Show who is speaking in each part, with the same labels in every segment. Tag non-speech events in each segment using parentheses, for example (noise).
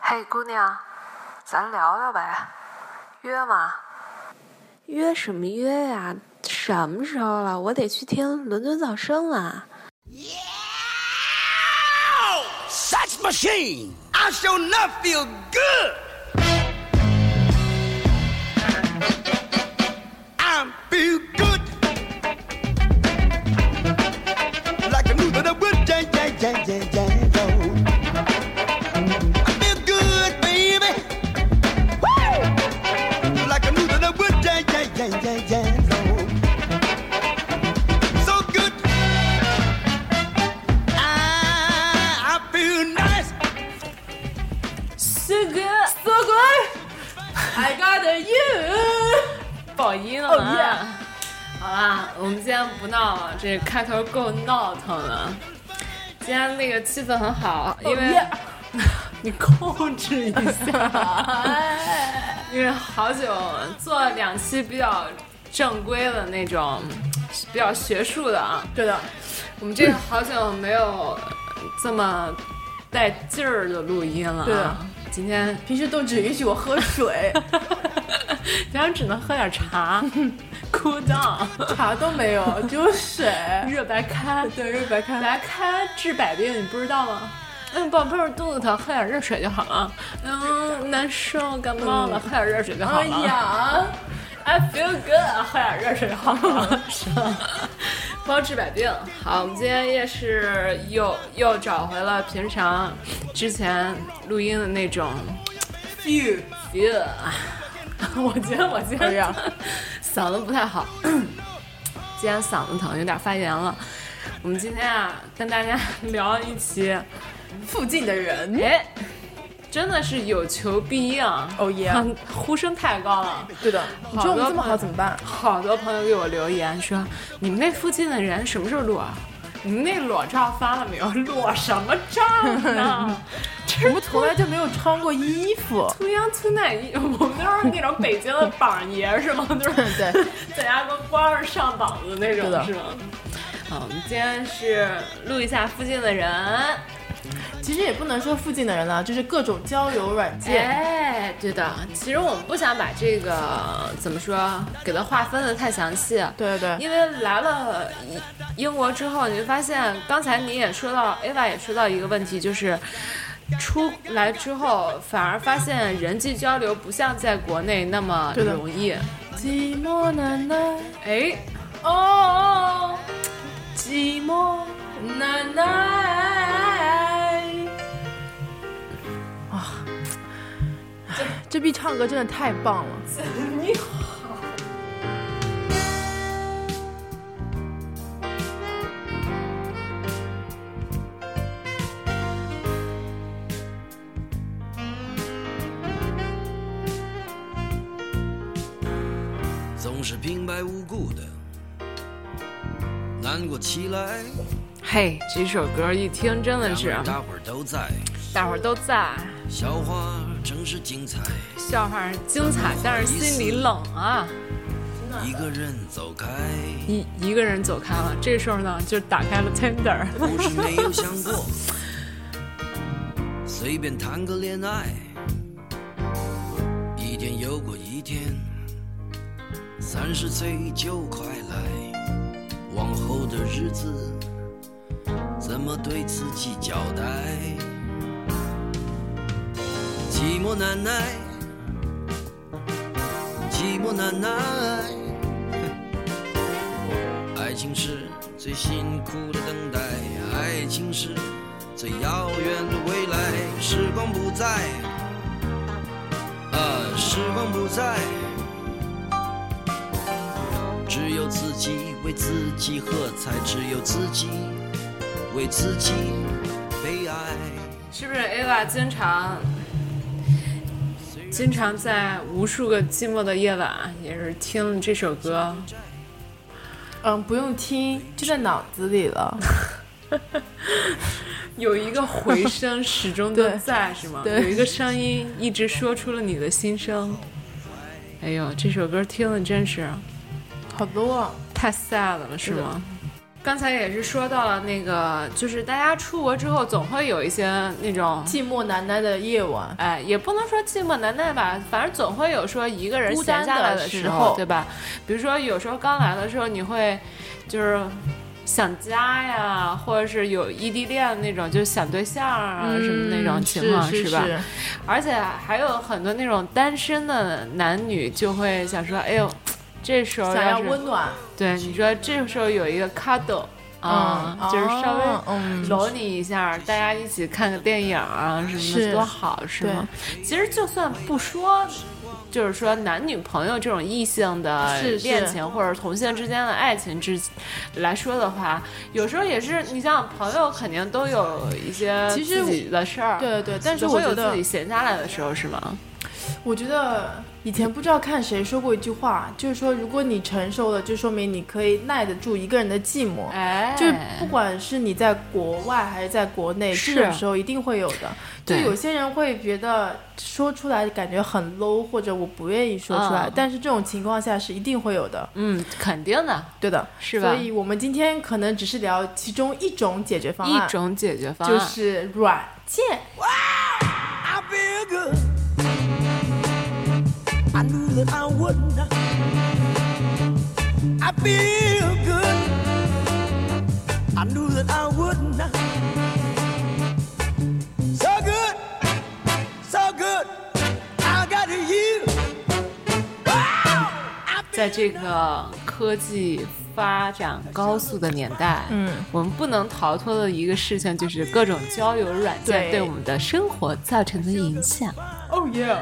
Speaker 1: 嘿，姑娘，咱聊聊呗，约嘛？
Speaker 2: 约什么约呀、什么时候了？我得去听伦敦噪声了。
Speaker 3: Such machine! I shall not feel good! I feel good! Like a move of the wood, yeah, yeah, yeah, yeah, yeah, yeah. I feel good, baby! Woo! Like a move of the wood, yeah, yeah, yeah, yeah, yeah, yeah. So good! I, I feel nice.
Speaker 4: So good, so good. I got you。爆音了吗
Speaker 2: Oh, yeah.
Speaker 4: 好啦，我们今天不闹了，这开头够闹腾了。今天那个气氛很好，因为、
Speaker 2: yeah.
Speaker 4: Oh, (laughs) 你控制一下， (laughs) 因为好久做了两期比较正规的那种，比较学术的啊。
Speaker 2: 对的，
Speaker 4: 我们这个好久没有这么带劲儿的录音了、啊。
Speaker 2: 对的，
Speaker 4: 今天
Speaker 2: 平时都只允许我
Speaker 4: (laughs)
Speaker 2: 喝水，
Speaker 4: 今天只能喝点茶
Speaker 2: (laughs)
Speaker 4: ，cool down，
Speaker 2: 茶都没有，只有水。
Speaker 4: 热白开。
Speaker 2: 对，热白开。
Speaker 4: 白开治百病，你不知道吗？嗯，宝贝儿，肚子疼，喝点热水就好了。嗯，难受，感冒了，喝点热水就好
Speaker 2: 哎
Speaker 4: 了。
Speaker 2: 呀，
Speaker 4: I feel good，喝啊点热水好 (laughs) 了，是吧？包治百病。好，我们今天也是又又找回了平常之前录音的那种 feel feel。我啊觉得我今
Speaker 2: 哎
Speaker 4: 天
Speaker 2: 呀
Speaker 4: 嗓子不太好，今天嗓子疼，有点发炎了。我们今天啊，跟大家 (laughs) 聊一期，
Speaker 2: 附近的人。
Speaker 4: 哎，哦真的是有求必应。
Speaker 2: Oh yeah
Speaker 4: 呼声太高了。
Speaker 2: 对的，你说我们这么好怎么办？
Speaker 4: 好多朋友给我留言说，你们那附近的人什么时候裸？你们那裸照发了没有？裸什么照
Speaker 2: (laughs)
Speaker 4: 呢？
Speaker 2: 我们从来就没有穿过衣服。
Speaker 4: 涂阳涂奶衣，我们都是那种北京的榜爷是吗？就是
Speaker 2: (laughs) 对，
Speaker 4: 在家跟官儿上榜的那种
Speaker 2: 是的
Speaker 4: 是吗？好，我们今天是录一下附近的人，
Speaker 2: 其实也不能说附近的人啦、就是各种交友软件。
Speaker 4: 哎，对的。其实我们不想把这个怎么说，给它划分的太详细，
Speaker 2: 对对对，
Speaker 4: 因为来了英英国之后，你就发现，刚才你也说到，Ava 也说到一个问题，就是出来之后，反而发现人际交流不像在国内那么
Speaker 2: 对的
Speaker 4: 容易。
Speaker 2: 寂寞难耐，
Speaker 4: 哎，哦，
Speaker 2: 寂寞。
Speaker 4: 奶奶，
Speaker 2: 这 B 唱歌真的太棒了，
Speaker 4: 你
Speaker 5: 总是平白无故的难过起来，
Speaker 4: 嘿，这首歌一听真的是啊
Speaker 5: 然而大伙儿都在，
Speaker 4: 大伙儿都在，
Speaker 5: 笑话真是精彩。
Speaker 4: 笑话精彩，但是心里冷啊。
Speaker 5: 一个人走开，
Speaker 4: 一一个人走开了，这时候呢，就打开了 Tinder。
Speaker 5: 不是没有想过，随便谈个恋爱，一天又过一天，三十岁就快来，往后的日子怎么对自己交代？寂寞难耐，寂寞难耐，爱情是最辛苦的等待，爱情是最遥远的未来。时光不再，啊，时光不再，只有自己为自己喝彩，只有自己为自己悲哀。
Speaker 4: (laughs) 是不是 Ava 经常经常在无数个寂寞的夜晚，也是听这首 (laughs) 歌？
Speaker 2: 嗯，不用听，就在脑子
Speaker 4: (laughs)
Speaker 2: 里了。
Speaker 4: 有一个回声始终 (laughs) 都
Speaker 2: 对
Speaker 4: 在，是吗？
Speaker 2: 对
Speaker 4: 有一个声音一直说出了你的心声。哎呦，这首歌听的真是
Speaker 2: 好多啊，
Speaker 4: 太 sad 了，是吗？刚才也是说到了那个，就是大家出国之后总会有一些那种，
Speaker 2: 寂寞难耐的夜晚，
Speaker 4: 哎，也不能说寂寞难耐吧，反正总会有说一个人
Speaker 2: 孤
Speaker 4: 闲
Speaker 2: 单
Speaker 4: 下来
Speaker 2: 的
Speaker 4: 时
Speaker 2: 时
Speaker 4: 候，
Speaker 2: 候
Speaker 4: 对吧？比如说有时候刚来的时候，你会就是想家呀，或者是有异地恋那种，就是想对象啊、什么那种情况，
Speaker 2: 嗯是
Speaker 4: 吧？而且还有很多那种单身的男女就会想说，哎呦，这时候
Speaker 2: 想要
Speaker 4: 是
Speaker 2: 温暖，
Speaker 4: 对你说，这个时候有一个 cuddle 啊、
Speaker 2: 嗯
Speaker 4: 就是稍
Speaker 2: 哦
Speaker 4: 微
Speaker 2: 嗯
Speaker 4: 搂你一下，大家一起看个电影啊什么的，
Speaker 2: 是
Speaker 4: 多好是吗？其实就算不说。就是说，男女朋友这种异性的
Speaker 2: 是是
Speaker 4: 恋情，或者同性之间的爱情之来说的话，有时候也是，你像朋友肯定都有一些
Speaker 2: 其实
Speaker 4: 自己的事儿，
Speaker 2: 对对，但是
Speaker 4: 总
Speaker 2: 我
Speaker 4: 会
Speaker 2: 觉
Speaker 4: 有
Speaker 2: 得
Speaker 4: 自己闲下来的时候，是吗？
Speaker 2: 我觉得以前不知道看谁说过一句话，就是说如果你承受了，就说明你可以耐得住一个人的寂寞。
Speaker 4: 哎，
Speaker 2: 就是不管是你在国外还是在国内，
Speaker 4: 是
Speaker 2: 这种时候一定会有的。就
Speaker 4: 对
Speaker 2: 有些人会觉得说出来感觉很 low，或者我不愿意说出来，
Speaker 4: 嗯
Speaker 2: 但是这种情况下是一定会有的。
Speaker 4: 嗯，肯定的，
Speaker 2: 对的，
Speaker 4: 是吧
Speaker 2: 所以我们今天可能只是聊其中一种解决方
Speaker 4: 一
Speaker 2: 案，
Speaker 4: 种啊解决方案
Speaker 2: 啊就是软件。
Speaker 3: I feel good. I knew that I would not. I feel good. I knew that I would not. So good, so good. I got to you. Wow! I
Speaker 4: 在这个科技发展高速的年代，嗯，我们不能逃脱的一个事情就是各种交友软件
Speaker 2: 对
Speaker 4: 对我哦们的生活造成的影响。
Speaker 2: Oh yeah！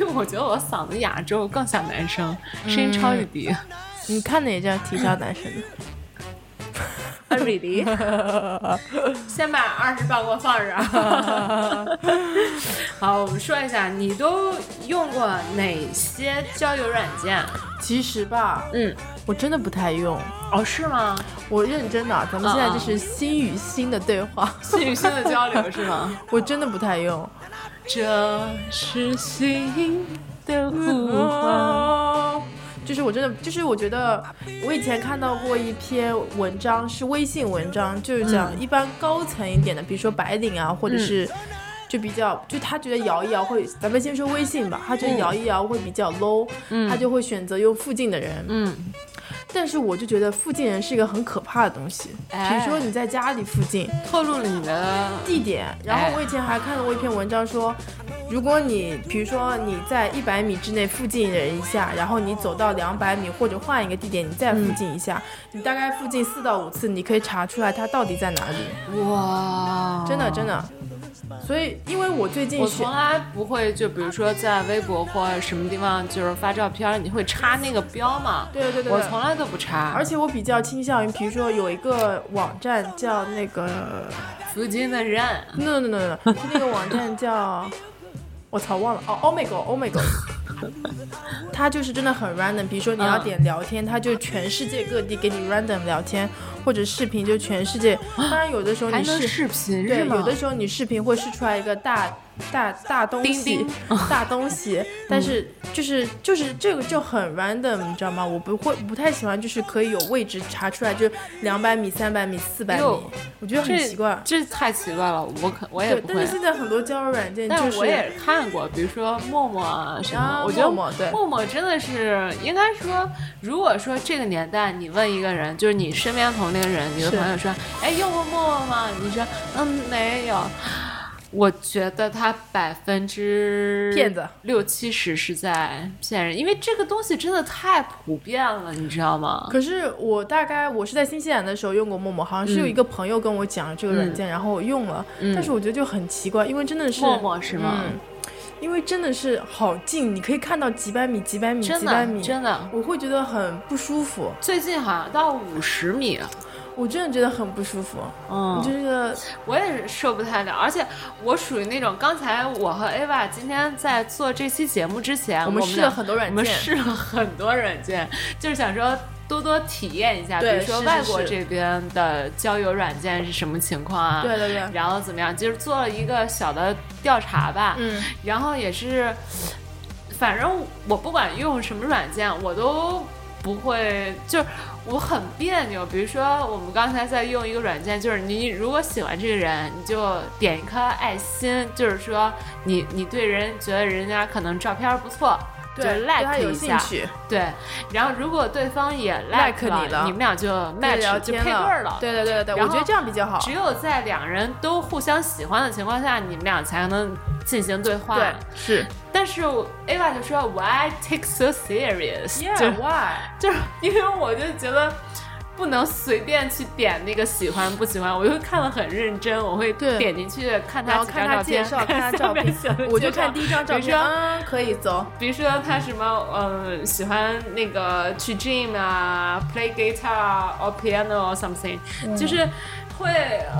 Speaker 4: 因为 (laughs) 我觉得我嗓子哑之后更像男生，声音超级 (laughs) 低。
Speaker 2: 你看着也这样提倡男生的。
Speaker 4: 啊，really？先把二十磅给我放着。 (laughs) 好，我们说一下，你都用过哪些交友软件？
Speaker 2: 其实吧，
Speaker 4: 嗯，
Speaker 2: 我真的不太用，
Speaker 4: 哦，是吗？
Speaker 2: 我认真的啊，咱们现在就是心与心的对话，
Speaker 4: 嗯心与心的交流是吗？
Speaker 2: 我真的不
Speaker 4: (laughs)
Speaker 2: 太用。
Speaker 4: 这是心的呼唤。
Speaker 2: (laughs) 就是我真的，就是我觉得，我以前看到过一篇文章，是微信文章，就是讲
Speaker 4: 嗯
Speaker 2: 一般高层一点的，比如说白领啊，或者是就比较，就他觉得摇一摇会，咱们先说微信吧，他觉
Speaker 4: 嗯
Speaker 2: 得摇一摇会比较 low，、他就会选择用附近的人，
Speaker 4: 嗯，
Speaker 2: 但是我就觉得附近人是一个很可怕的东西，比
Speaker 4: 哎
Speaker 2: 如说你在家里附近，
Speaker 4: 透露了你的
Speaker 2: 地点。然
Speaker 4: 哎
Speaker 2: 后我以前还看到过一篇文章说，如果你比如说你在一百米之内附近人一下，然后你走到两百米或者换一个地点，你再附近一下，你大概附近四到五次，你可以查出来它到底在哪里。
Speaker 4: 哇，
Speaker 2: 真的真。的。所以，因为我最近
Speaker 4: 哦我
Speaker 2: 学
Speaker 4: 从来不会，就比如说在微博或者什么地方，就是发照片，你会插那个标嘛？
Speaker 2: 对对对对
Speaker 4: 我从来都不插。
Speaker 2: 而且我比较倾向于，比如说有一个网站叫那个
Speaker 4: 附近的人，
Speaker 2: no no no no，no，那个网站叫，我操忘了哦，Omegle Omegle，它就是真的很 random，比如说你要
Speaker 4: 嗯
Speaker 2: 点聊天，它就全世界各地给你 random 聊天或者视频，就全世界。当然有的时候
Speaker 4: 还
Speaker 2: 你
Speaker 4: 能
Speaker 2: 是
Speaker 4: 视频是
Speaker 2: 对，
Speaker 4: 吗？
Speaker 2: 有的时候你视频会试出来一个大大大东西，
Speaker 4: 钉钉嗯
Speaker 2: 大东西，但是就是就是这个就很 random，你知道吗？我不会不太喜欢，就是可以有位置查出来，就两百米、三百米、四百米
Speaker 4: 哟，
Speaker 2: 我觉得很
Speaker 4: 这
Speaker 2: 奇怪。
Speaker 4: 这太奇怪了，我可我也
Speaker 2: 对，
Speaker 4: 不
Speaker 2: 但
Speaker 4: 会
Speaker 2: 是。现在很多交友软件
Speaker 4: 但
Speaker 2: 就是
Speaker 4: 我也看过，比如说陌陌啊什么，
Speaker 2: 啊
Speaker 4: 我觉得
Speaker 2: 陌陌对
Speaker 4: 陌陌真的是应该说，如果说这个年代你问一个人，就是你身边同龄人，你的
Speaker 2: 是
Speaker 4: 朋友说，哎，用过陌陌吗？你说，嗯，没有。我觉得他百分之
Speaker 2: 骗子
Speaker 4: 六七十是在骗人，因为这个东西真的太普遍了，你知道吗？
Speaker 2: 可是我大概我是在新西兰的时候用过陌陌，好像
Speaker 4: 嗯
Speaker 2: 是有一个朋友跟我讲这个软件，然后我用了，但是我觉得就很奇怪，因为真的是
Speaker 4: 陌陌是吗？
Speaker 2: 嗯，因为真的是好近，你可以看到几百米、几百米、
Speaker 4: 真
Speaker 2: 几
Speaker 4: 的
Speaker 2: 百米，
Speaker 4: 真的
Speaker 2: 我会觉得很不舒服，
Speaker 4: 最近好像到五十米了，
Speaker 2: 我真的觉得很不舒服，
Speaker 4: 嗯
Speaker 2: 我就觉得
Speaker 4: 我也是受不太了，而且我属于那种，刚才我和 Ava 今天在做这期节目之前，我
Speaker 2: 我们试了
Speaker 4: 俩
Speaker 2: 很多软
Speaker 4: 我们
Speaker 2: 件
Speaker 4: 试了很多软件， (laughs) 就是想说多多体验一下，比
Speaker 2: 对
Speaker 4: 如说
Speaker 2: 是
Speaker 4: 外
Speaker 2: 是
Speaker 4: 国
Speaker 2: 是
Speaker 4: 这边的交友软件是什么情况啊？
Speaker 2: 对对对
Speaker 4: 然后怎么样？就是做了一个小的调查吧，
Speaker 2: 嗯，
Speaker 4: 然后也是，反正我不管用什么软件，我都。不会，就是我很别扭。比如说，我们刚才在用一个软件，就是你如果喜欢这个人，你就点一颗爱心，就是说你你对人觉得人家可能照片不错，就
Speaker 2: 对
Speaker 4: like
Speaker 2: 他有
Speaker 4: 一
Speaker 2: 兴
Speaker 4: 下，
Speaker 2: 趣，
Speaker 4: 对。然后如果对方也
Speaker 2: like
Speaker 4: 了，
Speaker 2: 你了
Speaker 4: 们俩就
Speaker 2: 对
Speaker 4: match
Speaker 2: 聊
Speaker 4: 就
Speaker 2: 天
Speaker 4: 配对儿了。
Speaker 2: 对对对对对，
Speaker 4: 然
Speaker 2: 我
Speaker 4: 后
Speaker 2: 觉得这样比较好。
Speaker 4: 只有在两个人都互相喜欢的情况下，你们俩才能进行对话。
Speaker 2: 对，是
Speaker 4: 但是 Ava 就说 Why take so serious？就
Speaker 2: ，Yeah，Why？
Speaker 4: 就是因为我就觉得不能随便去点那个喜欢不喜欢，我就看得很认真，我会
Speaker 2: 对
Speaker 4: 点进去看
Speaker 2: 然
Speaker 4: 他
Speaker 2: 后
Speaker 4: 几
Speaker 2: 看
Speaker 4: 张
Speaker 2: 他
Speaker 4: 照
Speaker 2: 介
Speaker 4: 片，
Speaker 2: 绍，看他照
Speaker 4: 上面
Speaker 2: 片
Speaker 4: 写的，
Speaker 2: 我就
Speaker 4: 介绍啊
Speaker 2: 看第一张照
Speaker 4: 比如
Speaker 2: 片，
Speaker 4: 说
Speaker 2: 嗯，可以走。
Speaker 4: 比如说他什么，嗯，喜欢那个去 gym 啊，play guitar 啊 or piano or something，、就是
Speaker 2: 嗯
Speaker 4: 会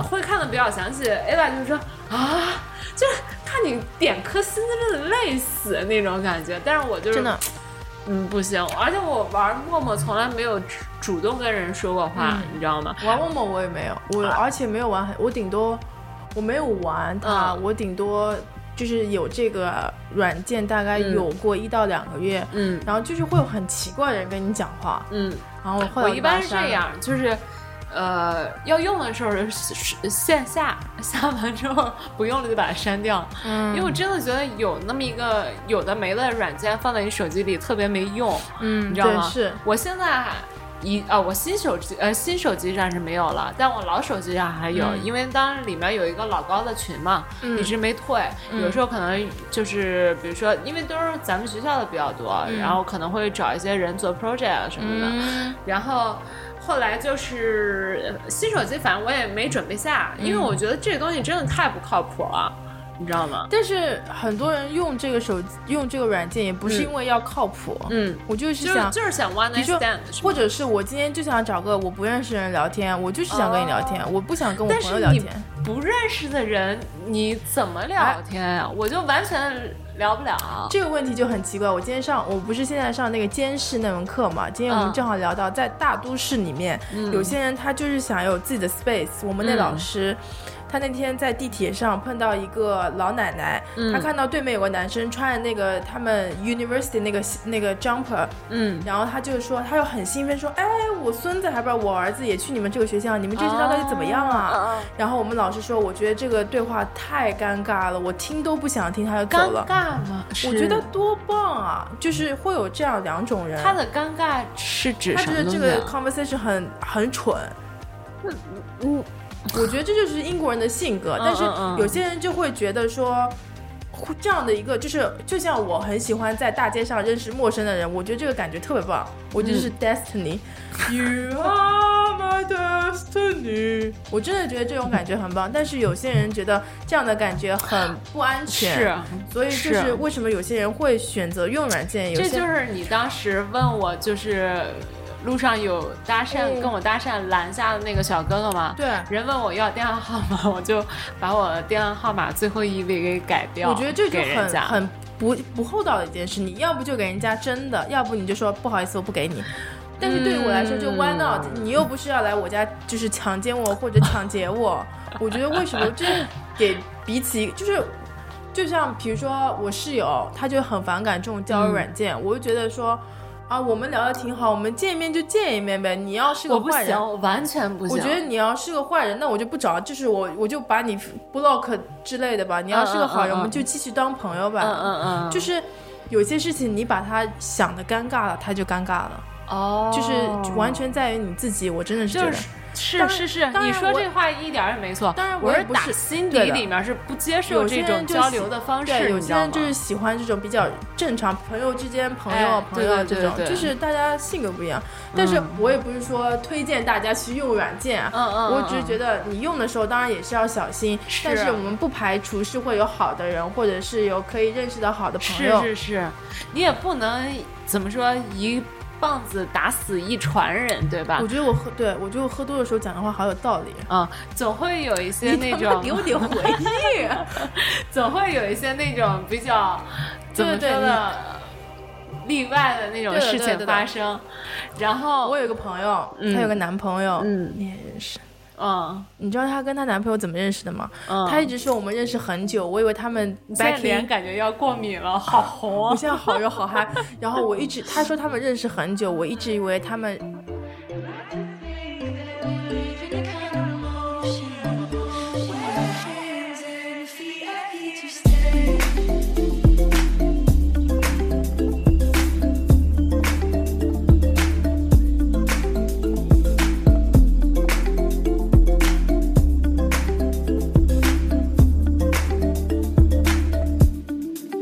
Speaker 4: 会看的比较详细。Ava 就是说啊，就是看你点颗心真的累死那种感觉。但是我就是
Speaker 2: 真的，
Speaker 4: 嗯，不行。而且我玩陌陌从来没有主主动跟人说过
Speaker 2: 嗯
Speaker 4: 话，你知道吗？
Speaker 2: 玩陌陌我也没有，我
Speaker 4: 啊
Speaker 2: 而且没有玩很，我顶多我没有玩它，
Speaker 4: 嗯
Speaker 2: 我顶多就是有这个软件，大概
Speaker 4: 嗯
Speaker 2: 有过一到两个月，
Speaker 4: 嗯
Speaker 2: 然后就是会有很奇怪的人跟你讲话，
Speaker 4: 嗯，
Speaker 2: 然后后
Speaker 4: 我
Speaker 2: 来
Speaker 4: 一般
Speaker 2: 把它
Speaker 4: 是
Speaker 2: 删
Speaker 4: 这
Speaker 2: 了，
Speaker 4: 样，就是。呃，要用的时候是是线下下完之后不用了就把它删掉，
Speaker 2: 嗯，
Speaker 4: 因为我真的觉得有那么一个有的没的软件放在你手机里特别没用，
Speaker 2: 嗯，
Speaker 4: 你知道
Speaker 2: 对
Speaker 4: 吗？
Speaker 2: 是，
Speaker 4: 我现在还一啊，我新手机呃新手机上是没有了，但我老手机上还有，
Speaker 2: 嗯
Speaker 4: 因为当时里面有一个老高的群嘛，
Speaker 2: 嗯
Speaker 4: 一直没退。
Speaker 2: 嗯
Speaker 4: 有时候可能就是比如说，因为都是咱们学校的比较多，然后可能会找一些人做 project 啊什么的，
Speaker 2: 嗯
Speaker 4: 然后。后来就是呃新手机，反正我也没准备下，因为我觉得这东西真的太不靠谱了，你知道吗？
Speaker 2: 但是很多人用这个手机用这个软件也不是因为要靠谱，
Speaker 4: 嗯，
Speaker 2: 我就是
Speaker 4: 就是
Speaker 2: 想。
Speaker 4: 就是想 one
Speaker 2: 你
Speaker 4: night
Speaker 2: 说
Speaker 4: stand，，
Speaker 2: 或
Speaker 4: 者
Speaker 2: 者是我今天就想找个我不认识的人聊天，我就是想跟你聊天，我不想跟我
Speaker 4: 哦但
Speaker 2: 朋友
Speaker 4: 是
Speaker 2: 聊
Speaker 4: 你
Speaker 2: 天。
Speaker 4: 不认识的人，你怎么聊天呀、我就完全聊不了。
Speaker 2: 这个问题就很奇怪。我今天上，我不是现在上那个监视那门课嘛？今天我
Speaker 4: 嗯
Speaker 2: 们正好聊到，在大都市里面，有些人他就是想有自己的 space。我们那
Speaker 4: 嗯
Speaker 2: 老师，他那天在地铁上碰到一个老奶奶，
Speaker 4: 嗯
Speaker 2: 他看到对面有个男生穿着那个他们 university 那个那个 jumper，
Speaker 4: 嗯，
Speaker 2: 然后他就说，他又很兴奋说，哎，我孙子还不是我儿子也去你们这个学校，你们这学校到底怎么样啊？
Speaker 4: 哦
Speaker 2: 然后我们老师说，我觉得这个对话太尴尬了，我听都不想听，他就走
Speaker 4: 尴
Speaker 2: 了。
Speaker 4: 尬吗？
Speaker 2: 我
Speaker 4: 是
Speaker 2: 觉得多棒啊！就是会有这样两种人，
Speaker 4: 他的尴尬是指
Speaker 2: 他
Speaker 4: 什
Speaker 2: 觉
Speaker 4: 么
Speaker 2: 得
Speaker 4: 东西
Speaker 2: 这个
Speaker 4: 啊？
Speaker 2: conversation 很很蠢。嗯我觉得这就是英国人的性格，
Speaker 4: 嗯
Speaker 2: 但是
Speaker 4: 嗯嗯
Speaker 2: 有些人就会觉得说。会这样的一个就是，就像我很喜欢在大街上认识陌生的人，我觉得这个感觉特别棒。我就是 (laughs) destiny，、you are my destiny。我真的觉得这种感觉很棒，但是有些人觉得这样的感觉很不安全，
Speaker 4: 是，
Speaker 2: 所以就是是为什么有些人会选择用软件，有
Speaker 4: 这
Speaker 2: 些
Speaker 4: 就是你当时问我，就是路上有搭讪跟我搭讪拦下的那个小哥哥吗？
Speaker 2: 嗯对
Speaker 4: 人问我要电话号码， (laughs) 我就把我的电话号码最后一位给改掉。
Speaker 2: 我觉得这就
Speaker 4: 给人
Speaker 2: 很
Speaker 4: 家
Speaker 2: 很不不厚道的一件事。你要不就给人家真的，要不你就说不好意思，我不给你。但是对于我来说，就 why not？、
Speaker 4: 嗯
Speaker 2: 你又不是要来我家就是强奸我或者抢劫我。我觉得为什么就是给彼此一就是。就像比如说我室友，他就很反感这种
Speaker 4: 嗯
Speaker 2: 交友软件，我就觉得说，啊，我们聊的挺好，我们见一面就见一面呗。你要是
Speaker 4: 我
Speaker 2: 个
Speaker 4: 不
Speaker 2: 坏
Speaker 4: 行，
Speaker 2: 人，
Speaker 4: 我完全不行。嗯
Speaker 2: 我觉得你要是个坏人，那我就不找，就是我我就把你 block 之类的吧。你要是个好人，
Speaker 4: 嗯嗯嗯
Speaker 2: 我们就继续当朋友吧。
Speaker 4: 嗯嗯嗯，
Speaker 2: 就是有些事情你把它想的尴尬了，它就尴尬了，
Speaker 4: 哦，
Speaker 2: 就是完全在于你自己。我真的是觉
Speaker 4: 就
Speaker 2: 得，
Speaker 4: 是是
Speaker 2: 当
Speaker 4: 是是，
Speaker 2: 当
Speaker 4: 你
Speaker 2: 然
Speaker 4: 说
Speaker 2: 我
Speaker 4: 这话一点儿也没错。
Speaker 2: 当然
Speaker 4: 我
Speaker 2: 我也
Speaker 4: 是
Speaker 2: 不
Speaker 4: 打
Speaker 2: 是
Speaker 4: 心底
Speaker 2: 对的
Speaker 4: 里面是不接受
Speaker 2: 有
Speaker 4: 这
Speaker 2: 些
Speaker 4: 种
Speaker 2: 人就
Speaker 4: 交
Speaker 2: 喜
Speaker 4: 流的方式，
Speaker 2: 对，有
Speaker 4: 你知
Speaker 2: 些
Speaker 4: 道
Speaker 2: 人
Speaker 4: 吗
Speaker 2: 就是喜欢这种比较正常，朋友之间、朋友
Speaker 4: 哎
Speaker 2: 啊、朋友啊
Speaker 4: 对对
Speaker 2: 这种，
Speaker 4: 对对
Speaker 2: 就是大家性格不一样。但是我也不是说推荐大家去用软件啊，
Speaker 4: 嗯嗯
Speaker 2: 我只是觉得你用的时候当然也是要小心，
Speaker 4: 是
Speaker 2: 但是我们不排除是会有好的人，或者是有可以认识到好的朋
Speaker 4: 是
Speaker 2: 友。
Speaker 4: 是是，你也不能怎么说一棒子打死一船人，对吧
Speaker 2: 我？觉得我喝，对我觉得我喝多的时候讲的话好有道理。
Speaker 4: 嗯，总会有一些那
Speaker 2: 他妈
Speaker 4: 种，
Speaker 2: 给我点回忆。啊
Speaker 4: (laughs) 总会有一些那种比较怎么说
Speaker 2: 对对
Speaker 4: 的例外的那种
Speaker 2: 对的
Speaker 4: 事
Speaker 2: 对
Speaker 4: 情
Speaker 2: 的对的
Speaker 4: 发生，然后
Speaker 2: 我有一个朋友，
Speaker 4: 嗯
Speaker 2: 她有个男朋友，
Speaker 4: 嗯
Speaker 2: 你也认识，
Speaker 4: 嗯，
Speaker 2: 你知道她跟她男朋友怎么认识的吗？
Speaker 4: 嗯
Speaker 2: 她一直说我们认识很久，我以为他们
Speaker 4: 你现在
Speaker 2: back
Speaker 4: 脸
Speaker 2: in，
Speaker 4: 感觉要过敏了，好红
Speaker 2: 我
Speaker 4: 啊！
Speaker 2: 现在好热好嗨。然后我一直她说他们认识很久，我一直以为他们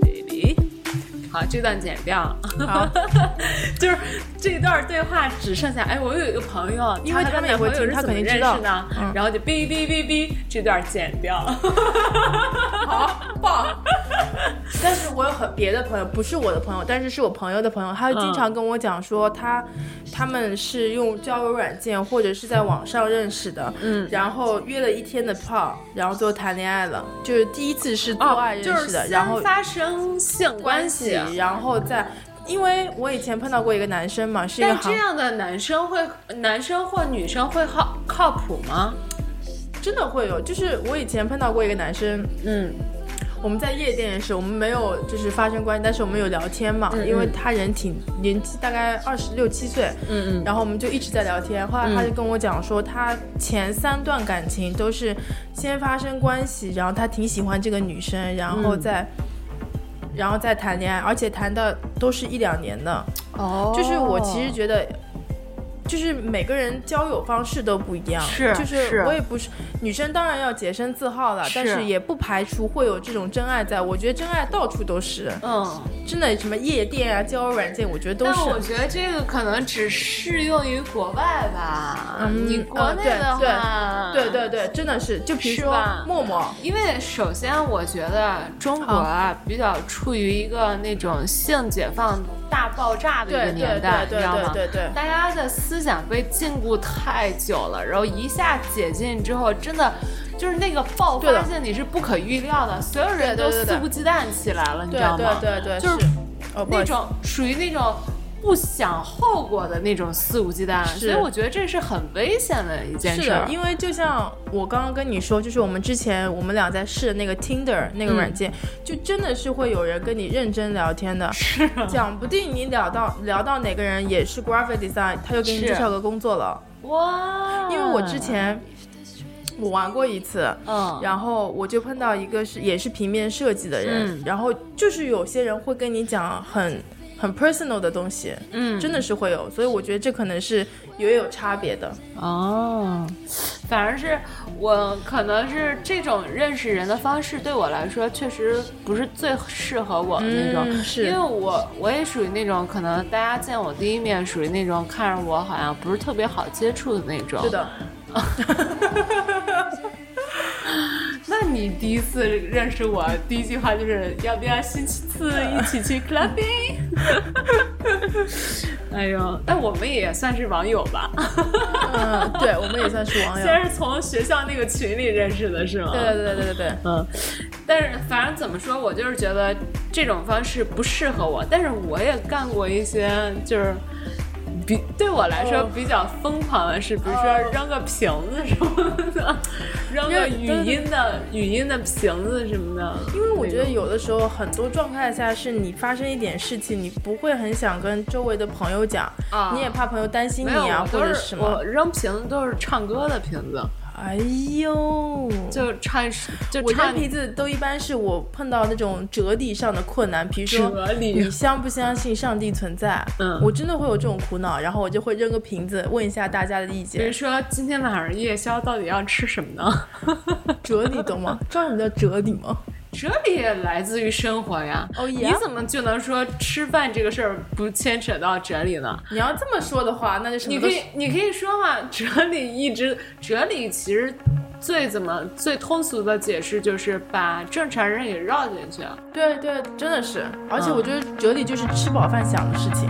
Speaker 4: Baby 好，这段剪掉，
Speaker 2: 啊，
Speaker 4: (laughs) 就是这段对话只剩下哎，我有一个朋友，
Speaker 2: 因为
Speaker 4: 他跟
Speaker 2: 他们也会
Speaker 4: 男朋友
Speaker 2: 听
Speaker 4: 是
Speaker 2: 他
Speaker 4: 怎么
Speaker 2: 肯定
Speaker 4: 认
Speaker 2: 知道
Speaker 4: 识呢，
Speaker 2: 嗯
Speaker 4: 然后就哔哔哔哔，这段剪掉。 (laughs)
Speaker 2: 棒。但是我有很别的朋友，不是我的朋友，但是是我朋友的朋友，他就经常跟我讲说他、他们是用交友软件或者是在网上认识的，嗯，然后约了一天的炮，然后最后谈恋爱了，就是第一次哦是做爱认识的，
Speaker 4: 先
Speaker 2: 然后
Speaker 4: 发生性关
Speaker 2: 关
Speaker 4: 系啊
Speaker 2: 系，，啊然后再。因为我以前碰到过一个男生嘛，是一个
Speaker 4: 但
Speaker 2: 行
Speaker 4: 这样的男生会，男生或女生会靠靠谱吗？
Speaker 2: 真的会有，就是我以前碰到过一个男生，
Speaker 4: 嗯，
Speaker 2: 我们在夜店也是，我们没有就是发生关系，但是我们有聊天嘛，因为他人挺年纪大概二十六七岁，嗯嗯，然后我们就一直在聊天，后来他就跟我讲说，他前三段感情都是先发生关系，然后他挺喜欢这个女生，然后再。然后再谈恋爱，而且谈的都是一两年的，
Speaker 4: 哦
Speaker 2: 就是我其实觉得，就是每个人交友方式都不一样，
Speaker 4: 是
Speaker 2: 就是是我也不是女生，当然要洁身自好了，但
Speaker 4: 是
Speaker 2: 是也不排除会有这种真爱在。我觉得真爱到处都是，
Speaker 4: 嗯，
Speaker 2: 真的什么夜店啊、交友软件，我觉得都
Speaker 4: 但
Speaker 2: 是。
Speaker 4: 我觉得这个可能只适用于国外吧，
Speaker 2: 嗯
Speaker 4: 你国内的话，
Speaker 2: 嗯对对对对，真的是，就比如
Speaker 4: 是
Speaker 2: 说
Speaker 4: 吧
Speaker 2: 陌陌，
Speaker 4: 因为首先，我觉得中国啊比较处于一个那种性解放大爆炸的一个
Speaker 2: 对对
Speaker 4: 年
Speaker 2: 对
Speaker 4: 代，你
Speaker 2: 对
Speaker 4: 知道
Speaker 2: 对
Speaker 4: 吗？
Speaker 2: 对对，
Speaker 4: 大家的思想被禁锢太久了，然后一下解禁之后，真的就是那个爆
Speaker 2: 对
Speaker 4: 发
Speaker 2: 的
Speaker 4: 性，你是不可预料的，所有人
Speaker 2: 对
Speaker 4: 都
Speaker 2: 对对对
Speaker 4: 肆无忌惮起来了，你知
Speaker 2: 对
Speaker 4: 道吗？
Speaker 2: 对对对，
Speaker 4: 就是
Speaker 2: 是哦不好
Speaker 4: 那
Speaker 2: 意思
Speaker 4: 种属于那种不想后果的那种肆无忌惮，所以我觉得这是很危险的一件
Speaker 2: 是
Speaker 4: 事儿 (laughs)
Speaker 2: 的，。因为就像我刚刚跟你说，就是我们之前我们俩在试的那个 Tinder 那个软件，
Speaker 4: 嗯
Speaker 2: 就真的是会有人跟你认真聊天的，是、讲不定你聊到聊到哪个人也是 graphic design，他就给你
Speaker 4: 是
Speaker 2: 介绍个工作了。
Speaker 4: 哇，
Speaker 2: 因为我之前我玩过一次，
Speaker 4: 嗯，
Speaker 2: 然后我就碰到一个是也是平面设计的人，
Speaker 4: 嗯
Speaker 2: 然后就是有些人会跟你讲很很 personal 的东西，
Speaker 4: 嗯
Speaker 2: 真的是会有，所以我觉得这可能是也有差别的。
Speaker 4: 哦，反正是我可能是这种认识人的方式对我来说确实不是最适合我的那种，
Speaker 2: 嗯是
Speaker 4: 因为我我也属于那种可能大家见我第一面属于那种看着我好像不是特别好接触的那种。
Speaker 2: 是，的，
Speaker 4: 那你第一次认识我第一句话就是要不要星期四一起去 clubbing？哎呦，但我们也算是网友吧，
Speaker 2: 嗯，对，我们也算是网友。
Speaker 4: 先是从学校那个群里认识的，是吗？
Speaker 2: 对对对对对对，
Speaker 4: 嗯，但是反正怎么说，我就是觉得这种方式不适合我。但是我也干过一些就是比对我来
Speaker 2: 哦
Speaker 4: 说比较疯狂的事，比如说扔个瓶子什么的，扔个语音的语音的瓶子什么的。
Speaker 2: 因为我觉得有的时候很多状态下是你发生一点事情，你不会很想跟周围的朋友讲，
Speaker 4: 啊
Speaker 2: 你也怕朋友担心
Speaker 4: 没
Speaker 2: 你
Speaker 4: 有，
Speaker 2: 啊
Speaker 4: 我都
Speaker 2: 或者是
Speaker 4: 是
Speaker 2: 什
Speaker 4: 我
Speaker 2: 么。
Speaker 4: 扔瓶子都是唱歌的瓶子，
Speaker 2: 哎呦，
Speaker 4: 就唱就
Speaker 2: 我
Speaker 4: 唱
Speaker 2: 扔瓶子都一般是我碰到那种哲理上的困难，比如说
Speaker 4: 哲理
Speaker 2: 你相不相信上帝存在？
Speaker 4: 嗯
Speaker 2: 我真的会有这种苦恼，然后我就会扔个瓶子问一下大家的意
Speaker 4: 比如
Speaker 2: 见，
Speaker 4: 说今天晚上夜宵到底要吃什么呢？ (laughs)
Speaker 2: 哲理懂吗？知道什么叫哲理吗？
Speaker 4: 哲理也来自于生活呀。
Speaker 2: 哦
Speaker 4: 你怎么就能说吃饭这个事儿不牵扯到哲理呢？
Speaker 2: 你要这么说的话，那就什
Speaker 4: 你
Speaker 2: 么
Speaker 4: 可
Speaker 2: 都
Speaker 4: 以，你可以说嘛， (laughs) 哲理一直，哲理其实最怎么最通俗的解释就是把正常人也绕进去。
Speaker 2: 对对，真的是，而
Speaker 4: 嗯
Speaker 2: 且我觉得哲理就是吃饱饭想的事情。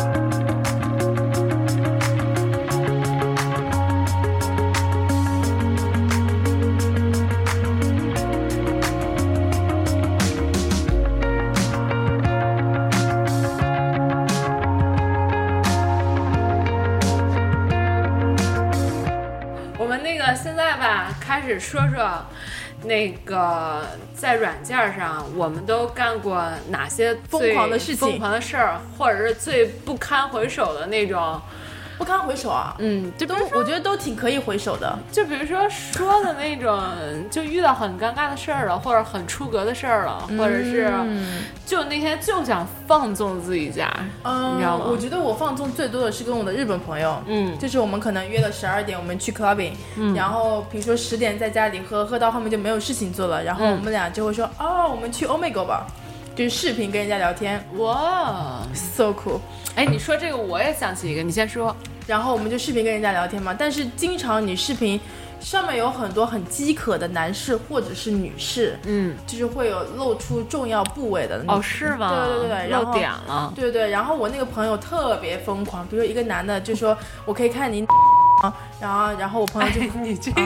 Speaker 6: Thank
Speaker 4: 开始说说那个在软件上我们都干过哪些最
Speaker 2: 疯狂的事情
Speaker 4: 疯狂的事儿，或者是最不堪回首的那种。
Speaker 2: 不堪回首啊。
Speaker 4: 嗯，就比
Speaker 2: 都
Speaker 4: 如说，
Speaker 2: 我觉得都挺可以回首的，
Speaker 4: 就比如说说的那种，就遇到很尴尬的事儿了，或者很出格的事儿了，或者是就那天就想放纵自己家，
Speaker 2: 嗯，
Speaker 4: 你知道吗
Speaker 2: 我觉得我放纵最多的是跟我的日本朋友，
Speaker 4: 嗯
Speaker 2: 就是我们可能约了十二点，我们去 clubbing，、然后比如说十点在家里喝，喝到后面就没有事情做了，然后我们俩就会说，
Speaker 4: 嗯
Speaker 2: 哦，我们去 Omega 吧，就是视频跟人家聊天
Speaker 4: 哇，
Speaker 2: ，so cool。
Speaker 4: 哎，你说这个我也想起一个，你先说。
Speaker 2: 然后我们就视频跟人家聊天嘛，但是经常你视频上面有很多很饥渴的男士或者是女士，
Speaker 4: 嗯，
Speaker 2: 就是会有露出重要部位的
Speaker 4: 哦，
Speaker 2: 那种
Speaker 4: 是吗？
Speaker 2: 对对对对，然
Speaker 4: 漏
Speaker 2: 后啊
Speaker 4: 点了。
Speaker 2: 对对，然后我那个朋友特别疯狂，比如说一个男的就说我可以看你啊，然后然后我朋友
Speaker 4: (laughs)
Speaker 2: 就、
Speaker 4: 哎，你这个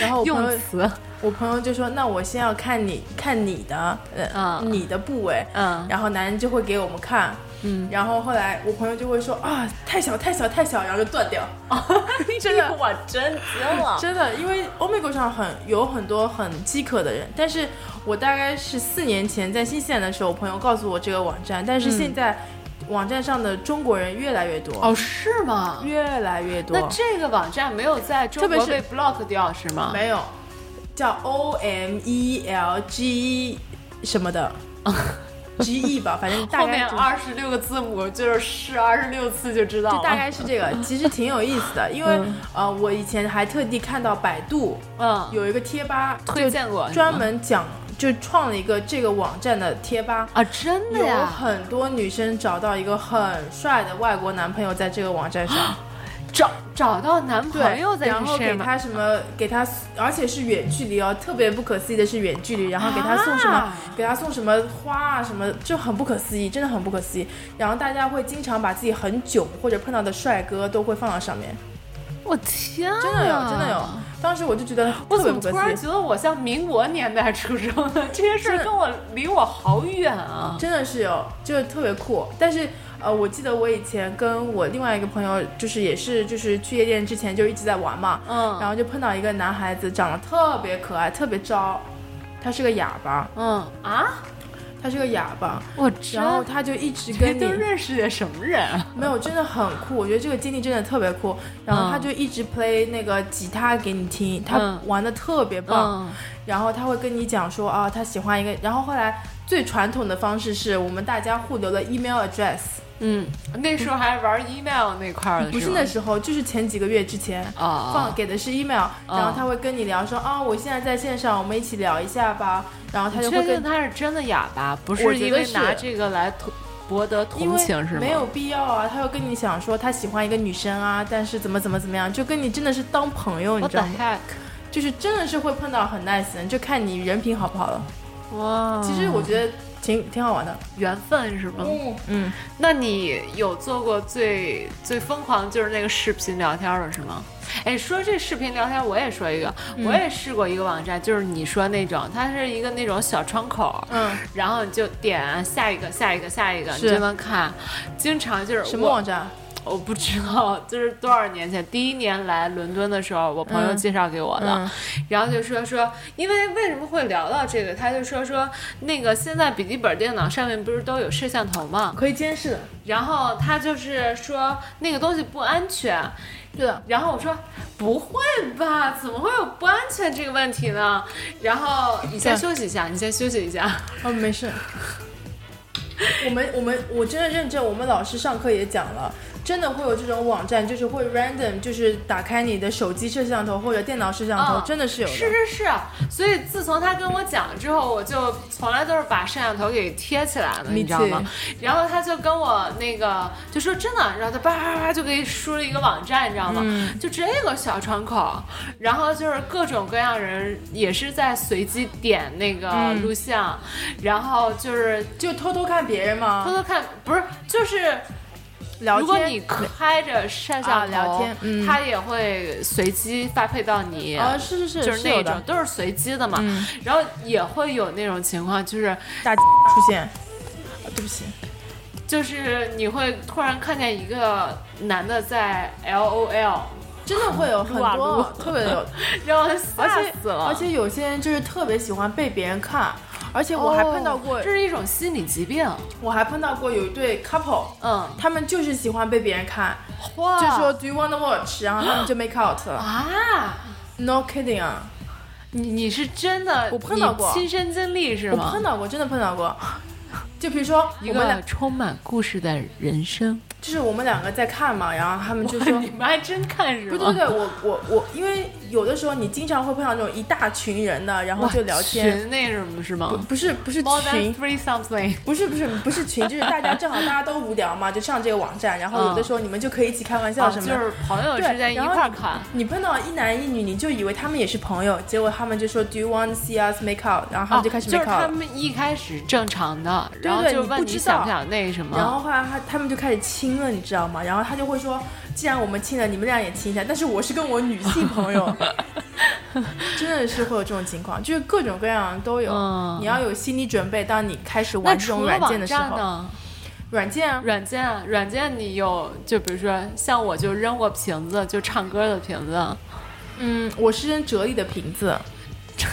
Speaker 2: 然后我朋
Speaker 4: 用
Speaker 2: 友
Speaker 4: 词，
Speaker 2: 我朋友就说那我先要看你看你的呃、
Speaker 4: 嗯
Speaker 2: 你的部位，
Speaker 4: 嗯
Speaker 2: 然后男人就会给我们看，嗯，然后后来我朋友就会说啊太小太小太小，然后就断掉，真的
Speaker 4: 我真惊了。
Speaker 2: 真的，因为欧美国上很有很多很饥渴的人，但是我大概是四年前在新西兰的时候，我朋友告诉我这个网站，但是现在网站上的中国人越来越多，
Speaker 4: 哦，是吗？
Speaker 2: 越来越多，
Speaker 4: 那这个网站没有在中
Speaker 2: 特别
Speaker 4: 国
Speaker 2: 是
Speaker 4: 被 block 掉是吗？
Speaker 2: 没有叫 O M E L G 什么
Speaker 4: (laughs)
Speaker 2: 的，G E 吧，反正大
Speaker 4: 后
Speaker 2: 概
Speaker 4: 面
Speaker 2: 就
Speaker 4: 二十六个字母就是试二十六次就知道
Speaker 2: 就
Speaker 4: 了。
Speaker 2: (laughs) 大概是这个，其实挺有意
Speaker 4: (laughs)
Speaker 2: 思的，因为、呃，我以前还特地看到百度
Speaker 4: 嗯，
Speaker 2: 有一个贴吧，
Speaker 4: 推荐过
Speaker 2: 专门讲就创了一个这个网站的贴吧。
Speaker 4: 啊，真的
Speaker 2: 有
Speaker 4: 呀，
Speaker 2: 很多女生找到一个很帅的外国男朋友，在这个网站上，
Speaker 4: 找找到男
Speaker 2: 对，
Speaker 4: 朋友在
Speaker 2: 然后给
Speaker 4: 吗？
Speaker 2: 他什么，给他，而且是远距离哦，特别不可思议的是远距离，然后给他送什么，
Speaker 4: 啊
Speaker 2: 给他送什么花啊，什么就很不可思议，真的很不可思议。然后大家会经常把自己很囧或者碰到的帅哥都会放到上面，
Speaker 4: 我天，
Speaker 2: 真的有，真的有。。当时我就觉得
Speaker 4: 啊我
Speaker 2: 啊特别
Speaker 4: 怎
Speaker 2: 不
Speaker 4: 么
Speaker 2: 可
Speaker 4: 突然
Speaker 2: 思议。
Speaker 4: 觉得我像民国年代出生的？这些事
Speaker 2: 真的
Speaker 4: 儿跟我离我好远啊！
Speaker 2: 真的是有，就是特别酷。但是呃，我记得我以前跟我另外一个朋友，就是也是就是去夜店之前就一直在玩嘛，
Speaker 4: 嗯
Speaker 2: 然后就碰到一个男孩子，长得特别可爱，特别招，他是个哑巴，
Speaker 4: 嗯啊，
Speaker 2: 他是个哑巴，
Speaker 4: 我
Speaker 2: 然后他就一直
Speaker 4: 这
Speaker 2: 跟
Speaker 4: 都
Speaker 2: 你
Speaker 4: 认识些什么人啊？
Speaker 2: 没有，真的很酷，我觉得这个经历真的特别酷。然后他就一直 play 那个吉他给你听，他
Speaker 4: 嗯
Speaker 2: 玩的特别棒。
Speaker 4: 嗯
Speaker 2: 然后他会跟你讲说啊，他喜欢一个。然后后来最传统的方式是我们大家互留了 email address。
Speaker 4: 嗯， (laughs) 那时候还玩 email 那块儿的，
Speaker 2: 不是
Speaker 4: 吗
Speaker 2: 那时候，就是前几个月之前。
Speaker 4: 啊，
Speaker 2: 放给的是 email，、然后他会跟你聊说啊、我现在在线上，我们一起聊一下吧。然后他就
Speaker 4: 确
Speaker 2: 会
Speaker 4: 定
Speaker 2: 跟，
Speaker 4: 他是真的哑巴，不
Speaker 2: 我
Speaker 4: 是
Speaker 2: 觉
Speaker 4: 因
Speaker 2: 得
Speaker 4: 为
Speaker 2: 是
Speaker 4: 拿这个来图博得
Speaker 2: 因
Speaker 4: 同
Speaker 2: 为
Speaker 4: 情是吗？
Speaker 2: 没有必要啊，他又跟你想说他喜欢一个女生啊，但是怎么怎么怎么样，就跟你真的是当朋友，你
Speaker 4: ，What
Speaker 2: 知
Speaker 4: the
Speaker 2: 道吗？
Speaker 4: heck？
Speaker 2: 就是真的是会碰到很 nice 的人，就看你人品好不好了。
Speaker 4: 哇，
Speaker 2: 其实我觉得挺挺好玩的，
Speaker 4: 缘分是吗？
Speaker 2: 嗯，
Speaker 4: 那你有做过最最疯狂的就是那个视频聊天了是吗？哎，说这视频聊天，我也说一个，
Speaker 2: 嗯
Speaker 4: 我也试过一个网站，就是你说那种，它是一个那种小窗口，
Speaker 2: 嗯，
Speaker 4: 然后你就点下一个，下一个，下一个，你
Speaker 2: 是
Speaker 4: 就能看。经常就是
Speaker 2: 什么
Speaker 4: 我
Speaker 2: 网站？啊
Speaker 4: 我不知道，就是多少年前第一年来伦敦的时候，我朋友介绍给我的，
Speaker 2: 嗯
Speaker 4: 然后就说说，因为为什么会聊到这个，他就说说那个现在笔记本电脑上面不是都有摄像头吗？
Speaker 2: 可以监视的，
Speaker 4: 然后他就是说那个东西不安全，
Speaker 2: 是的，
Speaker 4: 然后我说不会吧，怎么会有不安全这个问题呢？然后你先
Speaker 2: 对
Speaker 4: 休息一下，你先休息一下。
Speaker 2: 哦，没事。 (laughs) 我们我们我真的认真，我们老师上课也讲了，真的会有这种网站，就是会 random，就是打开你的手机摄像头或者电脑摄像头，
Speaker 4: 嗯
Speaker 2: 真的是有的。
Speaker 4: 是是是，所以自从他跟我讲了之后，我就从来都是把摄像头给贴起来了，
Speaker 2: Me
Speaker 4: 你知道吗
Speaker 2: too？
Speaker 4: 然后他就跟我那个就说真的，然后他叭叭叭就给输了一个网站，你知道吗？
Speaker 2: 嗯
Speaker 4: 就这个小窗口，然后就是各种各样人也是在随机点那个录像，
Speaker 2: 嗯
Speaker 4: 然后就是
Speaker 2: 就偷偷看别人
Speaker 4: 偷
Speaker 2: 吗？
Speaker 4: 偷看，不是就是。
Speaker 2: 聊
Speaker 4: 如
Speaker 2: 天。
Speaker 4: 果你开着摄像头，
Speaker 2: 啊聊天嗯
Speaker 4: 它也会随机发配到你。
Speaker 2: 啊，是是是，
Speaker 4: 就是
Speaker 2: 有
Speaker 4: 那种
Speaker 2: 的嗯
Speaker 4: 都是随机的嘛，然后也会有那种情况，就是
Speaker 2: 大出现。啊对不起，
Speaker 4: 就是你会突然看见一个男的在 L O L，
Speaker 2: 真的会有很
Speaker 4: 撸啊撸
Speaker 2: 多特别有，
Speaker 4: (laughs) 让我吓
Speaker 2: 而且
Speaker 4: 死了。
Speaker 2: 而且有些人就是特别喜欢被别人看，而且我还碰到过，
Speaker 4: 哦这是一种心理疾病。
Speaker 2: 我还碰到过有一对 couple，
Speaker 4: 嗯，
Speaker 2: 他们就是喜欢被别人看，
Speaker 4: 哇
Speaker 2: 就说 Do you wanna watch？然后他
Speaker 4: (gasps)
Speaker 2: 们就 make out 了
Speaker 4: 啊，
Speaker 2: ，No kidding 啊。
Speaker 4: 你你是真的，
Speaker 2: 我碰到过
Speaker 4: 你亲身经历是
Speaker 2: 我
Speaker 4: 吗？
Speaker 2: 碰到过，真的碰到过。就比如说
Speaker 4: 一
Speaker 2: 我们
Speaker 4: 个
Speaker 2: 俩，
Speaker 4: 充满故事的人生，
Speaker 2: 就是我们两个在看嘛，然后他们就说，
Speaker 4: 你们还真看是
Speaker 2: 不
Speaker 4: 吗？
Speaker 2: 对对对，我我我，因为有的时候你经常会碰到那种一大群人的，然后
Speaker 4: 哇
Speaker 2: 就聊天，
Speaker 4: 群那什么是
Speaker 2: 不
Speaker 4: 吗
Speaker 2: 不是不是
Speaker 4: ？More than
Speaker 2: 群。
Speaker 4: three something，
Speaker 2: 不是不是不是群，就是大家正好大家都无聊嘛，就上这个网站，然后有的时候你们就可以一起开玩笑
Speaker 4: 哦
Speaker 2: 什
Speaker 4: 就
Speaker 2: 么的。
Speaker 4: 是朋友
Speaker 2: 对
Speaker 4: 之间一
Speaker 2: 然后
Speaker 4: 块儿看。
Speaker 2: 你碰到一男一女，你就以为他们也是朋友，结果他们就说 Do you want to see us make out？然后他
Speaker 4: 哦，
Speaker 2: 们就开始
Speaker 4: 就是
Speaker 2: make out
Speaker 4: 他
Speaker 2: 了。
Speaker 4: 们一开始正常的，
Speaker 2: 对
Speaker 4: 然后
Speaker 2: 对
Speaker 4: 就
Speaker 2: 你
Speaker 4: 问
Speaker 2: 不
Speaker 4: 你
Speaker 2: 知
Speaker 4: 想
Speaker 2: 道
Speaker 4: 不想那什么，
Speaker 2: 然后后来他他们就开始亲了，你知道吗？然后他就会说，既然我们亲了，你们俩也亲一下。但是我是跟我女性朋
Speaker 4: (laughs)
Speaker 2: 友，真的是会有这种情况，就是各种各样都有。
Speaker 4: 嗯
Speaker 2: 你要有心理准备，当你开始
Speaker 4: 那
Speaker 2: 玩这种
Speaker 4: 除了
Speaker 2: 软件
Speaker 4: 网
Speaker 2: 的时
Speaker 4: 站
Speaker 2: 候，
Speaker 4: 呢？
Speaker 2: 软件啊，
Speaker 4: 软件啊，软件你有就比如说像我就扔过瓶子，就唱歌的瓶子，
Speaker 2: 嗯，我是扔哲理的瓶子。 (laughs)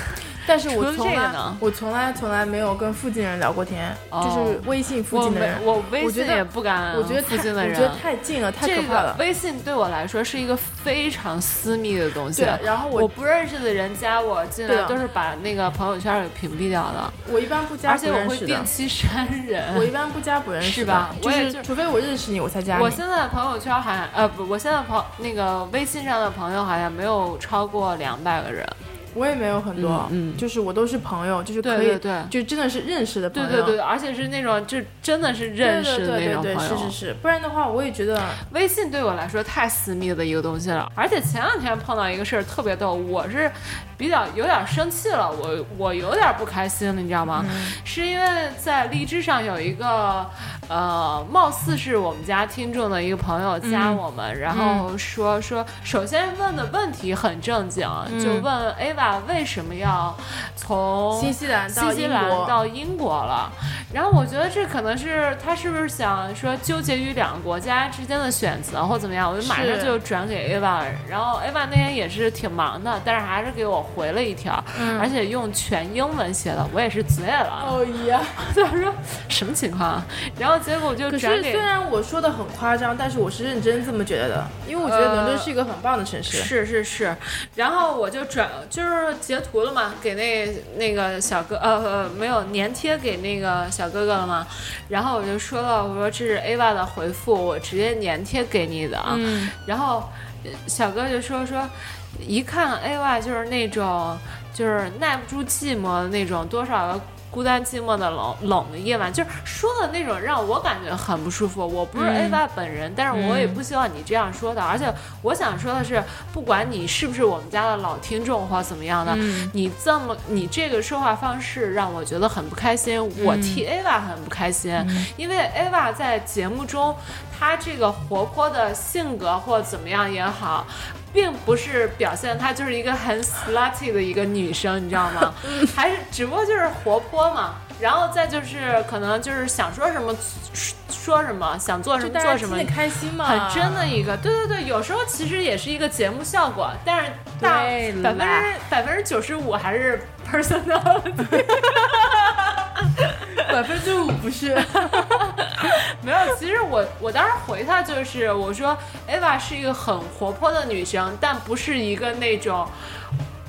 Speaker 2: 但是
Speaker 4: 除
Speaker 2: 我
Speaker 4: 了
Speaker 2: 从
Speaker 4: 这个
Speaker 2: 来
Speaker 4: 呢
Speaker 2: 我从来从来没有跟附近人聊过天，
Speaker 4: 哦
Speaker 2: 就是微信附
Speaker 4: 我
Speaker 2: 近的
Speaker 4: 没
Speaker 2: 人，
Speaker 4: 我微
Speaker 2: 我觉
Speaker 4: 信
Speaker 2: 得
Speaker 4: 也不敢，
Speaker 2: 我觉得
Speaker 4: 嗯附
Speaker 2: 太
Speaker 4: 近的
Speaker 2: 我
Speaker 4: 人
Speaker 2: 觉得太近了，太可
Speaker 4: 这
Speaker 2: 怕了
Speaker 4: 个。微信对我来说是一个非常私密的东西。
Speaker 2: 对然后我
Speaker 4: 我不认识的人加我进
Speaker 2: 对啊
Speaker 4: 来，
Speaker 2: 的
Speaker 4: 都是把那个朋友圈给屏蔽掉的，
Speaker 2: 我一般不加
Speaker 4: 而
Speaker 2: 不
Speaker 4: 且我
Speaker 2: 认
Speaker 4: 会
Speaker 2: 识的
Speaker 4: 定，期删人。
Speaker 2: 我一般不加不认识
Speaker 4: (laughs) 是
Speaker 2: 的
Speaker 4: 吧
Speaker 2: 就
Speaker 4: 我也
Speaker 2: 是
Speaker 4: 就
Speaker 2: 除非我认识你，我才加你。
Speaker 4: 我现在的朋友圈好像呃不，我现在朋那个微信上的朋友好像没有超过两百个人。
Speaker 2: 我也没有很多，
Speaker 4: 嗯嗯
Speaker 2: 就是我都是朋友，就是可以，
Speaker 4: 对对对
Speaker 2: 就真的是认识的朋
Speaker 4: 对
Speaker 2: 友，
Speaker 4: 对对，而且是那种就真的是
Speaker 2: 对，
Speaker 4: 认识的那
Speaker 2: 对对
Speaker 4: 种朋
Speaker 2: 对
Speaker 4: 友。
Speaker 2: 对，是是是，不然的话，我也觉得
Speaker 4: 微信对我来说太私密的一个东西了，而且前两天碰到一个事儿特别逗，我是比较有点生气了，我我有点不开心了，你知道吗？是因为在荔枝上有一个呃，貌似是我们家听众的一个朋友加我们，然后说说，首先问的问题很正经，就问 Ava 为什么要从
Speaker 2: 新西兰到
Speaker 4: 哦新西
Speaker 2: 英
Speaker 4: 兰
Speaker 2: 国
Speaker 4: 到英国了。然后我觉得这可能是他是不是想说纠结于两个国家之间的选择或怎么样，我就马上
Speaker 2: 是
Speaker 4: 就转给 Ava，然后 Ava 那天也是挺忙的，但是还是给我回了一条，
Speaker 2: 嗯
Speaker 4: 而且用全英文写的，我也是醉 (laughs) 了，
Speaker 2: 呀，
Speaker 4: 他说什么情况啊？然后结果我就
Speaker 2: 可
Speaker 4: 转
Speaker 2: 是
Speaker 4: 给
Speaker 2: 虽然我说的很夸张，但是我是认真这么觉得的，因为我觉得伦敦是一个很棒的城市。
Speaker 4: 是是是，然后我就转就是截图了嘛，给那那个小哥呃呃没有粘贴给那个小哥哥了嘛，然后我就说了，我说这是 Ava 的回复，我直接粘贴给你的啊，然后呃小哥就说说，一看 Ava 就是那种就是耐不住寂寞的那种，多少个。孤单寂寞的冷冷的夜晚，就是说的那种让我感觉很不舒服。我不是 Ava 本人，但是我也不希望你这样说的。而且我想说的是，不管你是不是我们家的老听众或怎么样的，你这么你这个说话方式让我觉得很不开心。我替 Ava 很不开心，因为 Ava 在节目中，她这个活泼的性格或怎么样也好。并不是表现她就是一个很 slutty 的一个女生，你知道
Speaker 2: (laughs)
Speaker 4: 吗？还是只不过就是活泼嘛，然后再就是可能就是想说什么说说什么，想做什
Speaker 2: 就
Speaker 4: 么
Speaker 2: 大
Speaker 4: 呃做
Speaker 2: 家
Speaker 4: 什
Speaker 2: 听
Speaker 4: 么，
Speaker 2: 得开心嘛，
Speaker 4: 很真的一个，对对对，有时候其实也是一个节目效果，但是大
Speaker 2: 对
Speaker 4: 百
Speaker 2: 啦
Speaker 4: 分之百分之九十五还是 personal，
Speaker 2: 百分之五不
Speaker 4: (laughs)
Speaker 2: 是，
Speaker 4: 没有。其实我我当时回他就是我说，Ava 是一个很活泼的女生，但不是一个那种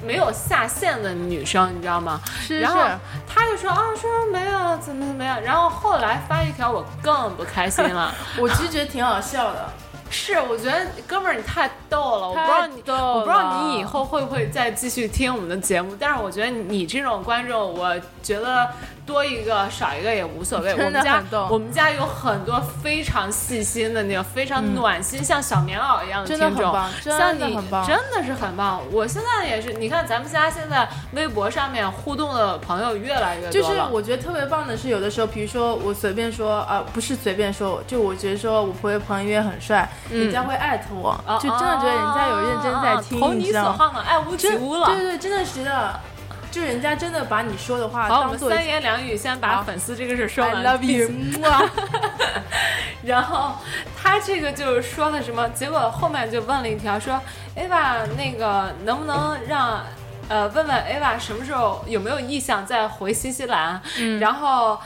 Speaker 4: 没有下限的女生，你知道吗？
Speaker 2: 是
Speaker 4: 然后
Speaker 2: 是
Speaker 4: 他就说啊，说没有，怎么怎么样。然后后来发一条，我更不开心了。
Speaker 2: 我其实觉得挺好笑的。
Speaker 4: 是，我觉得哥们儿你太逗了，我不知道你，
Speaker 2: 太逗了
Speaker 4: 我不知道你以后会不会再继续听我们的节目，但是我觉得你这种观众，我觉得多一个少一个也无所谓。我
Speaker 2: 真的
Speaker 4: 们家
Speaker 2: 很逗
Speaker 4: 我们家有很多非常细心的那种，非常暖心，像小棉袄一样
Speaker 2: 嗯真的
Speaker 4: 听
Speaker 2: 很
Speaker 4: 众
Speaker 2: 棒，真
Speaker 4: 像
Speaker 2: 的
Speaker 4: 你
Speaker 2: 很棒
Speaker 4: 真的是很棒。我现在也是，你看咱们家现在微博上面互动的朋友越来越多
Speaker 2: 就是
Speaker 4: 了。哦
Speaker 2: 我觉得特别棒的是，有的时候，比如说我随便说，啊，不是随便说，就我觉得说我朋友朋友约很帅，人
Speaker 4: 嗯
Speaker 2: 家会艾特我，就真的觉得人家有认真在听，
Speaker 4: 哦投
Speaker 2: 你
Speaker 4: 你
Speaker 2: 知
Speaker 4: 所
Speaker 2: 道吗？
Speaker 4: 好呢，爱屋及
Speaker 2: 真
Speaker 4: 乌了。
Speaker 2: 对对，真的是的。就人家真的把你说的话
Speaker 4: 好，我
Speaker 2: 当
Speaker 4: 们
Speaker 2: 做
Speaker 4: 三言两语先把粉丝这个事说
Speaker 2: I
Speaker 4: 完。
Speaker 2: love you，哇，
Speaker 4: (laughs) 然后他这个就是说了什么，结果后面就问了一条说，Ava 那个能不能让呃问问 Ava 什么时候有没有意向再回新西兰，
Speaker 2: 嗯
Speaker 4: 然后。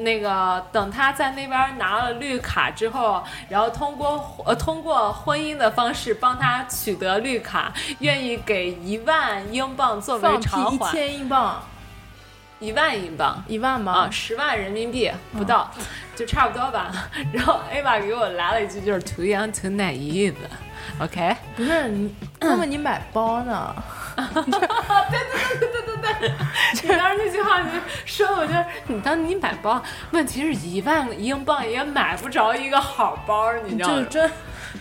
Speaker 4: 那个等他在那边拿了绿卡之后，然后通过呃通过婚姻的方式帮他取得绿卡，愿意给一万英镑作为
Speaker 2: 放屁
Speaker 4: 偿
Speaker 2: 一
Speaker 4: 还，
Speaker 2: 千英镑，
Speaker 4: 一万英镑，
Speaker 2: 一万吗？
Speaker 4: 啊，十万人民币
Speaker 2: 嗯
Speaker 4: 不到，就差不多吧。然后 A 爸给我来了一句，就是 too young too naive。OK，
Speaker 2: (laughs) 不
Speaker 4: (clears throat)
Speaker 2: 是你，那么你买包呢？
Speaker 4: 你
Speaker 2: (laughs)
Speaker 4: 当时那句话就说，我就是你当你买包，问题是一万英镑也买不着一个好包，你知道
Speaker 2: 就是
Speaker 4: 吗？
Speaker 2: 真，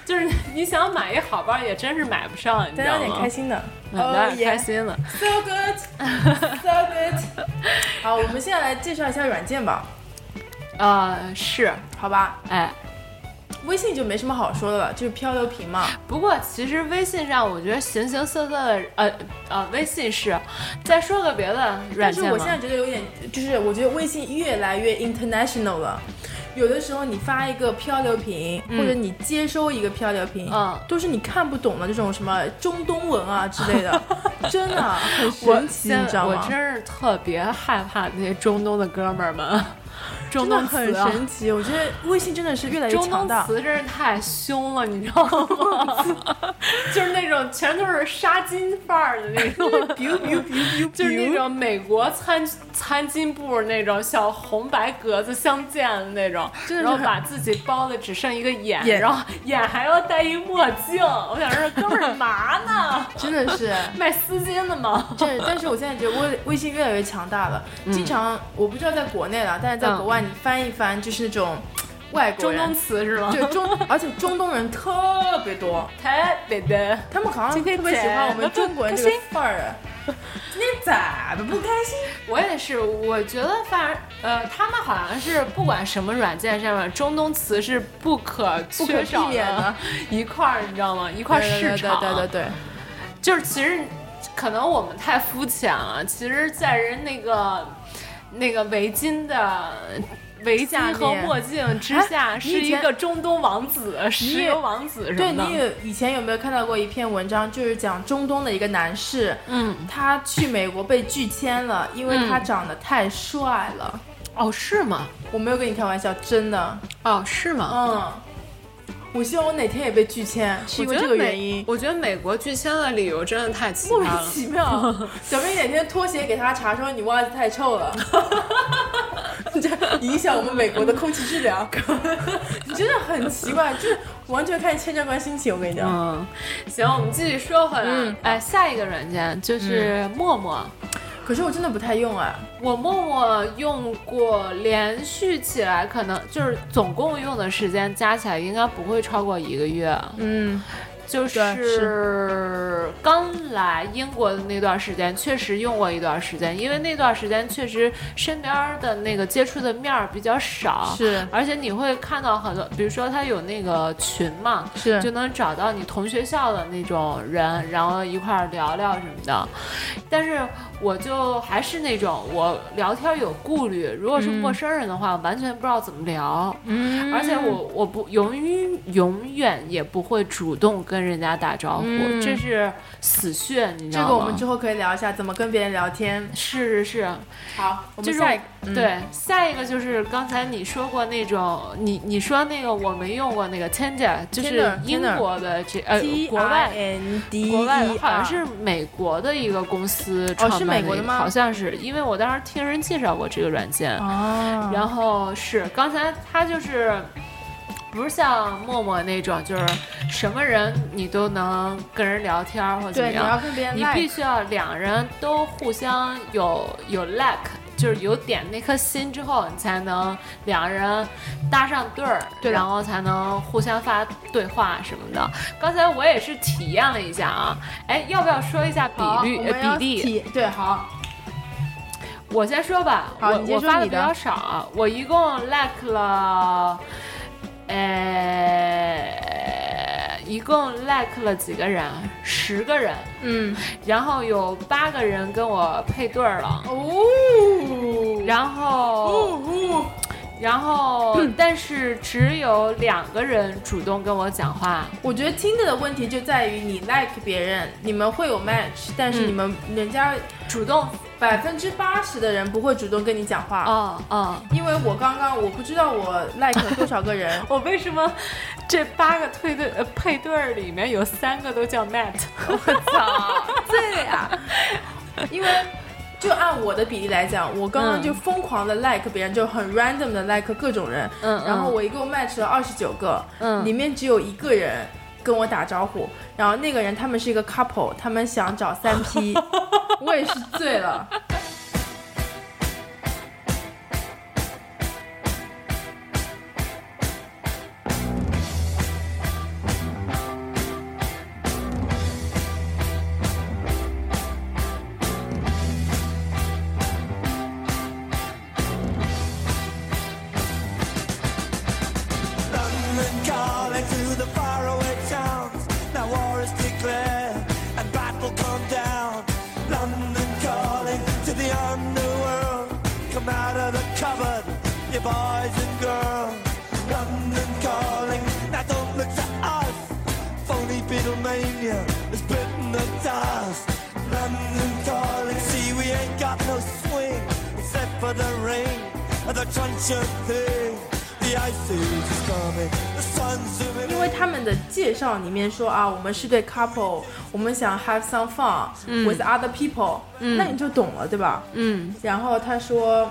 Speaker 4: 就是你想买一好包，也真是买不上，你
Speaker 2: 咱
Speaker 4: 知
Speaker 2: 聊
Speaker 4: 道
Speaker 2: 点
Speaker 4: 吗
Speaker 2: 开？心的。哦
Speaker 4: 嗯咱俩开
Speaker 2: yeah
Speaker 4: 心了。
Speaker 2: So good, so good。好，我 (laughs) 们现在来介绍一下软件吧，
Speaker 4: 呃，是，
Speaker 2: 好吧？
Speaker 4: 哎，
Speaker 2: 微信就没什么好说的了，就是漂流瓶嘛。
Speaker 4: 不过其实微信上，我觉得形形色色的，呃呃，微信是。再说个别的软
Speaker 2: 但是
Speaker 4: 件
Speaker 2: 我
Speaker 4: 吧
Speaker 2: 现在觉得有点，就是我觉得微信越来越 international 了。有的时候你发一个漂流瓶，或者你接收一个漂流瓶，
Speaker 4: 嗯
Speaker 2: 都是你看不懂的这种什么中东文
Speaker 4: (laughs)
Speaker 2: 啊之类的，真的很
Speaker 4: 我
Speaker 2: 神奇，
Speaker 4: 现
Speaker 2: 你知道
Speaker 4: 我
Speaker 2: 吗？
Speaker 4: 真是特别害怕那些中东的哥们儿们， (laughs) 中
Speaker 2: 真的
Speaker 4: 东词
Speaker 2: 很
Speaker 4: 啊
Speaker 2: 神奇，我觉得微信真的是越来越
Speaker 4: 中
Speaker 2: 强
Speaker 4: 东
Speaker 2: 大。
Speaker 4: 词真是太凶了，你知道吗？ (laughs) 就是那种全都是纱巾范儿的那
Speaker 2: (laughs)
Speaker 4: 种，就是那种美国餐餐巾布那种小红白格子相间的那种，
Speaker 2: 真的是
Speaker 4: 然后
Speaker 2: 很
Speaker 4: 把自己包的只剩一个眼，
Speaker 2: 眼
Speaker 4: 然后眼还要戴一墨镜。我想说，哥们儿嘛
Speaker 2: (laughs)
Speaker 4: 呢？
Speaker 2: 真的是，
Speaker 4: 卖丝巾的吗？
Speaker 2: 这但是我现在觉得微微信越来越强大了。经常我不知道在国内了，但是在
Speaker 4: 嗯
Speaker 2: 国外你翻一翻，就是那种外国
Speaker 4: 中
Speaker 2: 人
Speaker 4: 东，词是吗？
Speaker 2: (laughs) 对中，而且中东人特别多，
Speaker 4: 台北的。
Speaker 2: 他们好像
Speaker 4: 今天
Speaker 2: 特别喜欢我们中国人这
Speaker 4: 开 (laughs)
Speaker 2: 个
Speaker 4: 心
Speaker 2: 范儿。啊今天咋的不开心？
Speaker 4: 我也是，我觉得反而呃，他们好像是不管什么软件上面，中东词是不可
Speaker 2: 不可
Speaker 4: 缺
Speaker 2: 避
Speaker 4: 少
Speaker 2: 免的
Speaker 4: 一块儿，你知道吗？一块儿市场，
Speaker 2: 对对对对对，
Speaker 4: 就是其实可能我们太肤浅了，其实，在人那个那个围巾的。围巾
Speaker 2: 下
Speaker 4: 和
Speaker 2: 面
Speaker 4: 墨镜之
Speaker 2: 哎
Speaker 4: 下
Speaker 2: 你
Speaker 4: 是
Speaker 2: 以
Speaker 4: 一
Speaker 2: 前
Speaker 4: 个中东王子，石油王子什
Speaker 2: 对
Speaker 4: 么的。
Speaker 2: 你有以前有没有看到过一篇文章，就是讲中东的一个男士，
Speaker 4: 嗯，
Speaker 2: 他去美国被拒签了，因为他长得太帅了。
Speaker 4: 哦，是吗？
Speaker 2: 我没有跟你开玩笑，真的。
Speaker 4: 哦，是吗？
Speaker 2: 嗯，我希望我哪天也被拒签，是因为
Speaker 4: 我觉
Speaker 2: 这
Speaker 4: 得
Speaker 2: 个
Speaker 4: 美
Speaker 2: 原因。
Speaker 4: 我觉得美国拒签的理由真的太奇葩
Speaker 2: 莫
Speaker 4: 了。
Speaker 2: 名其妙， (laughs) 小妹哪天拖鞋给他查说你袜子太臭了， (laughs) 这影响我们美国的空气质
Speaker 4: (laughs)
Speaker 2: 量，你真的很奇怪，就是完全看签证官心情。我跟你讲，
Speaker 4: 嗯，行，我们继续说回来。
Speaker 2: 嗯
Speaker 4: 哎，下一个软件就是陌陌。
Speaker 2: 可是我真的不太用啊，
Speaker 4: 我陌陌用过，连续起来可能就是总共用的时间加起来应该不会超过一个月。
Speaker 2: 嗯，
Speaker 4: 就
Speaker 2: 对
Speaker 4: 是刚来英国的那段时间，确实用过一段时间，因为那段时间确实身边的那个接触的面儿比较少，
Speaker 2: 是
Speaker 4: 而且你会看到很多，比如说他有那个群嘛，
Speaker 2: 是
Speaker 4: 就能找到你同学校的那种人，然后一块儿聊聊什么的。但是我就还是那种，我聊天有顾虑，如果是陌
Speaker 2: 嗯
Speaker 4: 生人的话，完全不知道怎么聊。嗯，而且我我不永远永远也不会主动跟人家打招呼，这是死穴，你知
Speaker 2: 嗯这
Speaker 4: 道吗？
Speaker 2: 个我们之后可以聊一下怎么跟别人聊天。
Speaker 4: 是是是，
Speaker 2: 好，我
Speaker 4: 就
Speaker 2: 们
Speaker 4: 是
Speaker 2: 下一个，嗯
Speaker 4: 对，下一个就是刚才你说过那种，你你说那个我没用过那个 Tinder，就是英国的这呃
Speaker 2: E
Speaker 4: 国外
Speaker 2: N D E
Speaker 4: 国外好像是美国的一个公司创办
Speaker 2: 哦是美国的
Speaker 4: 一个
Speaker 2: 吗
Speaker 4: 好像是，因为我当时听人介绍过这个软件，
Speaker 2: 哦，
Speaker 4: 然后是刚才它就是。不是像陌陌那种，就是什么人你都能跟人聊天儿或者怎么
Speaker 2: 对，你
Speaker 4: 样，
Speaker 2: 要跟别人
Speaker 4: 你
Speaker 2: like
Speaker 4: 必须要两人都互相有有 like，就是有点那颗心之后，你才能两人搭上对儿，
Speaker 2: 对的
Speaker 4: 然后才能互相发对话什么的。刚才我也是体验了一下啊，哎，要不要说一下比
Speaker 2: 好
Speaker 4: 率
Speaker 2: 我们
Speaker 4: 呃
Speaker 2: 要
Speaker 4: 比例？
Speaker 2: 体对好，
Speaker 4: 我先说吧，
Speaker 2: 好
Speaker 4: 我
Speaker 2: 你先
Speaker 4: 我
Speaker 2: 说
Speaker 4: 发的
Speaker 2: 你
Speaker 4: 比
Speaker 2: 的
Speaker 4: 较少啊，我一共 like 了，呃，一共 like 了几个人？十个人，
Speaker 2: 嗯，
Speaker 4: 然后有八个人跟我配对儿了，
Speaker 2: 哦，
Speaker 4: 然后，然后，但是只有两个人主动跟我讲话，
Speaker 2: 我觉得听的问题就在于你 like 别人，你们会有 match，但是
Speaker 4: 嗯
Speaker 2: 你们人家
Speaker 4: 主动，
Speaker 2: 百分之八十的人不会主动跟你讲话，
Speaker 4: 哦哦，
Speaker 2: 因为我刚刚我不知道我 like 了多少个
Speaker 4: (laughs)，
Speaker 2: 人
Speaker 4: 我为什么这八个配对呃配对儿里面有三个都叫 (laughs) Matt？我操！
Speaker 2: 对呀、因为。就按我的比例来讲，我刚刚就疯狂的 like 别人，就很 random 的 like 各种人，
Speaker 4: 嗯嗯
Speaker 2: 然后我一共 match 了二十九个，
Speaker 4: 嗯
Speaker 2: 里面只有一个人跟我打招呼，然后那个人他们是一个 couple，他们想找三
Speaker 4: (laughs)
Speaker 2: P，我也是醉了。
Speaker 6: London calling to the faraway towns. Now war is declared and battle come down. London calling to the underworld. Come out of the cupboard, you boys and girls. London calling, now don't look to us. Phony Beatlemania is bitten the dust. London calling, see we ain't got no swing except for the rain and the crunch of thing. The ice age is coming, the sun's zooming.
Speaker 2: 因为他们的介绍里面说啊，我们是对 couple，我们想 have some fun with other people，、那你就懂了，对吧？
Speaker 4: 嗯，
Speaker 2: 然后他说，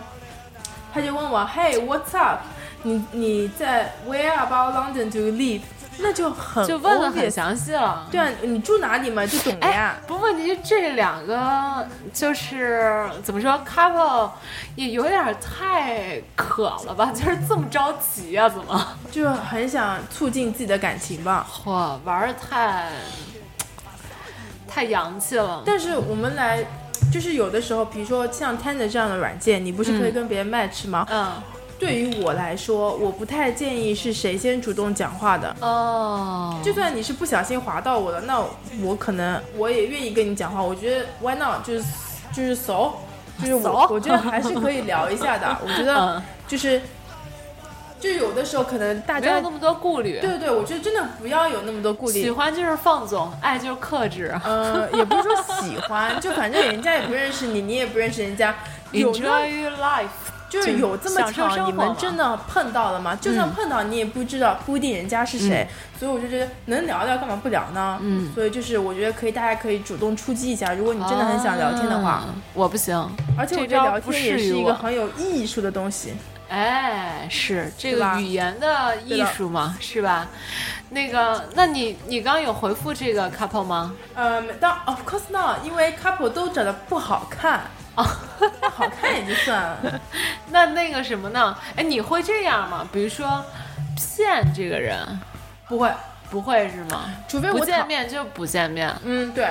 Speaker 2: 他就问我，Hey what's up？你你在 Where about London do you live？那就很
Speaker 4: 就问的
Speaker 2: obvious
Speaker 4: 很详细了。
Speaker 2: 对啊，你住哪里嘛，就懂了呀
Speaker 4: 哎。，不过问题是这两个就是怎么说，couple 也有点太渴了吧？就是这么着急啊？怎么？
Speaker 2: 就很想促进自己的感情吧。
Speaker 4: 哇，玩的太太洋气了。
Speaker 2: 但是我们来，就是有的时候，比如说像 Tinder 这样的软件，你不是可以跟别人 match 吗？
Speaker 4: 嗯，
Speaker 2: 对于我来说，我不太建议是谁先主动讲话的。
Speaker 4: 哦，
Speaker 2: 就算你是不小心划到我了，那我可能我也愿意跟你讲话。我觉得 why not 就是就是熟，就是我
Speaker 4: 熟
Speaker 2: 我觉得还是可以聊一下的。我觉得
Speaker 4: 嗯
Speaker 2: 就是就有的时候可能大
Speaker 4: 没有
Speaker 2: 家
Speaker 4: 那么多顾虑。
Speaker 2: 对对对，我觉得真的不要有那么多顾虑。
Speaker 4: 喜欢就是放纵，爱就是克制。
Speaker 2: 呃，也不是说喜欢，就反正人家也不认识你，你也不认识
Speaker 4: (laughs)
Speaker 2: 人家，有那
Speaker 4: Enjoy your life。
Speaker 2: 就是有这么
Speaker 4: 享受生
Speaker 2: 巧，
Speaker 4: 活嗯
Speaker 2: 你们真的碰到了吗？就算碰到，你也不知道，不一定人家是谁，所以我就觉得能聊聊，干嘛不聊呢？嗯，所以就是我觉得可以，大家可以主动出击一下，如果你真的很想聊天的话，
Speaker 4: 啊我不行。
Speaker 2: 而且我
Speaker 4: 这
Speaker 2: 觉得
Speaker 4: 招
Speaker 2: 聊
Speaker 4: 不
Speaker 2: 天也
Speaker 4: 适于
Speaker 2: 是一
Speaker 4: 我
Speaker 2: 个很有艺术的东西。
Speaker 4: 哎，是这
Speaker 2: 对
Speaker 4: 个
Speaker 2: 吧
Speaker 4: 语言的艺术嘛，是吧？那个，那你你刚有回复这个 couple 吗？
Speaker 2: 嗯，但 of course not，因为 couple 都长得不好看，
Speaker 4: 哦，
Speaker 2: 好看也就
Speaker 4: (laughs)
Speaker 2: 算了。
Speaker 4: 那那个什么呢？哎，你会这样吗？比如说骗这个人，
Speaker 2: 不会，
Speaker 4: 不会是吗？
Speaker 2: 除非我
Speaker 4: 不见
Speaker 2: 讨
Speaker 4: 面就不见面。
Speaker 2: 嗯，对，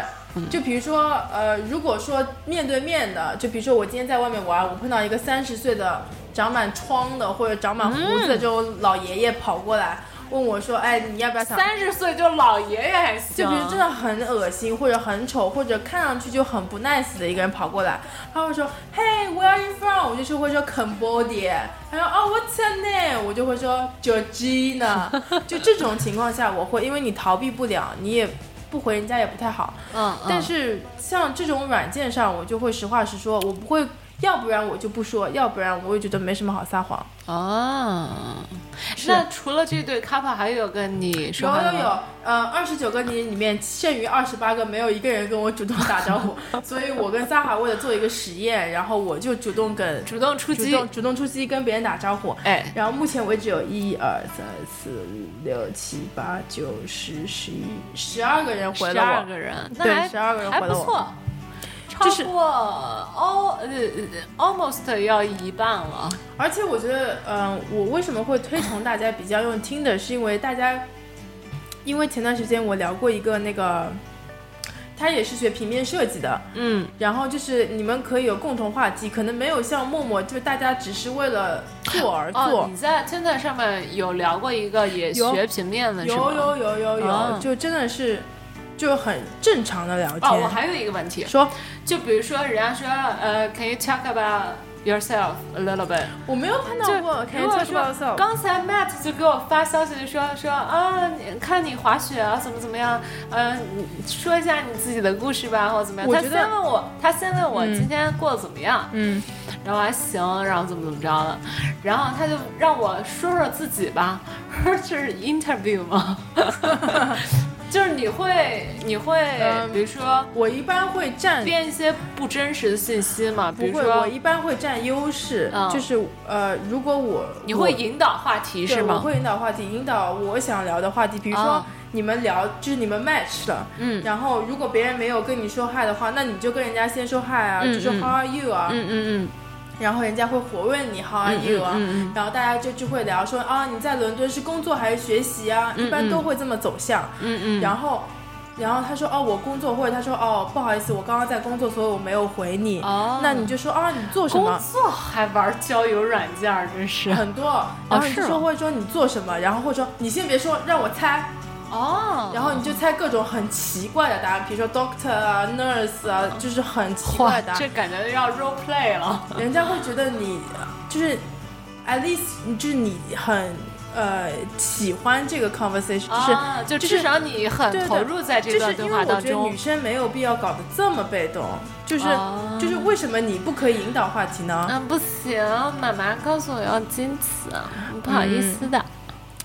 Speaker 2: 就比如说，呃，如果说面对面的，就比如说我今天在外面玩，我碰到一个三十岁的长满疮的或者长满胡子的这种老爷爷跑过来问我说，哎，你要不要想？
Speaker 4: 三十岁就老爷爷还行，
Speaker 2: 就比如真的很恶心，或者很丑，或者看上去就很不 nice 的一个人跑过来，他会说，Hey, where are you from？我就是会说 Cambodia，他说哦、w h a t s your name？我就会说 Georgina。就这种情况下，我会因为你逃避不了，你也不回人家也不太好，
Speaker 4: 嗯，嗯
Speaker 2: 但是像这种软件上，我就会实话实说，我不会，要不然我就不说，要不然我也觉得没什么好撒谎。
Speaker 4: 哦，那除了这对 couple，还有跟你
Speaker 2: 有
Speaker 4: 说话的吗
Speaker 2: 有有，呃，二十九个你里面剩余二十八个，没有一个人跟我主动打
Speaker 4: (laughs)
Speaker 2: 招呼，所以我跟撒哈为了做一个实验，然后我就主动跟
Speaker 4: 主动出
Speaker 2: 主
Speaker 4: 击，
Speaker 2: 动主动出击跟别人打招呼。
Speaker 4: 哎
Speaker 2: 然后目前为止有一二三四五六七八九十十一十二个人回
Speaker 4: 十
Speaker 2: 了
Speaker 4: 二
Speaker 2: 我，
Speaker 4: 个人，
Speaker 2: 对
Speaker 4: 那还
Speaker 2: 12个人
Speaker 4: 还
Speaker 2: 回
Speaker 4: 不
Speaker 2: 了我
Speaker 4: 错，超
Speaker 2: 就是
Speaker 4: 过 all 呃 almost 要一半了。
Speaker 2: 而且我觉得，嗯、我为什么会推崇大家比较用 Tinder，是因为大家，因为前段时间我聊过一个那个他也是学平面设计的，
Speaker 4: 嗯，
Speaker 2: 然后就是你们可以有共同话题，可能没有像默默，就是大家只是为了做而做。
Speaker 4: 哦，你在现在上面有聊过一个也
Speaker 2: 有
Speaker 4: 学平面的是
Speaker 2: 有
Speaker 4: 吗？
Speaker 2: 有有有有，
Speaker 4: 啊
Speaker 2: 就真的是就很正常的聊天。
Speaker 4: 哦，我还有一个问题，
Speaker 2: 说
Speaker 4: 就比如说人家说呃，Can you talk about yourself a little bit？
Speaker 2: 我没有碰到
Speaker 4: 就
Speaker 2: 过，可以
Speaker 4: 如果
Speaker 2: talk
Speaker 4: 说
Speaker 2: about yourself
Speaker 4: 刚才 Matt 就给我发消息说说啊，你看你滑雪啊，怎么怎么样，嗯、你说一下你自己的故事吧，或者怎么样。
Speaker 2: 我
Speaker 4: 他
Speaker 2: 觉
Speaker 4: 先
Speaker 2: 得
Speaker 4: 问我，他先问我
Speaker 2: 嗯
Speaker 4: 今天过得怎么样，
Speaker 2: 嗯，
Speaker 4: 然后我还行，然后怎么怎么着的，然后他就让我说说自己吧， (laughs) 我说这是 interview 吗？ (laughs) 就是你会你会，
Speaker 2: 嗯
Speaker 4: 比如说
Speaker 2: 我一般会站
Speaker 4: 编一些不真实的信息嘛，比
Speaker 2: 不
Speaker 4: 如
Speaker 2: 会，
Speaker 4: 说
Speaker 2: 我一般会占优势，
Speaker 4: 嗯
Speaker 2: 就是呃，如果我
Speaker 4: 你会
Speaker 2: 我
Speaker 4: 引导话题
Speaker 2: 对
Speaker 4: 是
Speaker 2: 我
Speaker 4: 吗？
Speaker 2: 会引导话题，引导我想聊的话题，比如说
Speaker 4: 啊
Speaker 2: 你们聊，就是你们 match 了，
Speaker 4: 嗯
Speaker 2: 然后如果别人没有跟你说 hi 的话，那你就跟人家先说 hi 啊，
Speaker 4: 嗯
Speaker 2: 就说
Speaker 4: 嗯
Speaker 2: how are you 啊，
Speaker 4: 嗯嗯
Speaker 2: 然后人家会回问你 how are
Speaker 4: 嗯
Speaker 2: you 啊，
Speaker 4: 嗯嗯
Speaker 2: 然后大家就就会聊说啊，你在伦敦是工作还是学习啊，一般
Speaker 4: 嗯
Speaker 2: 都会这么走向，
Speaker 4: 嗯嗯，
Speaker 2: 然后。然后他说哦，我工作，或者他说哦，不好意思，我刚刚在工作，所以我没有回你。
Speaker 4: 哦
Speaker 2: 那你就说啊，你做什么
Speaker 4: 工？作还玩交友软件儿，真是
Speaker 2: 很多，然后你
Speaker 4: 哦是
Speaker 2: 就
Speaker 4: 吗
Speaker 2: 说会说你做什么，然后会说你先别说，让我猜，
Speaker 4: 哦
Speaker 2: 然后你就猜各种很奇怪的答案，比如说 doctor 啊、nurse 啊，就是很奇怪的答
Speaker 4: 这
Speaker 2: 案，
Speaker 4: 感觉要 role play 了。
Speaker 2: 人家会觉得你就是 at least 就是你很呃喜欢这个 conversation，就是、
Speaker 4: 啊就
Speaker 2: 就是
Speaker 4: 至少你
Speaker 2: 对
Speaker 4: 很
Speaker 2: 的
Speaker 4: 投入在这段对话当
Speaker 2: 就是因为我觉得
Speaker 4: 中
Speaker 2: 女。生没有必要搞得这么被动，就是、
Speaker 4: 哦
Speaker 2: 就是为什么你不可以引导话题呢？
Speaker 4: 嗯，不行，妈妈告诉我要矜持，啊不好意思的，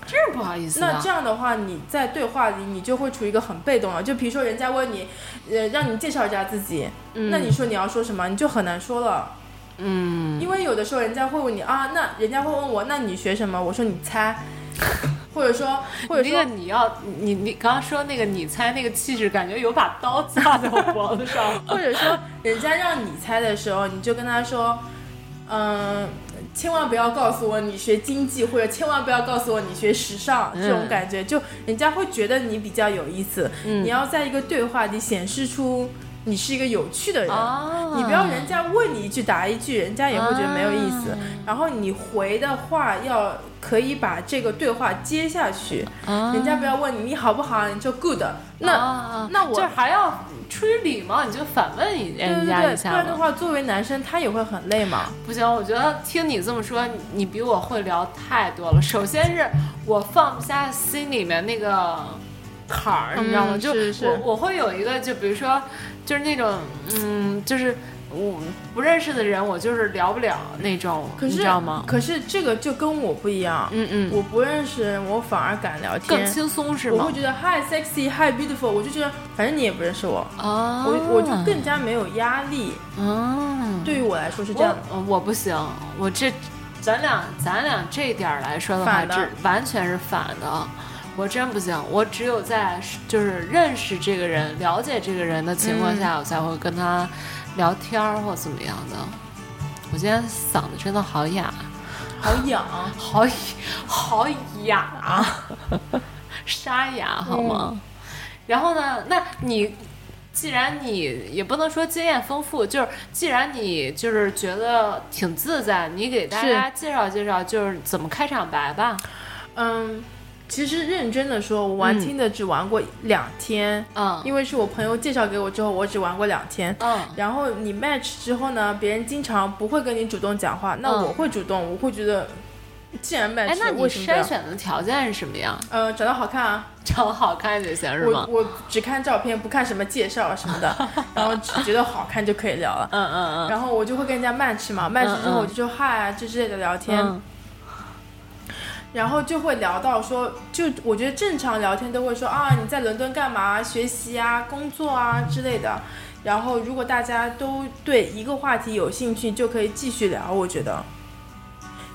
Speaker 4: 真是不好意思啊
Speaker 2: 那
Speaker 4: 的
Speaker 2: 这。样的话，你在对话里你就会处于一个很被动了。就比如说人家问你，呃，让你介绍一下自己，那你说你要说什么，你就很难说了。
Speaker 4: 嗯，
Speaker 2: 因为有的时候人家会问你啊，那人家会问我，那你学什么？我说你猜，或者说或者
Speaker 4: 那个
Speaker 2: 说。
Speaker 4: 你要你你刚刚说那个你猜那个气质，感觉有把刀架在我脖子上
Speaker 2: 或者说人家让你猜的时候，你就跟他说，嗯、千万不要告诉我你学经济，或者千万不要告诉我你学时尚，这
Speaker 4: 嗯
Speaker 2: 种感觉就人家会觉得你比较有意思。你要在一个对话里显示出你是一个有趣的人，
Speaker 4: 哦
Speaker 2: 你不要人家问你一句答一句，人家也会觉得没有意思。
Speaker 4: 哦
Speaker 2: 然后你回的话要可以把这个对话接下去，
Speaker 4: 哦
Speaker 2: 人家不要问你你好不好，你就 good。那、
Speaker 4: 啊
Speaker 2: 那我
Speaker 4: (laughs) 就是还要出于礼貌，你就反问
Speaker 2: 对
Speaker 4: 人
Speaker 2: 对
Speaker 4: 家
Speaker 2: 对，
Speaker 4: 一
Speaker 2: 不
Speaker 4: 下
Speaker 2: 然
Speaker 4: 嘛
Speaker 2: 的话，作为男生他也会很累嘛。
Speaker 4: 不行，我觉得听你这么说，你你比我会聊太多了。首先是我放不下心里面那个坎儿，你知道吗？
Speaker 2: 嗯
Speaker 4: 就是
Speaker 2: 是
Speaker 4: 我我会有一个，就比如说，就是那种，嗯，就是我不认识的人，我就是聊不了那种，
Speaker 2: 可
Speaker 4: 你
Speaker 2: 是
Speaker 4: 知道吗？
Speaker 2: 可是这个就跟我不一样，
Speaker 4: 嗯嗯，
Speaker 2: 我不认识人，我反而敢聊天，
Speaker 4: 更轻松是
Speaker 2: 我
Speaker 4: 吗
Speaker 2: 会？觉得 hi sexy hi beautiful，我就觉得反正你也不认识我，
Speaker 4: 啊
Speaker 2: 我我就更加没有压力。
Speaker 4: 啊，
Speaker 2: 对于嗯我来说是这样
Speaker 4: 我
Speaker 2: 的，
Speaker 4: 嗯我不行，我这咱俩咱俩这点儿来说的话，
Speaker 2: 反的
Speaker 4: 这完全是反的。我真不行，我只有在就是认识这个人、了解这个人的情况
Speaker 2: 嗯
Speaker 4: 下，我才会跟他聊天儿或怎么样的。我今天嗓子真的好哑，
Speaker 2: 好痒。啊
Speaker 4: 好好哑啊， (laughs) 沙哑好吗？
Speaker 2: 嗯
Speaker 4: 然后呢，那你既然你也不能说经验丰富，就是既然你就是觉得挺自在，你给大家介绍介绍，就是怎么开场白吧。
Speaker 2: 嗯，其实认真的说，我玩
Speaker 4: 嗯
Speaker 2: 听的只玩过两天，
Speaker 4: 嗯
Speaker 2: 因为是我朋友介绍给我之后，我只玩过两天。
Speaker 4: 嗯
Speaker 2: 然后你 match 之后呢，别人经常不会跟你主动讲话，那
Speaker 4: 嗯
Speaker 2: 我会主动，我会觉得，既然 match，
Speaker 4: 哎，那
Speaker 2: 了
Speaker 4: 你
Speaker 2: 为什么这样
Speaker 4: 筛选的条件是什么样？
Speaker 2: 呃，长得好看啊，
Speaker 4: 长得好看就行是
Speaker 2: 我
Speaker 4: 吗？
Speaker 2: 我只看照片，不看什么介绍啊什么
Speaker 4: (laughs)
Speaker 2: 的，然后只觉得好看就可以聊了。
Speaker 4: 嗯嗯嗯
Speaker 2: 然后我就会跟人家 match 嘛，match 之后我就说嗨啊，就之类的聊天，
Speaker 4: 嗯
Speaker 2: 然后就会聊到说，就我觉得正常聊天都会说啊，你在伦敦干嘛？学习啊，工作啊之类的。然后如果大家都对一个话题有兴趣，就可以继续聊。我觉得，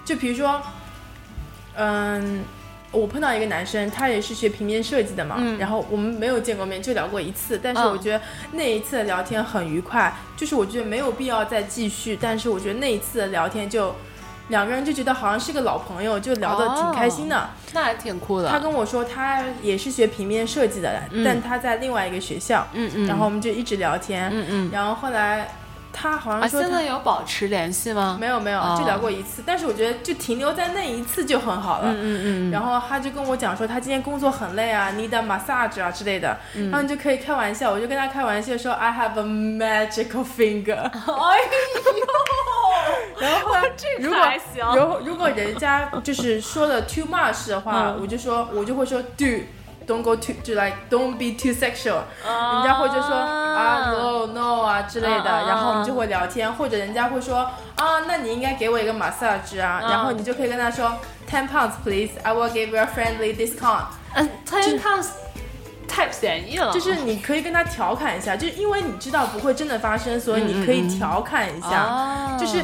Speaker 2: 就比如说，嗯，我碰到一个男生，他也是学平面设计的嘛，然后我们没有见过面，就聊过一次，但是
Speaker 4: 嗯
Speaker 2: 我觉得那一次的聊天很愉快，就是我觉得没有必要再继续，但是我觉得那一次的聊天就两个人就觉得好像是个老朋友，就聊得挺开心的。
Speaker 4: 那还挺酷的。
Speaker 2: 他跟我说他也是学平面设计的，但他在另外一个学校。
Speaker 4: 嗯嗯
Speaker 2: 然后我们就一直聊天。
Speaker 4: 嗯嗯
Speaker 2: 然后后来他好
Speaker 4: 啊，
Speaker 2: 像说
Speaker 4: 现
Speaker 2: 他、
Speaker 4: 在有保持联系吗？
Speaker 2: 没有没有、
Speaker 4: 哦
Speaker 2: 就聊过一次，但是我觉得就停留在那一次就很好了。
Speaker 4: 嗯嗯嗯
Speaker 2: 然后他就跟我讲说，他今天工作很累啊，need a massage 啊之类的，
Speaker 4: 嗯
Speaker 2: 然后你就可以开玩笑，我就跟他开玩笑说 I have a magical finger。
Speaker 4: 哎
Speaker 2: 然后后来
Speaker 4: 这个
Speaker 2: 如果
Speaker 4: 还行
Speaker 2: 如果如果人家就是说的 too much 的话，
Speaker 4: 嗯
Speaker 2: 我就说我就会说 do。Don't go too 就 like don't be too sexual，、人家会就说啊 no no 啊之类的，
Speaker 4: 啊啊
Speaker 2: 然后我们就会聊天，或者人家会说啊，那你应该给我一个 massage 啊，
Speaker 4: 嗯
Speaker 2: 然后你就可以跟他说 ten pounds please, I will give you a friendly discount，
Speaker 4: 嗯，他他太便宜了，
Speaker 2: 就是你可以跟他调侃一下，就是因为你知道不会真的发生，所以你可以调侃一下，
Speaker 4: 嗯啊
Speaker 2: 就是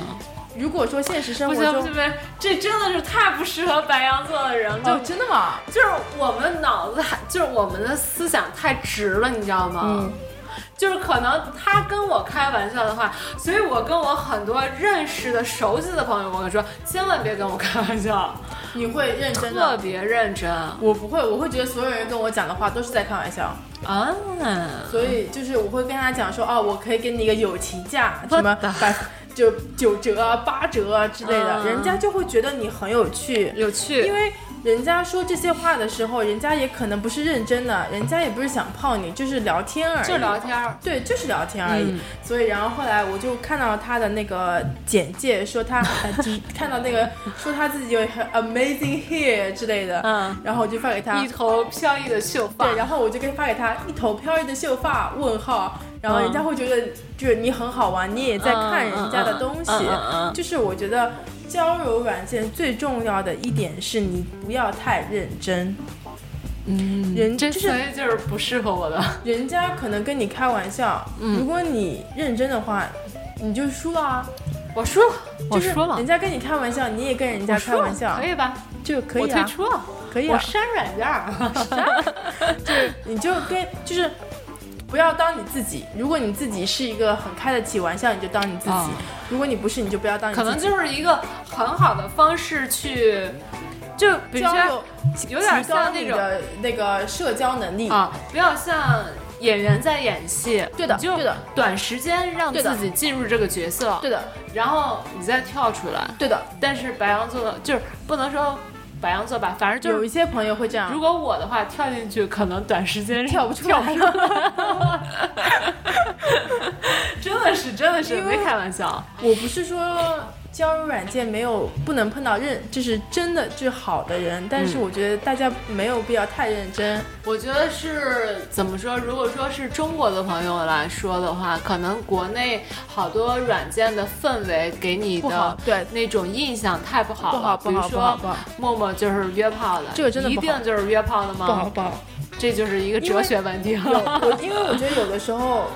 Speaker 2: 如果说现实生
Speaker 4: 不
Speaker 2: 活
Speaker 4: 行
Speaker 2: 中
Speaker 4: 不行不行，这真的是太不适合白羊座的人了，就
Speaker 2: 哦，真的吗？
Speaker 4: 就是我们脑子还就是我们的思想太直了，你知道吗？
Speaker 2: 嗯
Speaker 4: 就是可能他跟我开玩笑的话，所以我跟我很多认识的、熟悉的朋友，我跟你说，千万别跟我开玩笑，
Speaker 2: 你会认真
Speaker 4: 特
Speaker 2: 的？
Speaker 4: 别认真啊！
Speaker 2: 我不会，我会觉得所有人跟我讲的话都是在开玩笑，
Speaker 4: 啊
Speaker 2: 所以就是我会跟他讲说，哦，我可以给你一个友情价，什么百就九折啊、八折啊之类的，
Speaker 4: 嗯
Speaker 2: 人家就会觉得你很有趣。
Speaker 4: 有趣，
Speaker 2: 因为人家说这些话的时候，人家也可能不是认真的，人家也不是想泡你，就是聊天而已。
Speaker 4: 就是聊嗯天儿。
Speaker 2: 对，就是聊天而已。所以，然后后来我就看到他的那个简介，说他呃 (laughs) 就是看到那个说他自己有很 amazing hair 之类的，
Speaker 4: 嗯，
Speaker 2: 然后我就发给他
Speaker 4: 一，头飘逸的秀发
Speaker 2: 对，，然后我就给发给他一头飘逸的秀发问号，
Speaker 4: 嗯
Speaker 2: 然后人家会觉得就是你很好玩，你也在看人家的东西
Speaker 4: 嗯嗯嗯嗯嗯，
Speaker 2: 就是我觉得。交友软件最重要的一点是你不要太认真，嗯，人
Speaker 4: 这
Speaker 2: 就是
Speaker 4: 所以就是不适合我的。
Speaker 2: 人家可能跟你开玩笑，
Speaker 4: 嗯
Speaker 2: 如果你认真的话，你就输了啊。
Speaker 4: 我说了，
Speaker 2: 就
Speaker 4: 我
Speaker 2: 是
Speaker 4: 说了
Speaker 2: 人，家跟你开玩笑，你也跟人家
Speaker 4: 我
Speaker 2: 开
Speaker 4: 说
Speaker 2: 玩
Speaker 4: 了，
Speaker 2: 笑，
Speaker 4: 可以吧？
Speaker 2: 就可
Speaker 4: 我
Speaker 2: 以
Speaker 4: 退
Speaker 2: 啊，
Speaker 4: 出了，
Speaker 2: 可以
Speaker 4: 我
Speaker 2: 啊，
Speaker 4: 删软件儿。
Speaker 2: (laughs) 就是你就跟就是。不要当你自己，如果你自己是一个很开得起玩笑，你就当你自己；
Speaker 4: 哦
Speaker 2: 如果你不是，你就不要当你自
Speaker 4: 可能
Speaker 2: 己。
Speaker 4: 就是一个很好的方式去，就比如
Speaker 2: 交
Speaker 4: 说
Speaker 2: 友，
Speaker 4: 有点像那
Speaker 2: 提
Speaker 4: 种
Speaker 2: 高你的那个社交能力。
Speaker 4: 啊，比较像演员在演戏，
Speaker 2: 对的
Speaker 4: 你就啊
Speaker 2: 对的
Speaker 4: 短时间让
Speaker 2: 对的
Speaker 4: 自己进入这个角色，
Speaker 2: 对的，
Speaker 4: 然后你再跳出来。
Speaker 2: 对的，
Speaker 4: 但是白羊座就是不能说白羊座吧，反正
Speaker 2: 有
Speaker 4: 就
Speaker 2: 一
Speaker 4: 是。
Speaker 2: 些朋友会这样
Speaker 4: 如。果我的话，跳进去可能短时间跳不出来， (laughs) 真的是真的是
Speaker 2: 因为
Speaker 4: 没开玩笑，
Speaker 2: 我不是说交友软件没有不能碰到认，就是真的就是好的人，但
Speaker 4: 嗯
Speaker 2: 是我觉得大家没有必要太认真。
Speaker 4: 我觉得是怎么说？如果说是中国的朋友来说的话，可能国内好多软件的氛围给你
Speaker 2: 不好
Speaker 4: 的
Speaker 2: 对
Speaker 4: 那种印象太不好了。
Speaker 2: 不好
Speaker 4: 比
Speaker 2: 不好不
Speaker 4: 如
Speaker 2: 好
Speaker 4: 说
Speaker 2: 不好
Speaker 4: 陌陌就是约炮的，
Speaker 2: 这个真的
Speaker 4: 一
Speaker 2: 不好
Speaker 4: 定就是约炮的吗？
Speaker 2: 不好不好，
Speaker 4: 这就是一个哲学问题
Speaker 2: (laughs) 有
Speaker 4: 了。 (laughs)
Speaker 2: 我因为我觉得有的时候。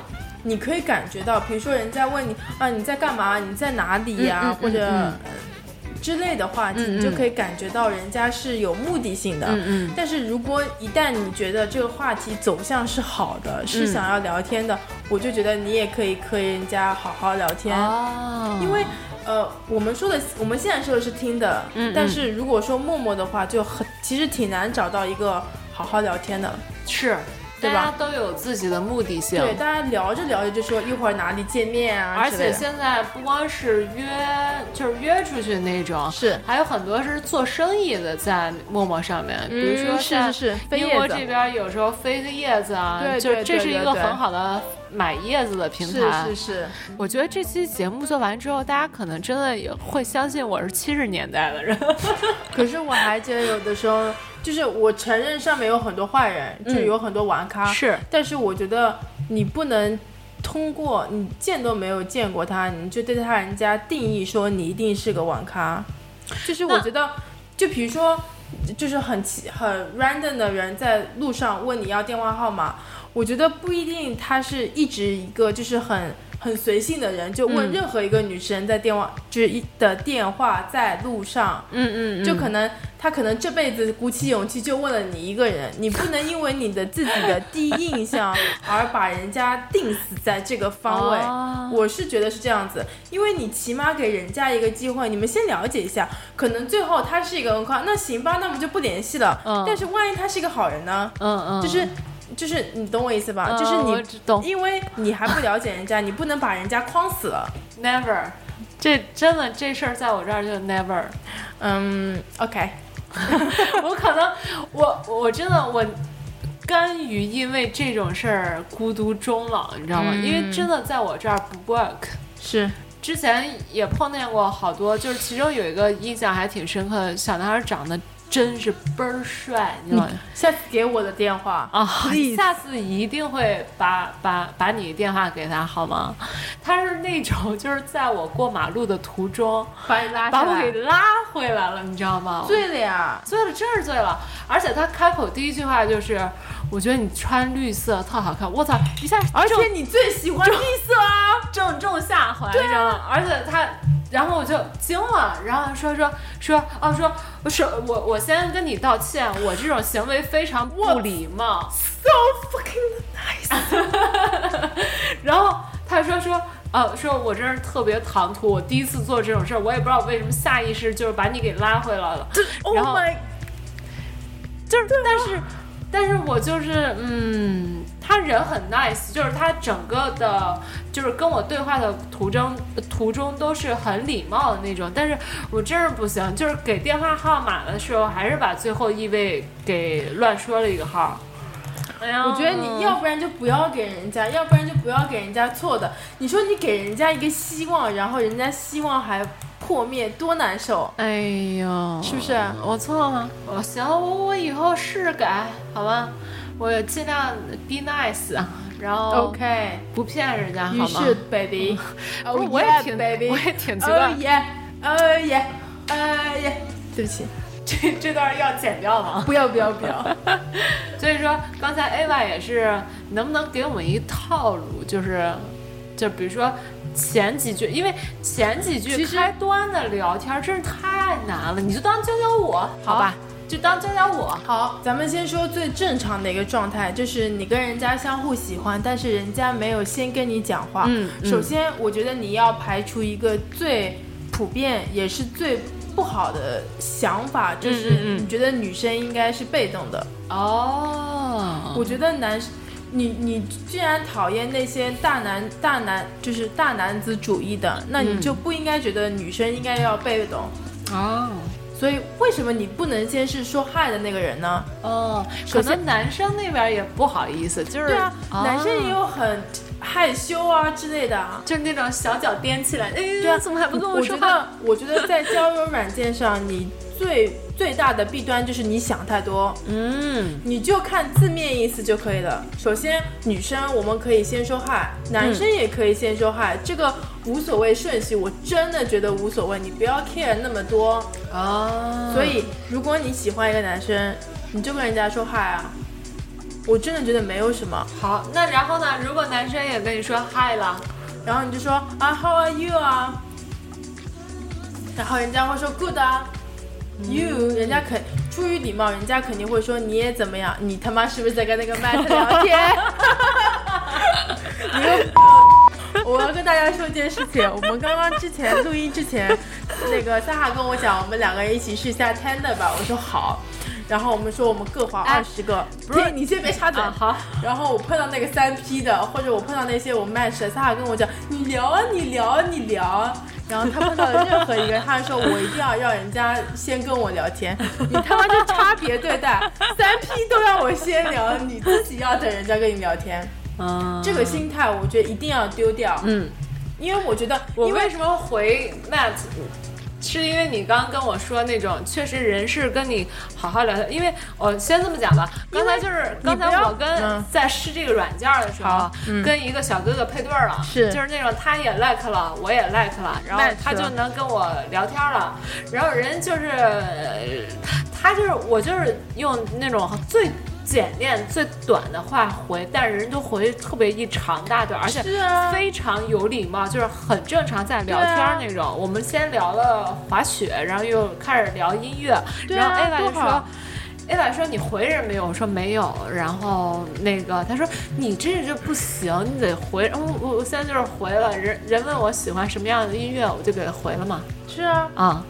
Speaker 2: 你可以感觉到，比如说人家问你啊你在干嘛，你在哪里呀、
Speaker 4: 嗯嗯嗯
Speaker 2: 或者、呃
Speaker 4: 嗯
Speaker 2: 之类的话题，
Speaker 4: 嗯嗯
Speaker 2: 你就可以感觉到人家是有目的性的。
Speaker 4: 嗯嗯
Speaker 2: 但是如果一旦你觉得这个话题走向是好的，是想要聊天
Speaker 4: 嗯
Speaker 2: 的，我就觉得你也可以和人家好好聊天。
Speaker 4: 哦
Speaker 2: 因为呃，我们说的，我们现在说的是听的，
Speaker 4: 嗯嗯
Speaker 2: 但是如果说陌陌的话，就很其实挺难找到一个好好聊天的。
Speaker 4: 是。
Speaker 2: 对
Speaker 4: 大
Speaker 2: 吧
Speaker 4: 家都有自己的目的性，
Speaker 2: 对，大家聊着聊着就说一会儿哪里见面啊，
Speaker 4: 而
Speaker 2: 之类
Speaker 4: 且
Speaker 2: 的
Speaker 4: 现在不光是约，就是约出去那种，
Speaker 2: 是
Speaker 4: 还有很多是做生意的在陌陌上面，比如说
Speaker 2: 嗯是
Speaker 4: 在
Speaker 2: 是是飞
Speaker 4: 英
Speaker 2: 叶
Speaker 4: 国
Speaker 2: 子
Speaker 4: 这边有时候飞个叶子啊，
Speaker 2: 对
Speaker 4: 就
Speaker 2: 对
Speaker 4: 这是
Speaker 2: 对
Speaker 4: 一
Speaker 2: 对
Speaker 4: 个
Speaker 2: 对
Speaker 4: 很好的买叶子的平
Speaker 2: 是
Speaker 4: 台。
Speaker 2: 是是，
Speaker 4: 我觉得这期节目做完之后，大家可能真的也会相信我是七十年代的人。
Speaker 2: 可是我还觉得有的时候，就是我承认上面有很多坏人，就
Speaker 4: 嗯
Speaker 2: 有很多玩咖，
Speaker 4: (laughs) 是
Speaker 2: 但是我觉得你不能通过你见都没有见过他，你就对他人家定义说你一定是个网咖，就是我觉得，就比如说，就是很奇很 random 的人在路上问你要电话号码，我觉得不一定他是一直一个就是很。很随性的人，就问
Speaker 4: 嗯
Speaker 2: 任何一个女生在电话就是一的电话在路上，
Speaker 4: 嗯
Speaker 2: 就可能他可能这辈子鼓起勇气就问了你一个人，你不能因为你的自己的第一印 (laughs) 象而把人家定死在这个方位。
Speaker 4: 哦
Speaker 2: 我是觉得是这样子，因为你起码给人家一个机会，你们先了解一下，可能最后他是一个文化，那行吧，那我们就不联系了。
Speaker 4: 嗯
Speaker 2: 但是万一他是一个好人呢？
Speaker 4: 嗯嗯，
Speaker 2: 就是。就是你懂我意思吧？
Speaker 4: 嗯
Speaker 2: 就是
Speaker 4: 我
Speaker 2: 你
Speaker 4: 只懂
Speaker 2: 因为你还不了解人家，你不能把人家框死了。
Speaker 4: never，这真的这事儿在我这儿就 never。
Speaker 2: 嗯，OK，
Speaker 4: (laughs) 我可能，我我真的我甘于因为这种事儿孤独终老，你知道吗？因为真的在我这儿不 work。
Speaker 2: 是
Speaker 4: 之前也碰见过好多，就是其中有一个印象还挺深刻的，小男孩长得真是倍儿帅，你知道吗？
Speaker 2: 下次给我的电话
Speaker 4: 啊
Speaker 2: Please
Speaker 4: 下次一定会把把把你电话给他好吗？他是那种就是在我过马路的途中
Speaker 2: 把你拉
Speaker 4: 把
Speaker 2: 下
Speaker 4: 我给
Speaker 2: 来。
Speaker 4: 拉回来了，你知道吗？
Speaker 2: 醉了呀，
Speaker 4: 醉了，真是醉了。而且他开口第一句话就是：“我觉得你穿绿色特好看。”我操，一下
Speaker 2: 而
Speaker 4: 正
Speaker 2: 且你最喜欢绿色 (laughs) 啊，
Speaker 4: 正中下怀，你知道吗？啊而且他，然后我就惊了，然后说说说哦说我说我我先跟你道歉，我这种行为非常不礼
Speaker 2: (laughs)
Speaker 4: 貌。
Speaker 2: ，so fucking (laughs) nice。
Speaker 4: 然后他说说。呃，说我真是特别唐突，我第一次做这种事儿，我也不知道为什么下意识就是把你给拉回来了。
Speaker 2: Oh
Speaker 4: 然后
Speaker 2: my，
Speaker 4: 就是，
Speaker 2: 啊
Speaker 4: 但是，但是我就是，嗯，他人很 nice，就是他整个的，就是跟我对话的途中途中都是很礼貌的那种。但是我真是不行，就是给电话号码的时候，还是把最后一位给乱说了一个号。哎呀，
Speaker 2: 我觉得你要不然就不要给人家，要不然就不要给人家错的。你说你给人家一个希望，然后人家希望还破灭，多难受，
Speaker 4: 哎呦，
Speaker 2: 是不是？
Speaker 4: 我错了吗？我哦行，我我以后试改，好吧，我尽量 be nice，然
Speaker 2: 哦
Speaker 4: 后
Speaker 2: OK，
Speaker 4: 不骗人家，
Speaker 2: 于
Speaker 4: 好吗？
Speaker 2: 是 (laughs) baby，
Speaker 4: 不是
Speaker 2: Oh
Speaker 4: 哦我也
Speaker 2: yeah,
Speaker 4: 挺哦
Speaker 2: baby，
Speaker 4: 我也挺奇怪
Speaker 2: Oh yeah，Oh yeah，Oh yeah，对不起，
Speaker 4: (laughs) 这这段要剪掉吗？
Speaker 2: 不要不要不要，
Speaker 4: (laughs) 所以说，刚才 Ava 也是，能不能给我们一套路？就是，就比如说前几句，因为前几句开端的聊天真是太难了，你就当教教我，好吧？就当教教我。
Speaker 2: 好，咱们先说最正常的一个状态，就是你跟人家相互喜欢，但是人家没有先跟你讲话。
Speaker 4: 嗯嗯
Speaker 2: 首先我觉得你要排除一个最普遍也是最不好的想法，就是
Speaker 4: 嗯嗯嗯
Speaker 2: 你觉得女生应该是被动的。
Speaker 4: 哦，
Speaker 2: 我觉得男生。你你既然讨厌那些大男大男就是大男子主义的，那你
Speaker 4: 嗯
Speaker 2: 就不应该觉得女生应该要被动。
Speaker 4: 哦
Speaker 2: 所以为什么你不能先是说嗨的那个人呢？
Speaker 4: 哦，可
Speaker 2: 首先
Speaker 4: 能男生那边也不好意思，就是哦
Speaker 2: 对啊，男生也，有很害羞啊之类的啊。
Speaker 4: 就是那种小脚踮起来，哎，
Speaker 2: 对啊，
Speaker 4: 怎么还不跟
Speaker 2: 我
Speaker 4: 说
Speaker 2: 觉
Speaker 4: 话？
Speaker 2: 得，我觉得在交友软件上，你最最大的弊端就是你想太多，
Speaker 4: 嗯
Speaker 2: 你就看字面意思就可以了。首先，女生我们可以先说嗨，男生也可以先说
Speaker 4: 嗯
Speaker 2: 嗨，这个无所谓顺序，我真的觉得无所谓，你不要 care 那么多。
Speaker 4: 哦，
Speaker 2: 所以，如果你喜欢一个男生，你就跟人家说嗨啊，我真的觉得没有什么。
Speaker 4: 好，那然后呢？如果男生也跟你说嗨了，
Speaker 2: 然后你就说啊，How are you 啊？然后人家会说 Good 啊，You，人家肯出于礼貌，人家肯定会说你也怎么样？你他妈是不是在跟那个麦特聊天？ (laughs) 你又，我要跟大家说一件事情，我们刚刚之前录音之前，那个萨哈跟我讲，我们两个人一起试一下 Tender 吧，我说好。然后我们说我们各划
Speaker 4: 哎
Speaker 2: 二十个，
Speaker 4: 不是
Speaker 2: 停你先别插嘴，
Speaker 4: 啊好。
Speaker 2: 然后我碰到那个三 P 的，或者我碰到那些我 match 的，他还跟我讲你聊啊，你聊啊，你聊啊。然后他碰到的任何一个，他说我一定要让人家先跟我
Speaker 4: (laughs)
Speaker 2: 聊天，你他妈就差别对待，三 P 都让我先聊，你自己要等人家跟你聊天，
Speaker 4: 嗯，
Speaker 2: 这个心态我觉得一定要丢掉。
Speaker 4: 嗯，
Speaker 2: 因为我觉得，
Speaker 4: 我
Speaker 2: (laughs) 因为
Speaker 4: 为什么回 Matt？是因为你刚跟我说那种，确实人是跟你好好聊天。因为我先这么讲吧，刚才就是
Speaker 2: 你
Speaker 4: 刚
Speaker 2: 不
Speaker 4: 才
Speaker 2: 要
Speaker 4: 我跟
Speaker 2: 嗯
Speaker 4: 在试这个软件的时候
Speaker 2: 好，嗯
Speaker 4: 跟一个小哥哥配对儿了，
Speaker 2: 是
Speaker 4: 就是那种他也 like 了，我也 like 了，然后
Speaker 2: Match
Speaker 4: 他就
Speaker 2: 了
Speaker 4: 能跟我聊天了，然后人就是呃他就是我就是用那种最简练最短的话回，但是人都回特别一长大段，而且
Speaker 2: 是啊
Speaker 4: 非常有礼貌，就是很正常在聊
Speaker 2: 对
Speaker 4: 天
Speaker 2: 啊
Speaker 4: 那种。我们先聊了滑雪，然后又开始聊音乐，
Speaker 2: 对
Speaker 4: 然
Speaker 2: 啊
Speaker 4: 后 A
Speaker 2: 多
Speaker 4: 婉就说
Speaker 2: 好。
Speaker 4: A 婉说：“你回人没有？”我说：“没有。”然后那个他说：“你这就不行，你得回。嗯”我我我现在就是回了人人问我喜欢什么样的音乐，我就给他回了嘛。
Speaker 2: 是啊，
Speaker 4: 啊、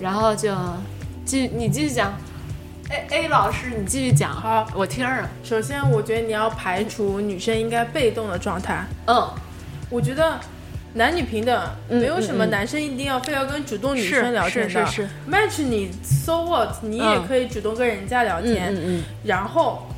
Speaker 4: 然后就继你继续讲，A A 老师你继续讲，
Speaker 2: 好
Speaker 4: 我听着。
Speaker 2: 首先我觉得你要排除女生应该被动的状态，
Speaker 4: 嗯，
Speaker 2: 我觉得。男女平等，没有什么男生一定要非要跟主动女生聊天的。
Speaker 4: 嗯是是是是
Speaker 2: match 你，so what，你也
Speaker 4: 嗯
Speaker 2: 可以主动跟人家聊天。
Speaker 4: 嗯
Speaker 2: 然后，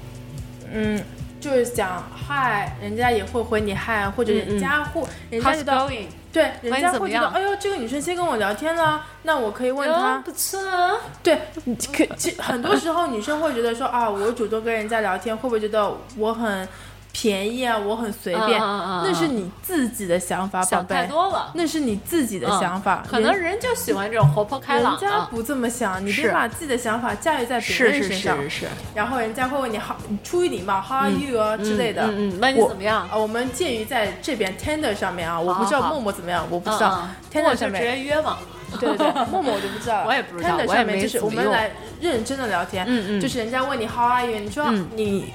Speaker 2: 嗯，就是讲嗨，人家也会回你嗨，或者人家会，人家
Speaker 4: How's
Speaker 2: 觉得
Speaker 4: going？
Speaker 2: 对，人
Speaker 4: 你
Speaker 2: 家
Speaker 4: 嗯怎么
Speaker 2: 会觉得，
Speaker 4: 样
Speaker 2: 哎呦，这个女生先跟我聊天了，那我可以问她，
Speaker 4: 哟不错啊。
Speaker 2: 对，你可其实很多时候女生会觉得说啊，我主动跟人家聊天，会不会觉得我很便宜啊，我很随
Speaker 4: 嗯
Speaker 2: 便？
Speaker 4: 嗯嗯嗯
Speaker 2: 那是你自己的想法，宝
Speaker 4: 想太
Speaker 2: 贝，
Speaker 4: 多了嗯
Speaker 2: 那是你自己的想法，
Speaker 4: 可能人就喜欢这种活泼开
Speaker 2: 人
Speaker 4: 朗
Speaker 2: 家
Speaker 4: 的。
Speaker 2: 不这么想，你别
Speaker 4: 是
Speaker 2: 把自己的想法驾驭在别
Speaker 4: 是
Speaker 2: 人
Speaker 4: 是
Speaker 2: 身上。
Speaker 4: 是是，
Speaker 2: 然后人家会问你好，你出于礼貌，How are you 啊之类的。
Speaker 4: 嗯嗯问你
Speaker 2: 我
Speaker 4: 怎么样
Speaker 2: 啊，我们介于在这边 Tender 上面啊，我不知道
Speaker 4: 好好
Speaker 2: 陌陌怎么样，我不
Speaker 4: 嗯
Speaker 2: 知道
Speaker 4: 嗯
Speaker 2: Tender
Speaker 4: 我就
Speaker 2: 上嗯
Speaker 4: 直
Speaker 2: 面。
Speaker 4: 接约嘛。 (laughs)
Speaker 2: 对对对，陌陌我就不知道了，
Speaker 4: 我也不知道
Speaker 2: Tender
Speaker 4: 我也
Speaker 2: 上面
Speaker 4: 没
Speaker 2: 就是
Speaker 4: 怎
Speaker 2: 我
Speaker 4: 么
Speaker 2: 们
Speaker 4: 用
Speaker 2: 来认真的聊天，
Speaker 4: 嗯嗯
Speaker 2: 就是人家问你 How are you，你说
Speaker 4: 嗯
Speaker 2: 你，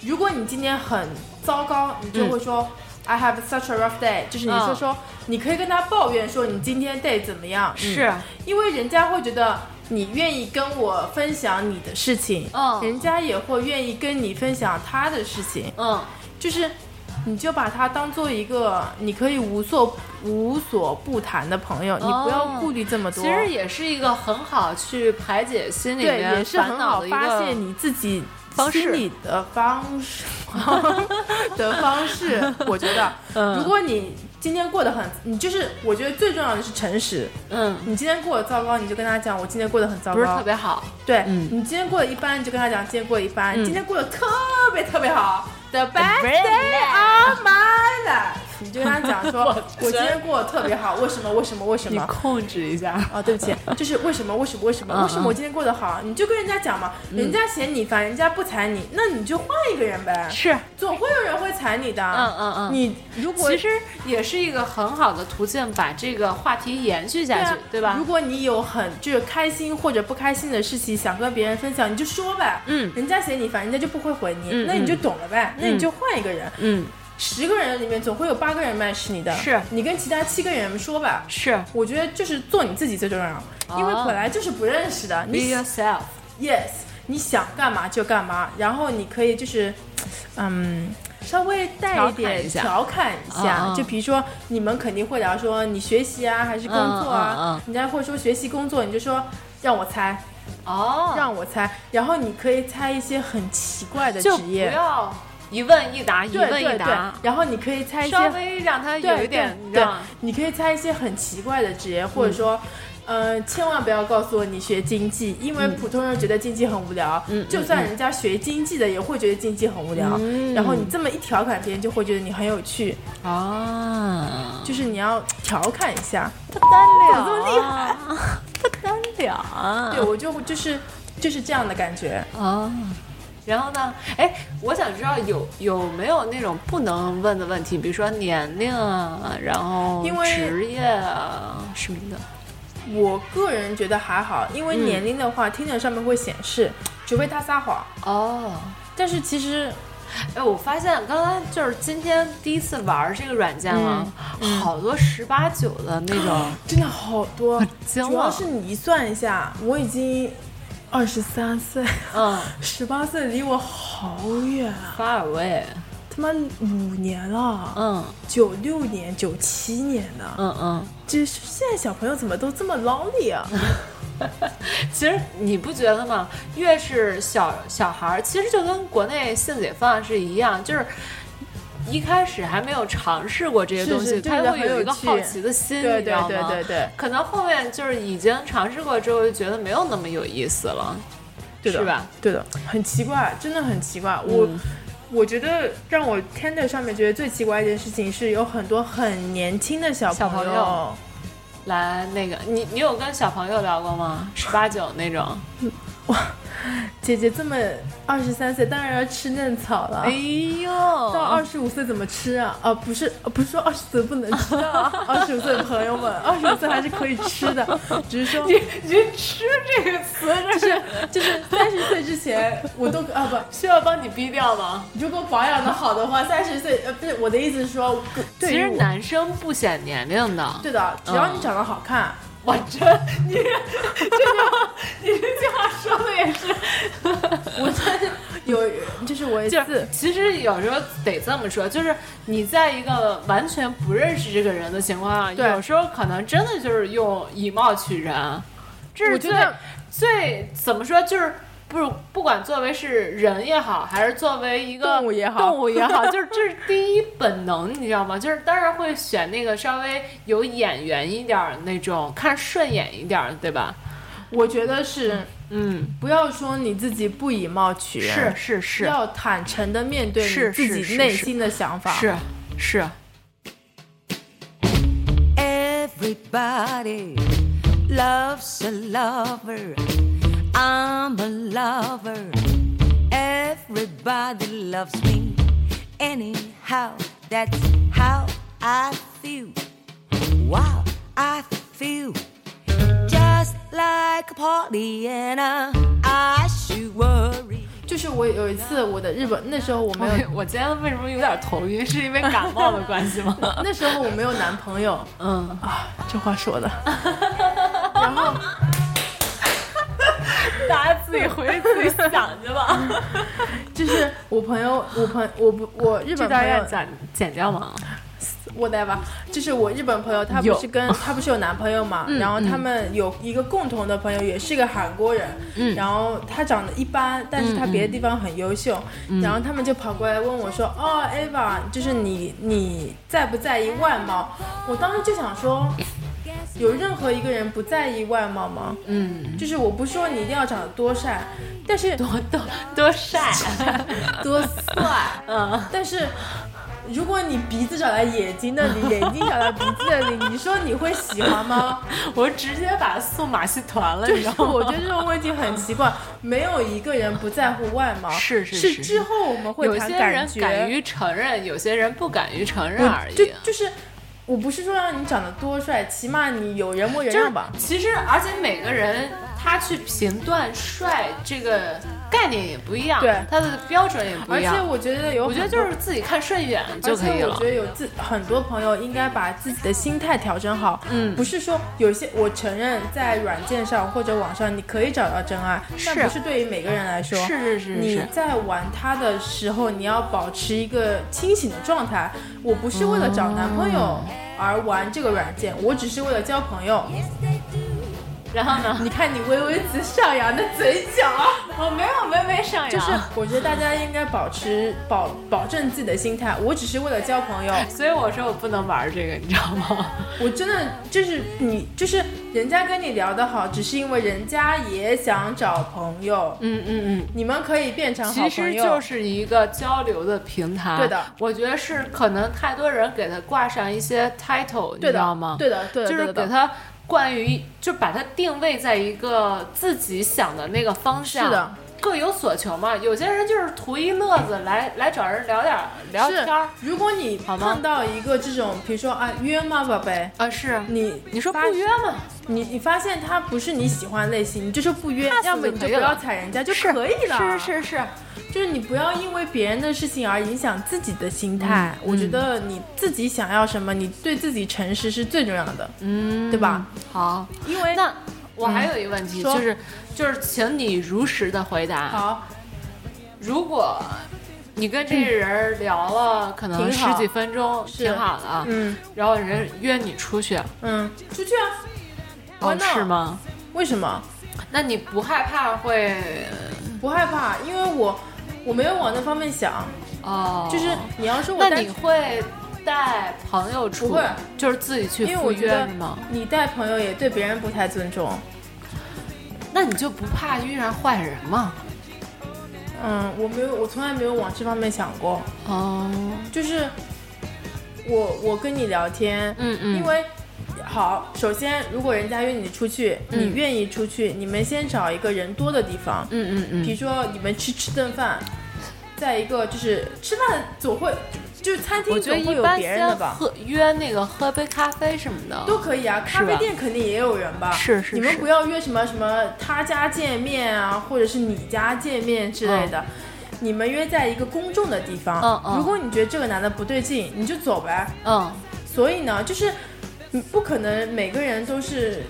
Speaker 2: 如果你今天很糟糕，你就会说。I have such a rough day，就是你说
Speaker 4: 嗯
Speaker 2: 说，你可以跟他抱怨说你今天 day 怎么样，嗯
Speaker 4: 是
Speaker 2: 因为人家会觉得你愿意跟我分享你的事情，
Speaker 4: 嗯
Speaker 2: 人家也会愿意跟你分享他的事情，
Speaker 4: 嗯，
Speaker 2: 就是你就把他当做一个你可以无所无所不谈的朋友，你不要顾虑这么多。
Speaker 4: 哦其实也是一个很好去排解心里
Speaker 2: 对，
Speaker 4: 面
Speaker 2: 也是
Speaker 4: 烦
Speaker 2: 很
Speaker 4: 恼
Speaker 2: 好
Speaker 4: 的一个
Speaker 2: 发泄你自己
Speaker 4: 方式
Speaker 2: 心里的方式的方式。我觉得，
Speaker 4: 嗯
Speaker 2: 如果你今天过得很，你就是我觉得最重要的是诚实。
Speaker 4: 嗯，
Speaker 2: 你今天过得糟糕，你就跟他讲，我今天过得很糟
Speaker 4: 不
Speaker 2: 糕，
Speaker 4: 是特别嗯好。
Speaker 2: 对、你今天过得一般，你就跟他讲今天过得一般；
Speaker 4: 嗯
Speaker 2: 你今天过得特别特别好，the best
Speaker 4: 啊
Speaker 2: day of my life，你就跟他讲
Speaker 4: (laughs)
Speaker 2: 说，我今天过得特别好，为什么？为什么？为什么？
Speaker 4: 控制一下。
Speaker 2: 哦，对不
Speaker 4: (laughs)
Speaker 2: 起，就是为什么？为什么？为什么？为什
Speaker 4: 嗯
Speaker 2: 么我今天过得好？你就跟人家讲嘛，人家嫌你烦，人家不睬你，那你就换一个人呗，
Speaker 4: 是，
Speaker 2: 总会有人会睬你的。
Speaker 4: 嗯嗯嗯。
Speaker 2: 你如果
Speaker 4: 其实也是一个很好的途径，把这个话题延续
Speaker 2: 对
Speaker 4: 下去
Speaker 2: 啊，，
Speaker 4: 对吧
Speaker 2: 如？果你有很就是开心或者不开心的事情想跟别人分享，你就说呗。
Speaker 4: 嗯
Speaker 2: 人家嫌你烦，人家就不会回你，
Speaker 4: 嗯
Speaker 2: 那你就懂了呗。那你就换一个人。
Speaker 4: 嗯，
Speaker 2: 十个人里面总会有八个人 match 你的，
Speaker 4: 是
Speaker 2: 你跟其他七个人说吧。
Speaker 4: 是
Speaker 2: 我觉得就是做你自己最重要，
Speaker 4: 哦
Speaker 2: 因为本来就是不认识的，
Speaker 4: be
Speaker 2: 你
Speaker 4: yourself。
Speaker 2: yes，你想干嘛就干嘛，然后你可以就是，嗯，稍微带一点
Speaker 4: 调
Speaker 2: 调侃一下，
Speaker 4: 嗯嗯
Speaker 2: 就比如说你们肯定会聊说你学习啊还是工作啊，
Speaker 4: 嗯嗯嗯
Speaker 2: 人家会说学习工作，你就说让我猜，
Speaker 4: 哦，
Speaker 2: 让我猜，然后你可以猜一些很奇怪的
Speaker 4: 就
Speaker 2: 职
Speaker 4: 不
Speaker 2: 业，
Speaker 4: 要一问一答，一
Speaker 2: 对
Speaker 4: 问
Speaker 2: 对
Speaker 4: 一
Speaker 2: 对
Speaker 4: 答，，
Speaker 2: 然后你可以猜一些
Speaker 4: 稍微让他有
Speaker 2: 对
Speaker 4: 一点
Speaker 2: 对对嗯
Speaker 4: 让，
Speaker 2: 你可以猜一些很奇怪的职业，或者说。呃，千万不要告诉我你学经济，因为普通人觉得经济很无聊。就算人家学经济的，也会觉得经济很无聊。然后你这么一调侃，别人就会觉得你很有趣。
Speaker 4: 啊，
Speaker 2: 就是你要调侃一下。
Speaker 4: 不
Speaker 2: 怎么这么厉
Speaker 4: 害，不得了啊！
Speaker 2: 对我就就是就是这样的感觉。
Speaker 4: 啊。然后呢？哎，我想知道有有没有那种不能问的问题，比如说年龄啊，然后
Speaker 2: 因为
Speaker 4: 职业啊什么的。
Speaker 2: 我个人觉得还好，因为年龄的话，听着上面会显示，除非他撒谎。
Speaker 4: 哦，
Speaker 2: 但是其实
Speaker 4: 哎，我发现刚刚就是今天第一次玩这个软件了，
Speaker 2: 嗯
Speaker 4: 好多十八九的那
Speaker 2: (gasps)
Speaker 4: 种，
Speaker 2: 真的好多，
Speaker 4: 惊了
Speaker 2: 主要是你一算一下，我已经二十三岁，
Speaker 4: 嗯，
Speaker 2: 十八岁离我好远啊，
Speaker 4: 发尔位，
Speaker 2: 他妈五年了，
Speaker 4: 嗯
Speaker 2: 九六年、九七年的，
Speaker 4: 嗯嗯。
Speaker 2: 这现在小朋友怎么都这么 lonely 啊？
Speaker 4: 其实你不觉得吗？越是小小孩儿，其实就跟国内性解放是一样，就是。一开始还没有尝试过这些
Speaker 2: 是
Speaker 4: 东西，
Speaker 2: 是
Speaker 4: 他
Speaker 2: 就是
Speaker 4: 会
Speaker 2: 很
Speaker 4: 有
Speaker 2: 有
Speaker 4: 一个
Speaker 2: 趣
Speaker 4: 好奇的心，
Speaker 2: 对
Speaker 4: (laughs) 你知道
Speaker 2: 对
Speaker 4: 吗？
Speaker 2: 对对对
Speaker 4: 可能后面就是已经尝试过之后，就觉得没有那么有意思了，
Speaker 2: 对的，
Speaker 4: 是吧？嗯
Speaker 2: 对的，很奇怪，真的很奇怪。我、我觉得让我 Tender 上面觉得最奇怪一件事情是，有很多很年轻的小
Speaker 4: 小朋
Speaker 2: 朋
Speaker 4: 友来，那个你你有跟小朋友聊过吗？十八九那种，
Speaker 2: 姐姐这么二十三岁，当然要吃嫩草了。
Speaker 4: 哎呦，
Speaker 2: 到二十五岁怎么吃啊？啊，不是，啊不是说二十岁不能
Speaker 4: (laughs)
Speaker 2: 吃啊。二十五岁的朋友们，二十五岁还是可以吃的，只是说
Speaker 4: 你吃这个词，这
Speaker 2: 就是就是三十岁之前我都啊不，
Speaker 4: 需要帮你逼掉吗？
Speaker 2: 如果保养的好的话，三十岁呃不是我的意思是说，对
Speaker 4: 其
Speaker 2: 于
Speaker 4: 实
Speaker 2: 我
Speaker 4: 男生不显年龄的。
Speaker 2: 对的，只要你长得好看，
Speaker 4: 我真，嗯你这句话，你这句话说的也是，
Speaker 2: 我真的有就是我一
Speaker 4: 就
Speaker 2: 次
Speaker 4: 是其实有时候得这么说，就是你在一个完全不认识这个人的情况
Speaker 2: 对
Speaker 4: 下，有时候可能真的就是用以貌取人，这
Speaker 2: 我
Speaker 4: 是
Speaker 2: 觉
Speaker 4: 最
Speaker 2: 得
Speaker 4: 最怎么说就是。不，不管作为是人也好，还是作为一个
Speaker 2: 动物也好
Speaker 4: 动物也
Speaker 2: (laughs)
Speaker 4: 好，就是这是第一本能，你知道吗？就是当然会选那个稍微有眼缘一点儿那种，看顺眼一点儿，对吧？
Speaker 2: 我觉得是
Speaker 4: 嗯，
Speaker 2: 不要说你自己不以貌取人，
Speaker 4: 是是是
Speaker 2: 要坦诚的面对你
Speaker 4: 是是
Speaker 2: 自己
Speaker 4: 是
Speaker 2: 内
Speaker 4: 是
Speaker 2: 心的想法。
Speaker 4: 是是，
Speaker 7: Everybody loves a lover. I'm a lover. Everybody loves me. Anyhow, that's how I feel. Wow, I feel just like a party, and I, I should worry.
Speaker 2: 就是我有一次我的日本那时候我没有
Speaker 4: 我我今天为什么有点头晕？是因为感冒的关系吗？
Speaker 2: 那时候我没有男朋友，
Speaker 4: 嗯，
Speaker 2: 啊，这话说的。然后
Speaker 4: 大家自己回去自己想去 (laughs) 吧。
Speaker 2: 就是我朋友，我朋我不我日
Speaker 4: 这
Speaker 2: 本
Speaker 4: 段
Speaker 2: 朋
Speaker 4: 要
Speaker 2: 友
Speaker 4: 剪剪掉吗？
Speaker 2: whatever，就是我日本朋友，她不
Speaker 4: 有嗯
Speaker 2: 是跟她不是有男朋友嘛，然后他们有一个共同的朋友，也是个韩国人，
Speaker 4: 嗯
Speaker 2: 然后他长得一般，但是他别的地方很优秀，
Speaker 4: 嗯
Speaker 2: 然后他们就跑过来问我说，哦，Ava，就是你你在不在意外貌？我当时就想说。有任何一个人不在意外貌吗？嗯，就是我不说你一定要长得多帅，但是
Speaker 4: 多多多晒，
Speaker 2: (laughs) 多帅，
Speaker 4: (laughs)
Speaker 2: 嗯，但是。如果你鼻子长在眼睛那里，眼睛长在鼻子那里，你说你会喜欢吗？
Speaker 4: (laughs) (laughs) 我直接把宋马戏团了，
Speaker 2: 就
Speaker 4: 你知
Speaker 2: 是
Speaker 4: 道吗？
Speaker 2: 我觉得这种问题很奇怪，没有一个人不在乎外貌，
Speaker 4: 是
Speaker 2: 是
Speaker 4: 是是
Speaker 2: 之后我们会
Speaker 4: 有
Speaker 2: 谈
Speaker 4: 些
Speaker 2: 感
Speaker 4: 人
Speaker 2: 觉，
Speaker 4: 敢于承认，有些人不敢于承认
Speaker 2: 我
Speaker 4: 而已。
Speaker 2: 就就是，我不是说让你长得多帅，起码你有人模人
Speaker 4: 就是
Speaker 2: 样吧。
Speaker 4: 其实，而且每个人他去评断帅这个概念也不一样，
Speaker 2: 对
Speaker 4: 他的标准也不
Speaker 2: 而
Speaker 4: 一
Speaker 2: 且
Speaker 4: 样。
Speaker 2: 我觉得有，
Speaker 4: 我觉得就是自己看顺眼就可以
Speaker 2: 而且我
Speaker 4: 了
Speaker 2: 觉。得有自很多朋友应该把自己的心态调整好，嗯，不是说有些我承认在软件上或者网上你可以找到真爱，但
Speaker 4: 是
Speaker 2: 不是对于每个人来说，
Speaker 4: 是是是
Speaker 2: 你
Speaker 4: 是
Speaker 2: 在玩它的时候，你要保持一个清醒的状态。我不是为了找男朋友而玩这个软件，我只是为了交朋友。
Speaker 4: 然后
Speaker 2: (laughs)
Speaker 4: 呢？
Speaker 2: 你看你微微子上扬的嘴角。
Speaker 4: 我哦没有微微上扬，
Speaker 2: 就是我觉得大家应该保持保保证自己的心态，我只是为了交朋友，
Speaker 4: 所以我说我不能玩这个，你知道吗？
Speaker 2: 我真的就是你，就是人家跟你聊得好，只是因为人家也想找朋友，
Speaker 4: 嗯嗯嗯。
Speaker 2: 你们可以变成好
Speaker 4: 其
Speaker 2: 朋
Speaker 4: 实
Speaker 2: 友。
Speaker 4: 就是一个交流的平台，
Speaker 2: 对的
Speaker 4: 我觉得是可能太多人给他挂上一些 title，你
Speaker 2: 对
Speaker 4: 知
Speaker 2: 的
Speaker 4: 道吗？
Speaker 2: 对的对的
Speaker 4: 就是
Speaker 2: 对的
Speaker 4: 给他关于，就把它定位在一个自己想的那个方向。
Speaker 2: 是的，
Speaker 4: 各有所求嘛。有些人就是图一乐子，来来找人聊点儿聊
Speaker 2: 是
Speaker 4: 天儿，
Speaker 2: 如果你
Speaker 4: 好吗
Speaker 2: 碰到一个这种，比如说啊约吗，宝贝，
Speaker 4: 啊，是
Speaker 2: 你
Speaker 4: 你说不
Speaker 2: 发
Speaker 4: 约吗？
Speaker 2: 你你发现他不是你喜欢类型，你就说不约，
Speaker 4: 怕死
Speaker 2: 要么你
Speaker 4: 就
Speaker 2: 就
Speaker 4: 可以
Speaker 2: 不要
Speaker 4: 了
Speaker 2: 踩人家就可以了。
Speaker 4: 是是是，
Speaker 2: 就是你不要因为别人的事情而影响自己的心态。
Speaker 4: 嗯
Speaker 2: 我觉得你自己想要什么，你对自己诚实是最重要的，嗯，对吧？
Speaker 4: 好。
Speaker 2: 因为
Speaker 4: 那我还有一个问题，
Speaker 2: 嗯说
Speaker 4: 就是就是，请你如实的回答。
Speaker 2: 好，
Speaker 4: 如果你跟这个人聊了可能
Speaker 2: 挺好
Speaker 4: 十几分钟，
Speaker 2: 是
Speaker 4: 挺好的啊，
Speaker 2: 嗯
Speaker 4: 然后人约你出去，
Speaker 2: 嗯，出去啊。
Speaker 4: 哦，
Speaker 2: 玩闹
Speaker 4: 是？吗？
Speaker 2: 为什么
Speaker 4: 那你不害怕会
Speaker 2: 不害怕？因为我我没有往那方面想，
Speaker 4: 哦？
Speaker 2: 就是你要说我
Speaker 4: 那
Speaker 2: 单
Speaker 4: 你会带朋友出？
Speaker 2: 不会
Speaker 4: 就是自己去
Speaker 2: 因为
Speaker 4: 赴
Speaker 2: 我觉
Speaker 4: 约
Speaker 2: 得
Speaker 4: 是吗？
Speaker 2: 你带朋友也对别人不太尊重。
Speaker 4: 那你就不怕遇上坏人吗？
Speaker 2: 嗯，我没有，我从来没有往这方面想过。
Speaker 4: 哦，
Speaker 2: 就是我我跟你聊天，
Speaker 4: 嗯嗯
Speaker 2: 因为好，首先如果人家约你出去，你愿意出去，你们先找一个人多的地方，
Speaker 4: 嗯嗯嗯，
Speaker 2: 比如说你们去吃顿饭，在一个就是吃饭总会就就餐厅
Speaker 4: 我觉得
Speaker 2: 总会
Speaker 4: 一
Speaker 2: 有
Speaker 4: 般
Speaker 2: 别人的
Speaker 4: 先
Speaker 2: 吧。
Speaker 4: 喝约那个喝杯咖啡什么的，
Speaker 2: 都可以啊，咖啡
Speaker 4: 吧
Speaker 2: 店肯定也有人吧？
Speaker 4: 是是
Speaker 2: 你们
Speaker 4: 是
Speaker 2: 不要约什么什么他家见面啊，或者是你家见面之类
Speaker 4: 哦
Speaker 2: 的。你们约在一个公众的地方，
Speaker 4: 嗯嗯
Speaker 2: 如果你觉得这个男的不对劲，你就走呗。
Speaker 4: 嗯，
Speaker 2: 所以呢，就是你不可能每个人都是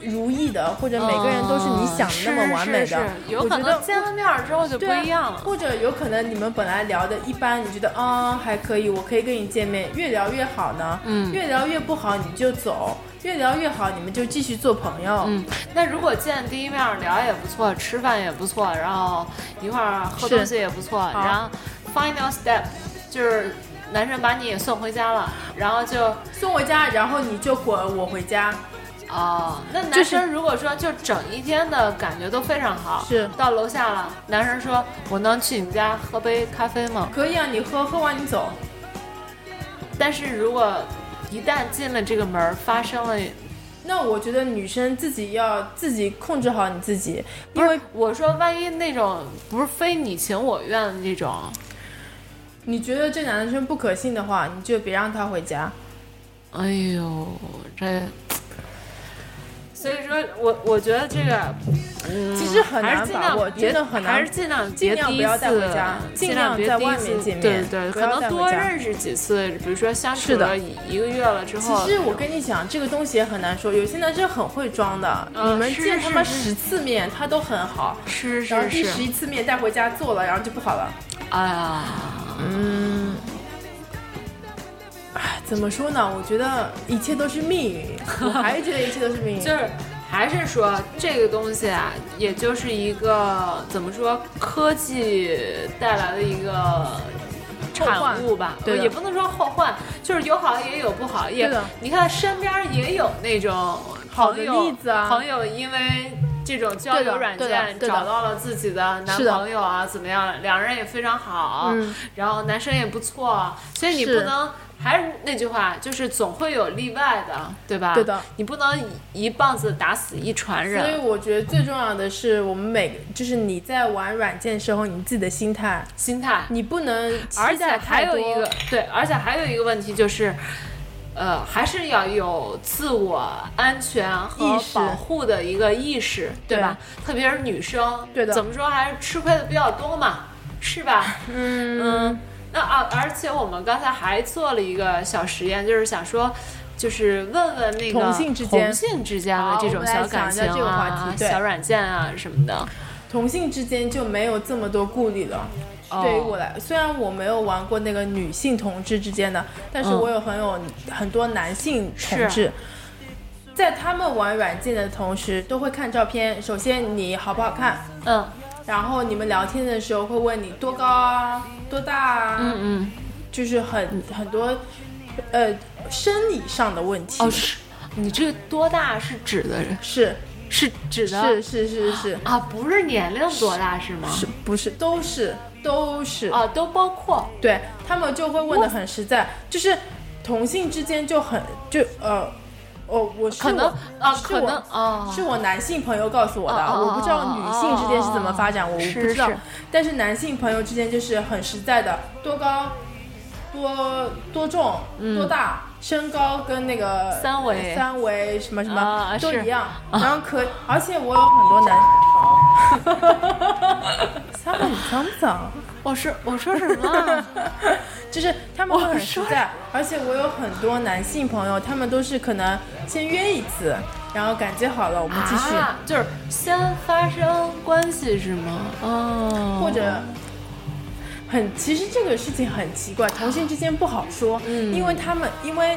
Speaker 2: 如意的，或者每个人都是你想的那么完美的。
Speaker 4: 哦是是是有
Speaker 2: 我
Speaker 4: 可
Speaker 2: 觉
Speaker 4: 能
Speaker 2: 得
Speaker 4: 见了面儿之后就不
Speaker 2: 对啊
Speaker 4: 一样了。
Speaker 2: 或者有可能你们本来聊的一般，你觉得啊、还可以，我可以跟你见面，越聊越好呢。
Speaker 4: 嗯
Speaker 2: 越聊越不好你就走，越聊越好你们就继续做朋友。
Speaker 4: 嗯，那如果见第一面儿聊也不错，吃饭也不错，然后一块儿喝东
Speaker 2: 是
Speaker 4: 西也不错，然后 final step 就是男生把你也送回家了，然后就
Speaker 2: 送回家，然后你就滚，我回家。
Speaker 4: 哦，那男
Speaker 2: 就是
Speaker 4: 生如果说就整一天的感觉都非常好，
Speaker 2: 是
Speaker 4: 到楼下了，男生说我能去你家喝杯咖啡吗？
Speaker 2: 可以啊，你喝，喝完你走。
Speaker 4: 但是如果一旦进了这个门儿，发生了，
Speaker 2: 那我觉得女生自己要自己控制好你自己，
Speaker 4: 不
Speaker 2: 因
Speaker 4: 是
Speaker 2: 为
Speaker 4: 我说万一那种不是非你情我愿的那种，
Speaker 2: 你觉得这男生不可信的话，你就别让他回家。
Speaker 4: 哎呦，这，所以说我我觉得这个，嗯，
Speaker 2: 其实很
Speaker 4: 还
Speaker 2: 难
Speaker 4: 是尽
Speaker 2: 吧，
Speaker 4: 量
Speaker 2: 我
Speaker 4: 别
Speaker 2: 觉得很难。
Speaker 4: 还是尽量
Speaker 2: 尽量
Speaker 4: 别
Speaker 2: 不要
Speaker 4: 第一
Speaker 2: 带回
Speaker 4: 次
Speaker 2: 家
Speaker 4: 尽
Speaker 2: 尽
Speaker 4: 量
Speaker 2: 量
Speaker 4: 别
Speaker 2: 在
Speaker 4: 第一
Speaker 2: 外
Speaker 4: 次
Speaker 2: 面见面
Speaker 4: 对对，
Speaker 2: 不
Speaker 4: 可
Speaker 2: 要
Speaker 4: 能
Speaker 2: 带回
Speaker 4: 多
Speaker 2: 家
Speaker 4: 认识几次，比如说相处
Speaker 2: 是的
Speaker 4: 了一个月了之
Speaker 2: 其
Speaker 4: 后，
Speaker 2: 实我跟你讲，这个东西也很难说。有些男生很会装的，
Speaker 4: 嗯
Speaker 2: 你们
Speaker 4: 是
Speaker 2: 见他
Speaker 4: 是
Speaker 2: 妈
Speaker 4: 是
Speaker 2: 十次面，他都很好。
Speaker 4: 是
Speaker 2: 然后
Speaker 4: 是
Speaker 2: 第十
Speaker 4: 是，
Speaker 2: 一次面带回家做了，然后就不好了。
Speaker 4: 哎呀。啊
Speaker 2: 唉怎么说呢？我觉得一切都是命运，我还是觉得一切都是命运。
Speaker 4: (laughs) 就是还是说这个东西啊，也就是一个怎么说科技带来的一个。产物吧，呃
Speaker 2: 对的
Speaker 4: 也不能说后患，就是有好也有不好，也
Speaker 2: 对的
Speaker 4: 你看身边也有那种
Speaker 2: 好
Speaker 4: 朋
Speaker 2: 的
Speaker 4: 友
Speaker 2: 例子啊
Speaker 4: 朋友因为这种交
Speaker 2: 对的
Speaker 4: 友软
Speaker 2: 对的
Speaker 4: 件
Speaker 2: 对的
Speaker 4: 找到了自己的男
Speaker 2: 是的
Speaker 4: 朋友啊，怎么样，两人也非常好，
Speaker 2: 嗯
Speaker 4: 然后男生也不错，所以你
Speaker 2: 是
Speaker 4: 不能还是那句话，就是总会有例外的，对吧？
Speaker 2: 对的
Speaker 4: 你不能一一棒子打死一船
Speaker 2: 所以
Speaker 4: 人，
Speaker 2: 我觉得最重要的是，我们每个就是你在玩软件的时候，你自己的心态，
Speaker 4: 心态。
Speaker 2: 你不能期
Speaker 4: 而且
Speaker 2: 待
Speaker 4: 还
Speaker 2: 太
Speaker 4: 有
Speaker 2: 多。
Speaker 4: 一个对，而且还有一个问题就是，呃，还是要有自我安全和
Speaker 2: 意识
Speaker 4: 保护的一个意识，对吧？特别是女生，
Speaker 2: 对的
Speaker 4: 怎么说还是吃亏的比较多嘛，是吧？嗯那啊，而且我们刚才还做了一个小实验，就是想说。就是问问那个
Speaker 2: 同性之间
Speaker 4: 同性之间的
Speaker 2: 好
Speaker 4: 这
Speaker 2: 我
Speaker 4: 种
Speaker 2: 们来
Speaker 4: 小感
Speaker 2: 想一
Speaker 4: 情
Speaker 2: 下
Speaker 4: 啊、
Speaker 2: 这个话题对
Speaker 4: 小软件啊什么的，
Speaker 2: 同性之间就没有这么多顾虑了。
Speaker 4: 哦
Speaker 2: 对于我来，虽然我没有玩过那个女性同志之间的，但是
Speaker 4: 嗯
Speaker 2: 我有很有很多男性同
Speaker 4: 是
Speaker 2: 志，在他们玩软件的同时，都会看照片。首先你好不好看，
Speaker 4: 嗯
Speaker 2: 然后你们聊天的时候会问你多高啊、多大啊，嗯
Speaker 4: 嗯，
Speaker 2: 就是很很多呃生理上的问题。
Speaker 4: 哦是，你这个多大是指的
Speaker 2: 是
Speaker 4: 是指的
Speaker 2: 是是是是
Speaker 4: 啊，不是年龄多大是吗？
Speaker 2: 是，不是都是都是
Speaker 4: 啊，都包括
Speaker 2: 对他们就会问的很实在，就是同性之间就很就呃，哦，我是
Speaker 4: 可能
Speaker 2: 我
Speaker 4: 啊，
Speaker 2: 是
Speaker 4: 可
Speaker 2: 我
Speaker 4: 能啊，
Speaker 2: 是我男性朋友告诉我的，
Speaker 4: 哦哦哦
Speaker 2: 我不知道女性之间是怎么发展，我
Speaker 4: 是
Speaker 2: 不知道。
Speaker 4: 是
Speaker 2: 但是男性朋友之间就是很实在的，多高、多多重、多大、身高跟那个
Speaker 4: 嗯三围
Speaker 2: 三围什么什么、
Speaker 4: 啊
Speaker 2: 都
Speaker 4: 是
Speaker 2: 一样。然后可，而且我有很多男。 (laughs) 他们怎么讲？
Speaker 4: 我是我说什么啊？
Speaker 2: 就是他们会很实在，而且我有很多男性朋友，他们都是可能先约一次，然后感觉好了我们继续，
Speaker 4: 啊， (laughs) 就是先发生关系是吗？哦，
Speaker 2: 或者很其实这个事情很奇怪，同性之间不好说，
Speaker 4: 嗯
Speaker 2: 因为他们因为。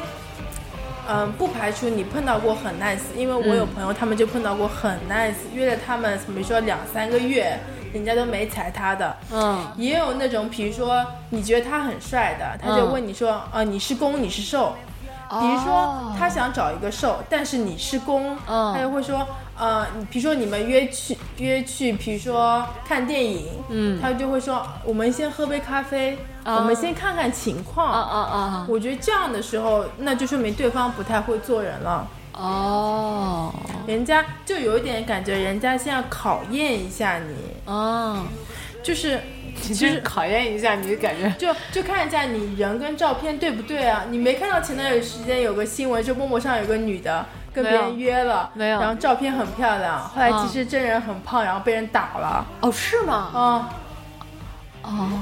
Speaker 2: 嗯，不排除你碰到过很 nice，因为我
Speaker 4: 嗯
Speaker 2: 有朋友，他们就碰到过很 nice，、约了他们，比如说两三个月，人家都没踩他的，
Speaker 4: 嗯
Speaker 2: 也有那种，比如说你觉得他很帅的，他
Speaker 4: 嗯
Speaker 2: 就问你说，啊、你是攻你是受？比如说他想找一个瘦，但是你是攻，
Speaker 4: 哦嗯
Speaker 2: 他就会说，呃，你比如说你们约去约去，比如说看电影，嗯，他就会说，我们先喝杯咖啡，
Speaker 4: 哦
Speaker 2: 我们先看看情
Speaker 4: 啊
Speaker 2: 况。
Speaker 4: 啊啊！
Speaker 2: 我觉得这样的时候，那就说明对方不太会做人了。
Speaker 4: 哦
Speaker 2: 人家就有一点感觉，人家现在考验一下你，
Speaker 4: 哦，
Speaker 2: 就是
Speaker 4: 其实考验一下你的感觉。
Speaker 2: (laughs) 就就看一下你人跟照片对不对啊？你没看到前段时间有个新闻，就陌陌上有个女的跟别人约了，
Speaker 4: 没有
Speaker 2: 然后照片很漂亮，后来
Speaker 4: 嗯
Speaker 2: 其实真人很胖，然后被人打了，
Speaker 4: 哦，是吗？
Speaker 2: 啊、
Speaker 4: 哦。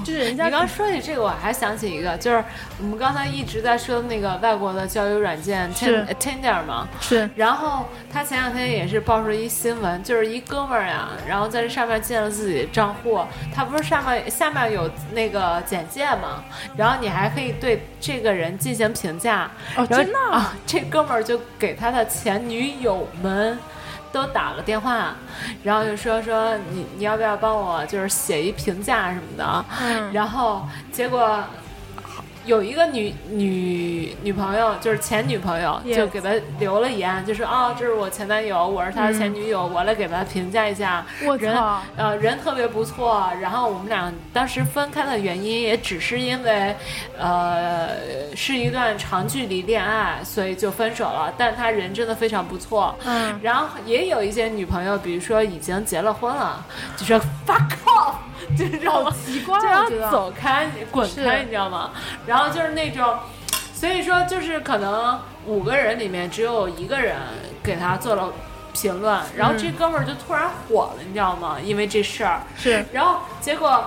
Speaker 2: 就是人
Speaker 4: 你
Speaker 2: 家
Speaker 4: 刚刚说起这个，我还想起一个，就是我们刚才一直在说那个外国的交友软件 Tin- 呃
Speaker 2: 是
Speaker 4: Tinder 嘛，
Speaker 2: 是
Speaker 4: 然后他前两天也是爆出一新闻，就是一哥们儿呀，然后在这上面建了自己的账户。他不是上面下面有那个简介吗？然后你还可以对这个人进行评价。
Speaker 2: 哦
Speaker 4: 然后
Speaker 2: 真的啊
Speaker 4: 啊？这哥们儿就给他的前女友们。都打了电话，然后就说说你你要不要帮我就是写一评价什么的，
Speaker 2: 嗯
Speaker 4: 然后结果有一个女女女朋友，就是前女朋友
Speaker 2: Yes
Speaker 4: 就给他留了言，就说哦，这是我前男友，我是他的前女友，我来给他评价一下。
Speaker 2: 嗯我
Speaker 4: 人
Speaker 2: 操
Speaker 4: 呃人特别不错，然后我们俩当时分开的原因也只是因为，呃，是一段长距离恋爱，所以就分手了。但他人真的非常不错，
Speaker 2: 嗯
Speaker 4: 然后也有一些女朋友，比如说已经结了婚了，就说 fuck off，就 (laughs) 让我
Speaker 2: 好奇怪
Speaker 4: 就
Speaker 2: 我觉
Speaker 4: 让
Speaker 2: 得
Speaker 4: 走开，滚开，
Speaker 2: 是
Speaker 4: 你知道吗？然后就是那种，所以说就是可能五个人里面只有一个人给他做了评论，然
Speaker 2: 嗯
Speaker 4: 后这哥们儿就突然火了，你知道吗？因为这事儿，
Speaker 2: 是
Speaker 4: 然后结果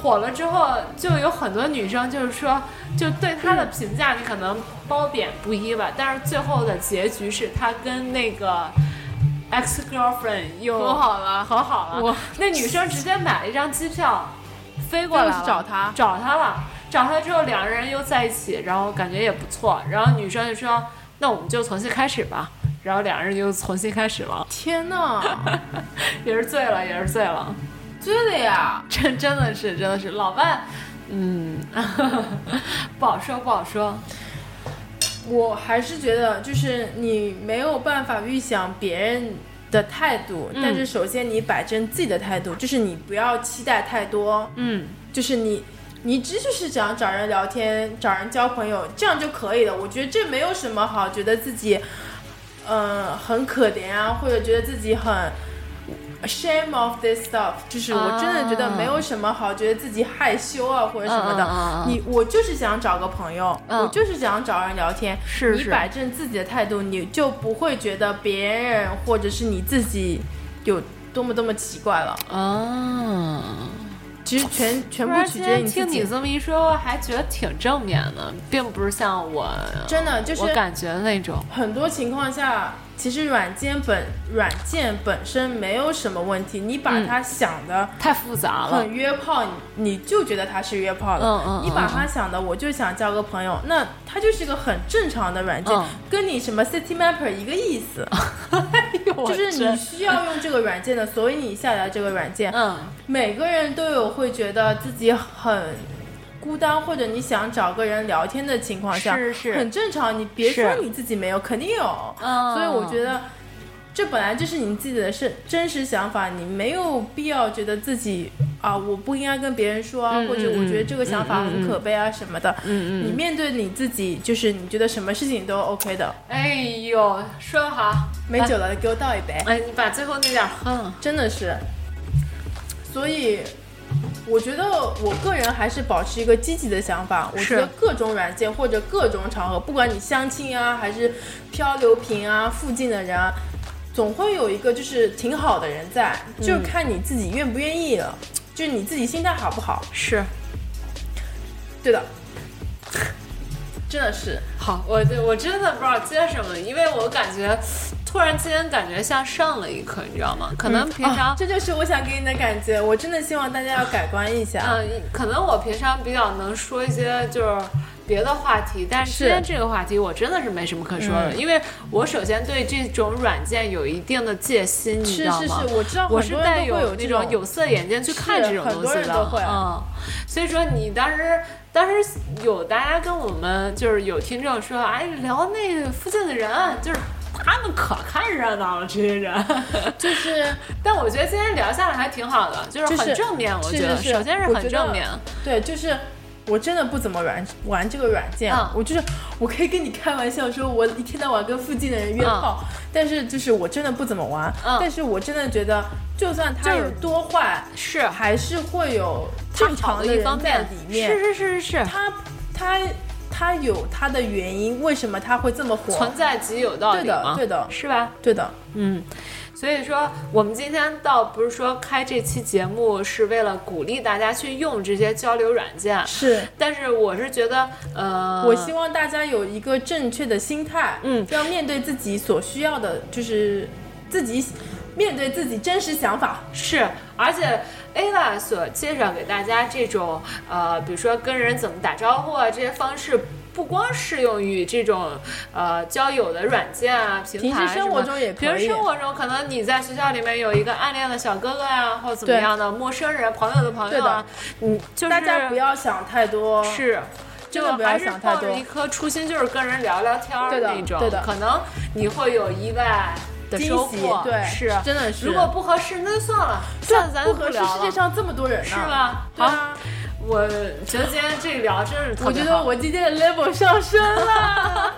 Speaker 4: 火了之后，就有很多女生就是说，就对他的评价你可能褒贬不一吧，但是最后的结局是他跟那个 ex girlfriend 又
Speaker 2: 和好
Speaker 4: 了，和好了
Speaker 2: 我。
Speaker 4: 那女生直接买了一张机票飞过
Speaker 2: 过
Speaker 4: 来
Speaker 2: 去
Speaker 4: 了
Speaker 2: 找他
Speaker 4: 找他了，找他之后两个人又在一起，然后感觉也不错，然后女生就说，那我们就重新开始吧。然后两人就重新开始了，
Speaker 2: 天呐，
Speaker 4: 也是醉了，也是醉了。
Speaker 2: 真的呀，
Speaker 4: 真真的是真的是老伴，嗯， (laughs) 不好说不好说。
Speaker 2: 我还是觉得就是你没有办法预想别人。的态度，但是首先你摆正自己的态度，就是你不要期待太多，
Speaker 4: 嗯，
Speaker 2: 就是你，你只就是想找人聊天、找人交朋友，这样就可以了。我觉得这没有什么好觉得自己，嗯、很可怜啊，或者觉得自己很 shame of this stuff，就是我真的觉得没有什么好觉得自己害羞啊或者什么的。
Speaker 4: 啊嗯嗯嗯嗯
Speaker 2: 你我就是想找个朋友，
Speaker 4: 嗯
Speaker 2: 我就是想找人聊天。
Speaker 4: 是
Speaker 2: 你
Speaker 4: 是
Speaker 2: 摆正自己的态度，你就不会觉得别人或者是你自己有多么多么奇怪了。
Speaker 4: 哦，
Speaker 2: 其实全全
Speaker 4: 突
Speaker 2: 部
Speaker 4: 然
Speaker 2: 啊取决
Speaker 4: 间
Speaker 2: 于你自
Speaker 4: 听你
Speaker 2: 己。
Speaker 4: 这么一说，还觉得挺正面的，并不是像我
Speaker 2: 真的就是
Speaker 4: 我感觉那种。
Speaker 2: 很多情况下，其实软件本软件本身没有什么问题，你
Speaker 4: 嗯
Speaker 2: 把它想的
Speaker 4: 太复杂了
Speaker 2: 很，约炮，你你就觉得它是约炮了。
Speaker 4: 嗯嗯嗯
Speaker 2: 你把它想的，我就想交个朋友，那它就是一个很正常的软件，
Speaker 4: 嗯
Speaker 2: 跟你什么 City Mapper 一个意 (laughs) 思，哎
Speaker 4: 就
Speaker 2: 就是你需要用这个软件的，所以你下载这个软件。
Speaker 4: 嗯，
Speaker 2: 每个人都有会觉得自己很孤单，或者你想找个人聊天的情况下，
Speaker 4: 是是
Speaker 2: 很正常。你别说
Speaker 4: 是
Speaker 2: 你自己没有，肯定有。
Speaker 4: 嗯
Speaker 2: 所以我觉得这本来就是你自己的是真实想法，你没有必要觉得自己啊，我不应该跟别人说啊，
Speaker 4: 嗯
Speaker 2: 或者我觉得这个想法很可悲啊、什么的。嗯嗯，你面对你自己，就是你觉得什么事情都 OK 的。
Speaker 4: 哎呦，说得好，
Speaker 2: 没酒了，给我倒一杯。
Speaker 4: 哎，你把最后那点儿嗯喝了。
Speaker 2: 真的是。所以，我觉得我个人还是保持一个积极的想法。我觉得各种软件或者各种场合，不管你相亲啊，还是漂流瓶啊，附近的人啊，总会有一个就是挺好的人在，
Speaker 4: 嗯
Speaker 2: 就看你自己愿不愿意了，就是你自己心态好不好。
Speaker 4: 是，
Speaker 2: 对的，真的是。
Speaker 4: 好，我我真的不知道接什么，因为我感觉突然间感觉像上了一课，你知道吗？可能平常
Speaker 2: 啊这就是我想给你的感觉。我真的希望大家要改观一下。
Speaker 4: 嗯，可能我平常比较能说一些就是别的话题，但是
Speaker 2: 是嗯
Speaker 4: 今天这个话题我真的是没什么可说的，因为我首先对这种软件有一定的戒心，你知
Speaker 2: 是
Speaker 4: 道
Speaker 2: 是
Speaker 4: 吗？
Speaker 2: 是，我知道
Speaker 4: 我
Speaker 2: 很
Speaker 4: 是
Speaker 2: 多
Speaker 4: 带
Speaker 2: 人都会
Speaker 4: 有
Speaker 2: 有
Speaker 4: 那
Speaker 2: 这
Speaker 4: 种有色眼镜去看
Speaker 2: 是
Speaker 4: 这种
Speaker 2: 很
Speaker 4: 东
Speaker 2: 多
Speaker 4: 西
Speaker 2: 人
Speaker 4: 的
Speaker 2: 都，会
Speaker 4: 嗯，所以说你当时当时有大家跟我们就是有听众说，哎，聊那附近的人，就是他们可看热闹了，这些人， (laughs)
Speaker 2: 就是
Speaker 4: 但我觉得今天聊下来还挺好的，就是
Speaker 2: 就是
Speaker 4: 很正面，我
Speaker 2: 是
Speaker 4: 觉得，
Speaker 2: 是是
Speaker 4: 首先是
Speaker 2: 我
Speaker 4: 很
Speaker 2: 觉得
Speaker 4: 正面，
Speaker 2: 对，就是我真的不怎么玩玩这个软件，
Speaker 4: 嗯
Speaker 2: 我就是我可以跟你开玩笑说，我一天到晚跟附近的人约炮，但是就是我真的不怎么玩，
Speaker 4: 嗯
Speaker 2: 但是我真的觉得，就算他
Speaker 4: 就是
Speaker 2: 有多坏，
Speaker 4: 是
Speaker 2: 还是会有
Speaker 4: 正
Speaker 2: 正
Speaker 4: 常
Speaker 2: 常
Speaker 4: 的一
Speaker 2: 人
Speaker 4: 方
Speaker 2: 在
Speaker 4: 面
Speaker 2: 里面，
Speaker 4: 是是是是是，
Speaker 2: 他他他有他的原因，为什么他会这么火？
Speaker 4: 存在即有道理
Speaker 2: 对的
Speaker 4: 嘛
Speaker 2: 对的
Speaker 4: 是吧？
Speaker 2: 对的，
Speaker 4: 嗯，所以说我们今天倒不是说开这期节目是为了鼓励大家去用这些交流软件，
Speaker 2: 是。
Speaker 4: 但是我是觉得，呃，
Speaker 2: 我希望大家有一个正确的心态，
Speaker 4: 嗯
Speaker 2: 要面对自己所需要的，就是自己面对自己真实想法。
Speaker 4: 是，而且 Ava 所介绍给大家这种呃，比如说跟人怎么打招呼啊这些方式。不光适用于这种呃交友的软件啊、平
Speaker 2: 平
Speaker 4: 台
Speaker 2: 时
Speaker 4: 什
Speaker 2: 生
Speaker 4: 么
Speaker 2: 活
Speaker 4: 的
Speaker 2: 中也可
Speaker 4: 平时
Speaker 2: 以
Speaker 4: 生活中可能你在学校里面有一个暗恋的小哥哥呀、或怎么
Speaker 2: 对
Speaker 4: 样的陌生人、朋友的朋
Speaker 2: 对
Speaker 4: 友
Speaker 2: 的
Speaker 4: 啊，嗯，就是
Speaker 2: 大家不要想太多，
Speaker 4: 是，
Speaker 2: 哦真
Speaker 4: 就
Speaker 2: 的不要
Speaker 4: 还是
Speaker 2: 想太
Speaker 4: 抱着
Speaker 2: 多
Speaker 4: 一颗初心，就是跟人聊聊天儿
Speaker 2: 对的
Speaker 4: 那种，
Speaker 2: 对的
Speaker 4: 可能你会有意外的
Speaker 2: 惊
Speaker 4: 收
Speaker 2: 喜
Speaker 4: 获，
Speaker 2: 对
Speaker 4: 是，
Speaker 2: 真的是
Speaker 4: 如果不合适，那就算了，
Speaker 2: 对啊
Speaker 4: 算了，咱就
Speaker 2: 不合适
Speaker 4: 聊
Speaker 2: 世界
Speaker 4: 了，
Speaker 2: 上这么多人呢，
Speaker 4: 是？吧？
Speaker 2: 对
Speaker 4: 好，
Speaker 2: 啊，
Speaker 4: 我觉得今天这聊真是特
Speaker 2: 我
Speaker 4: 别
Speaker 2: 觉
Speaker 4: 好，
Speaker 2: 得我今天的 level 上
Speaker 4: (laughs)
Speaker 2: 升了，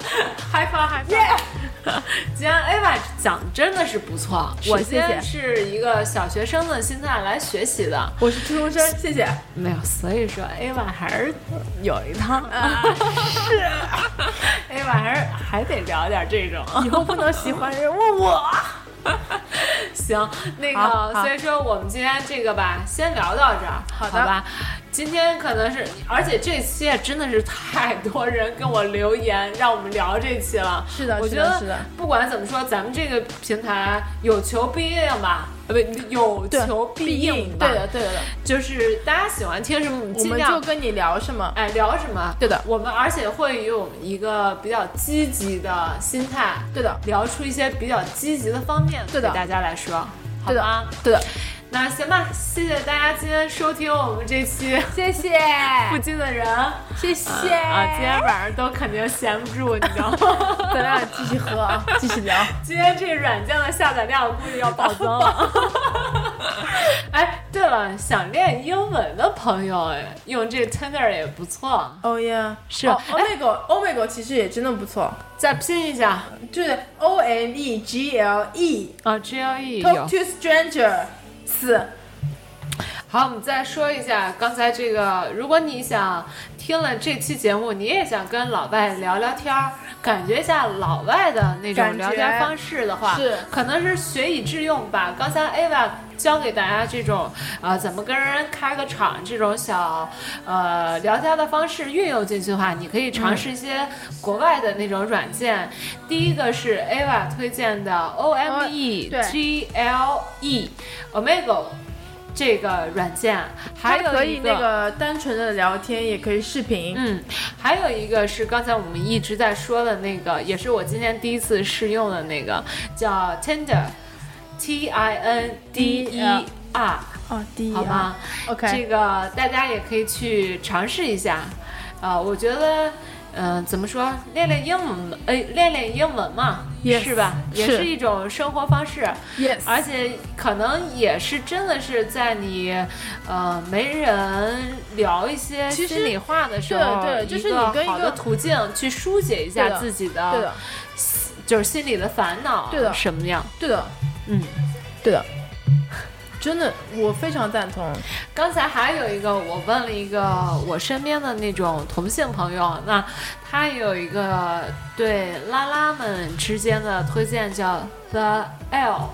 Speaker 4: 害怕害怕。 (laughs) 今天 Ava 讲真的是不错，
Speaker 2: 是
Speaker 4: 我
Speaker 2: 谢
Speaker 4: 今天
Speaker 2: 谢
Speaker 4: 是一个小学生的心态来学习的，
Speaker 2: 我是初中生，谢谢。
Speaker 4: 没有，所以说 Ava 还是有一趟，啊 (laughs) 是 Ava 还是还得聊点这种。
Speaker 2: 以后不能喜欢人
Speaker 4: (laughs)
Speaker 2: 问我，
Speaker 4: 行，那
Speaker 2: 好
Speaker 4: 个，
Speaker 2: 好
Speaker 4: 所以说我们今天这个吧，先聊到这儿，好
Speaker 2: 的
Speaker 4: 吧？今天可能是，而且这期也真的是太多人跟我留言，让我们聊这期了。
Speaker 2: 是的
Speaker 4: 我
Speaker 2: 是
Speaker 4: 觉
Speaker 2: 的
Speaker 4: 得
Speaker 2: 是的
Speaker 4: 不管怎么说，咱们这个平台有求必应吧，呃，不，有
Speaker 2: 对
Speaker 4: 求必应吧。
Speaker 2: 对的对的，
Speaker 4: 就是大家喜欢听什么，我们
Speaker 2: 我
Speaker 4: 尽
Speaker 2: 们
Speaker 4: 量
Speaker 2: 就跟你聊什么，
Speaker 4: 哎，聊什么？
Speaker 2: 对的
Speaker 4: 我们而且会用一个比较积极的心态，
Speaker 2: 对的
Speaker 4: 聊出一些比较积极的方面，
Speaker 2: 对的
Speaker 4: 给大家来说，好
Speaker 2: 对
Speaker 4: 吗
Speaker 2: 的？对的，
Speaker 4: 那行吧，谢谢大家今天收听我们这期
Speaker 2: 谢谢
Speaker 4: 附近的人
Speaker 2: 谢谢
Speaker 4: 嗯啊，今天晚上都肯定闲不住，你知道吗？
Speaker 2: (laughs) 咱俩继续喝啊，继续聊。
Speaker 4: 今天这软件的下载量估计要暴增了。 (laughs) 哎，对了，想练英文的朋友，哎，用这 Tinder 也不错。啊 (laughs)
Speaker 2: 哦耶，
Speaker 4: 是
Speaker 2: 哦
Speaker 4: 哎
Speaker 2: ，Omega Omega 其实也真的不错，
Speaker 4: 再拼一下
Speaker 2: 就是 O M E G L E
Speaker 4: 啊，G L E 有
Speaker 2: Talk。to Stranger 四，
Speaker 4: 好，我们再说一下刚才这个，如果你想听了这期节目，你也想跟老外聊聊天儿，感觉一下老外的那种
Speaker 2: 感觉
Speaker 4: 聊天方式的话，
Speaker 2: 是
Speaker 4: 可能是学以致用吧。刚才 Ava 教给大家这种啊、怎么跟人开个场这种小呃聊天的方式运用进去的话，你可以尝试一些国外的那种软件。第一个是 Ava 推荐的 O M E
Speaker 2: 对
Speaker 4: G L E
Speaker 2: 哦
Speaker 4: Omegle。这个软件，啊还有
Speaker 2: 它可
Speaker 4: 一
Speaker 2: 以那个单纯的聊天，也可以视频。
Speaker 4: 嗯，还有一个是刚才我们一直在说的那个，也是我今天第一次试用的那个，叫 Tinder，T I N D E R，
Speaker 2: 哦，第一
Speaker 4: 好吗
Speaker 2: 啊，OK，
Speaker 4: 这个大家也可以去尝试一下。啊，我觉得，嗯、怎么说，练练英文，呃，练练英文嘛
Speaker 2: Yes，
Speaker 4: 是吧？也
Speaker 2: 是
Speaker 4: 是一种生活方式。
Speaker 2: Yes
Speaker 4: 而且可能也是真的是在你，呃，没人聊一些
Speaker 2: 其实
Speaker 4: 心里话的时候，
Speaker 2: 对对就是
Speaker 4: 一个
Speaker 2: 你跟一
Speaker 4: 好的
Speaker 2: 个
Speaker 4: 途径去疏解一
Speaker 2: 对
Speaker 4: 下
Speaker 2: 的
Speaker 4: 自己的，
Speaker 2: 对的，
Speaker 4: 就是心里的烦恼，
Speaker 2: 对的
Speaker 4: 什么样？
Speaker 2: 对的，
Speaker 4: 嗯，
Speaker 2: 对的， (laughs) 真的，我非常赞同。
Speaker 4: 刚才还有一个，我问了一个我身边的那种同性朋友，那他有一个对拉拉们之间的推荐叫 The L，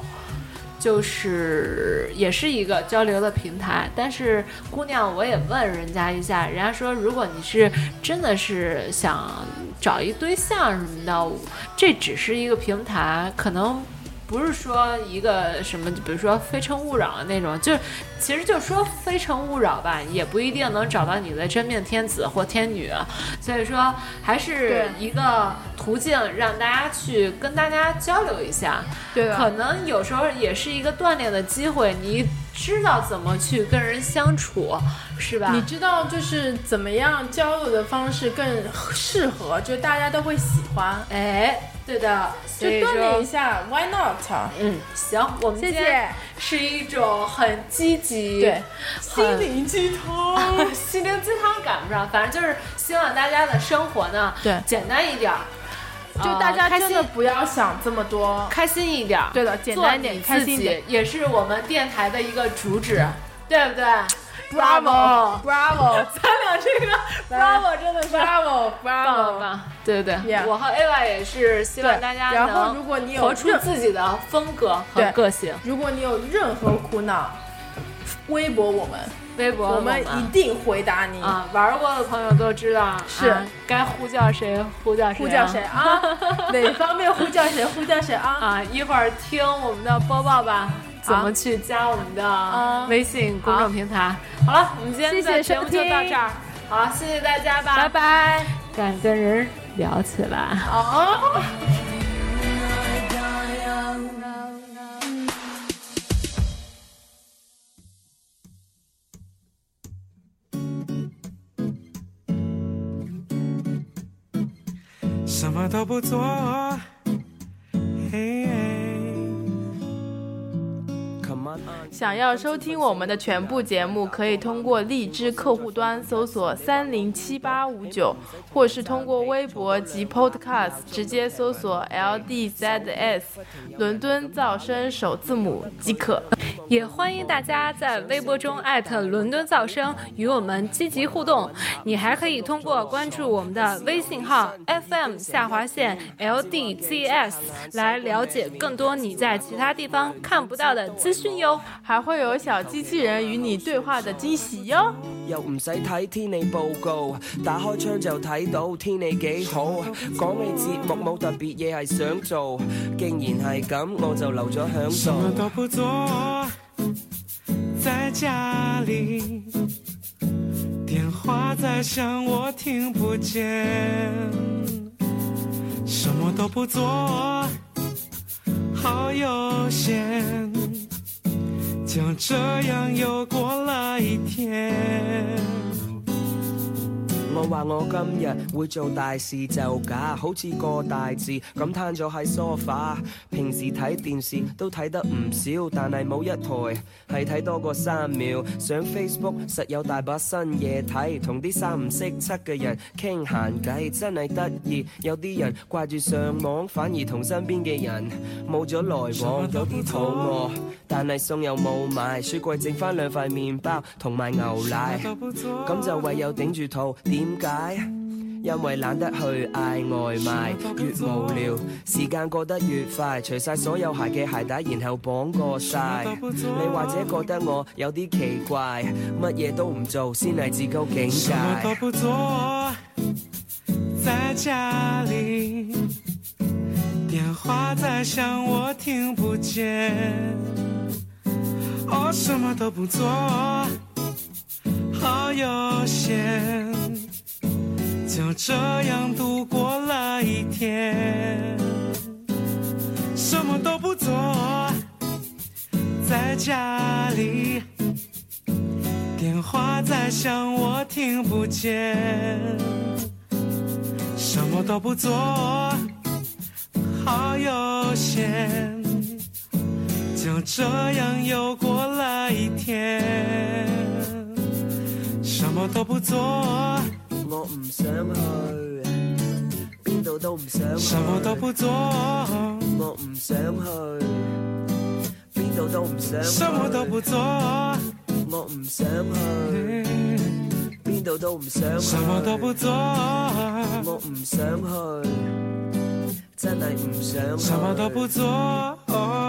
Speaker 4: 就是也是一个交流的平台。但是姑娘，我也问人家一下，人家说如果你是真的是想找一对象什么的，这只是一个平台，可能不是说一个什么，比如说《非诚勿扰》那种，就是其实就说《非诚勿扰》吧，也不一定能找到你的真命天子或天女，啊所以说还是
Speaker 2: 对
Speaker 4: 一个途径，让大家去跟大家交流一下。
Speaker 2: 对的
Speaker 4: 可能有时候也是一个锻炼的机会，你知道怎么去跟人相处，是吧？
Speaker 2: 你知道就是怎么样交友的方式更适合，就大家都会喜欢，
Speaker 4: 哎，对的，
Speaker 2: 就
Speaker 4: 所以
Speaker 2: 锻炼
Speaker 4: 说
Speaker 2: 一，下，Why not？
Speaker 4: 嗯，行，我们
Speaker 2: 谢谢
Speaker 4: 今天是一种很积极，
Speaker 2: 对，
Speaker 4: 很
Speaker 2: 心灵鸡汤。
Speaker 4: (laughs) 心灵鸡汤赶不上，反正就是希望大家的生活呢，
Speaker 2: 对
Speaker 4: 简单一点儿，
Speaker 2: (laughs) 就
Speaker 4: 呃
Speaker 2: 大家
Speaker 4: 开
Speaker 2: 真的
Speaker 4: 心
Speaker 2: 不要想这么多。
Speaker 4: 开心一点儿，
Speaker 2: 对的简单一点
Speaker 4: 做你
Speaker 2: 开
Speaker 4: 自
Speaker 2: 心一
Speaker 4: 己
Speaker 2: 点
Speaker 4: 也是我们电台的一个主旨，对不对
Speaker 2: Bravo，Bravo，
Speaker 4: 咱俩 (laughs) 这个 Bravo 真的是
Speaker 2: Bravo，Bravo，
Speaker 4: 棒棒棒，对对
Speaker 2: Yeah
Speaker 4: 我和 Ava 也是希望
Speaker 2: 对
Speaker 4: 大家
Speaker 2: 然后
Speaker 4: 能
Speaker 2: 如果你有
Speaker 4: 活出
Speaker 2: 任
Speaker 4: 自己的风格和
Speaker 2: 对
Speaker 4: 个性。
Speaker 2: 如果你有任何苦恼，微博我们，
Speaker 4: 微博
Speaker 2: 我们一定回答你。
Speaker 4: 啊，玩过的朋友都知道，
Speaker 2: 是
Speaker 4: 啊该呼叫谁呼叫谁啊，
Speaker 2: 呼叫
Speaker 4: (laughs)
Speaker 2: 谁啊？ (laughs) 哪方面呼叫谁？呼叫谁啊？
Speaker 4: 啊！一会儿听我们的播报吧，怎么去加我们
Speaker 2: 啊
Speaker 4: 的微信公众平台。好了，我们今天的节目就到这儿，好，谢谢大家吧，拜拜。敢跟人聊起来。
Speaker 8: 什么都不做。嘿
Speaker 2: (laughs) 想要收听我们的全部节目，可以通过荔枝客户端搜索三零七八五九，或是通过微博及 Podcast 直接搜索 LDZS 伦敦噪声首字母即可。
Speaker 4: 也欢迎大家在微博中艾特伦敦噪声与我们积极互动。你还可以通过关注我们的微信号 FM 下划线 LDZS 来了解更多你在其他地方看不到的资讯哟。
Speaker 2: 还会有小机器人与你对话的惊喜哟！
Speaker 5: 又唔使睇天氣報告，打開窗就睇到天氣幾好。講起節目冇特別嘢係想做，竟然係咁，我就留咗響
Speaker 8: 什么
Speaker 5: 度。
Speaker 8: 都不做，在家里，电话在响，我听不见。什么都不做，好悠闲，就这样又过了一天。
Speaker 5: 我話我今日會做大事就假，好似個大字咁攤咗喺 sofa。平時睇電視都睇得唔少，但係冇一台係睇多過三秒。上 Facebook 實有大把新嘢睇，同啲三唔識七嘅人傾閒偈真係得意。有啲人掛住上網，反而同身邊嘅人冇咗來往，有啲肚餓，但係餸又冇買，雪櫃剩翻兩塊麵包同埋牛奶。
Speaker 8: 什么都不做，
Speaker 5: 咁就唯有頂住肚，點解？因為懶得去嗌外賣，越無聊，時間過得越快，除晒所有鞋嘅鞋帶，然後綁過晒。你或者覺得我有啲奇怪，乜嘢都唔做先係至高境
Speaker 8: 什么都
Speaker 5: 界。
Speaker 8: 不做，在家里，电话在响，我听不见。哦，什么都不做，好悠闲，就这样度过了一天。什么都不做，在家里。电话在响，我听不见，什么都不做，好悠闲，就这样又过了一天，什么都不做，
Speaker 5: 我唔想去，邊度都唔想去。
Speaker 8: 什么都不做，
Speaker 5: 我唔想去，邊度都唔想去。
Speaker 8: 什么都不做，
Speaker 5: 我唔想去，邊度都唔想去。
Speaker 8: 什么都不做，
Speaker 5: 我唔想去，真係唔想去。
Speaker 8: 什么都不做。哦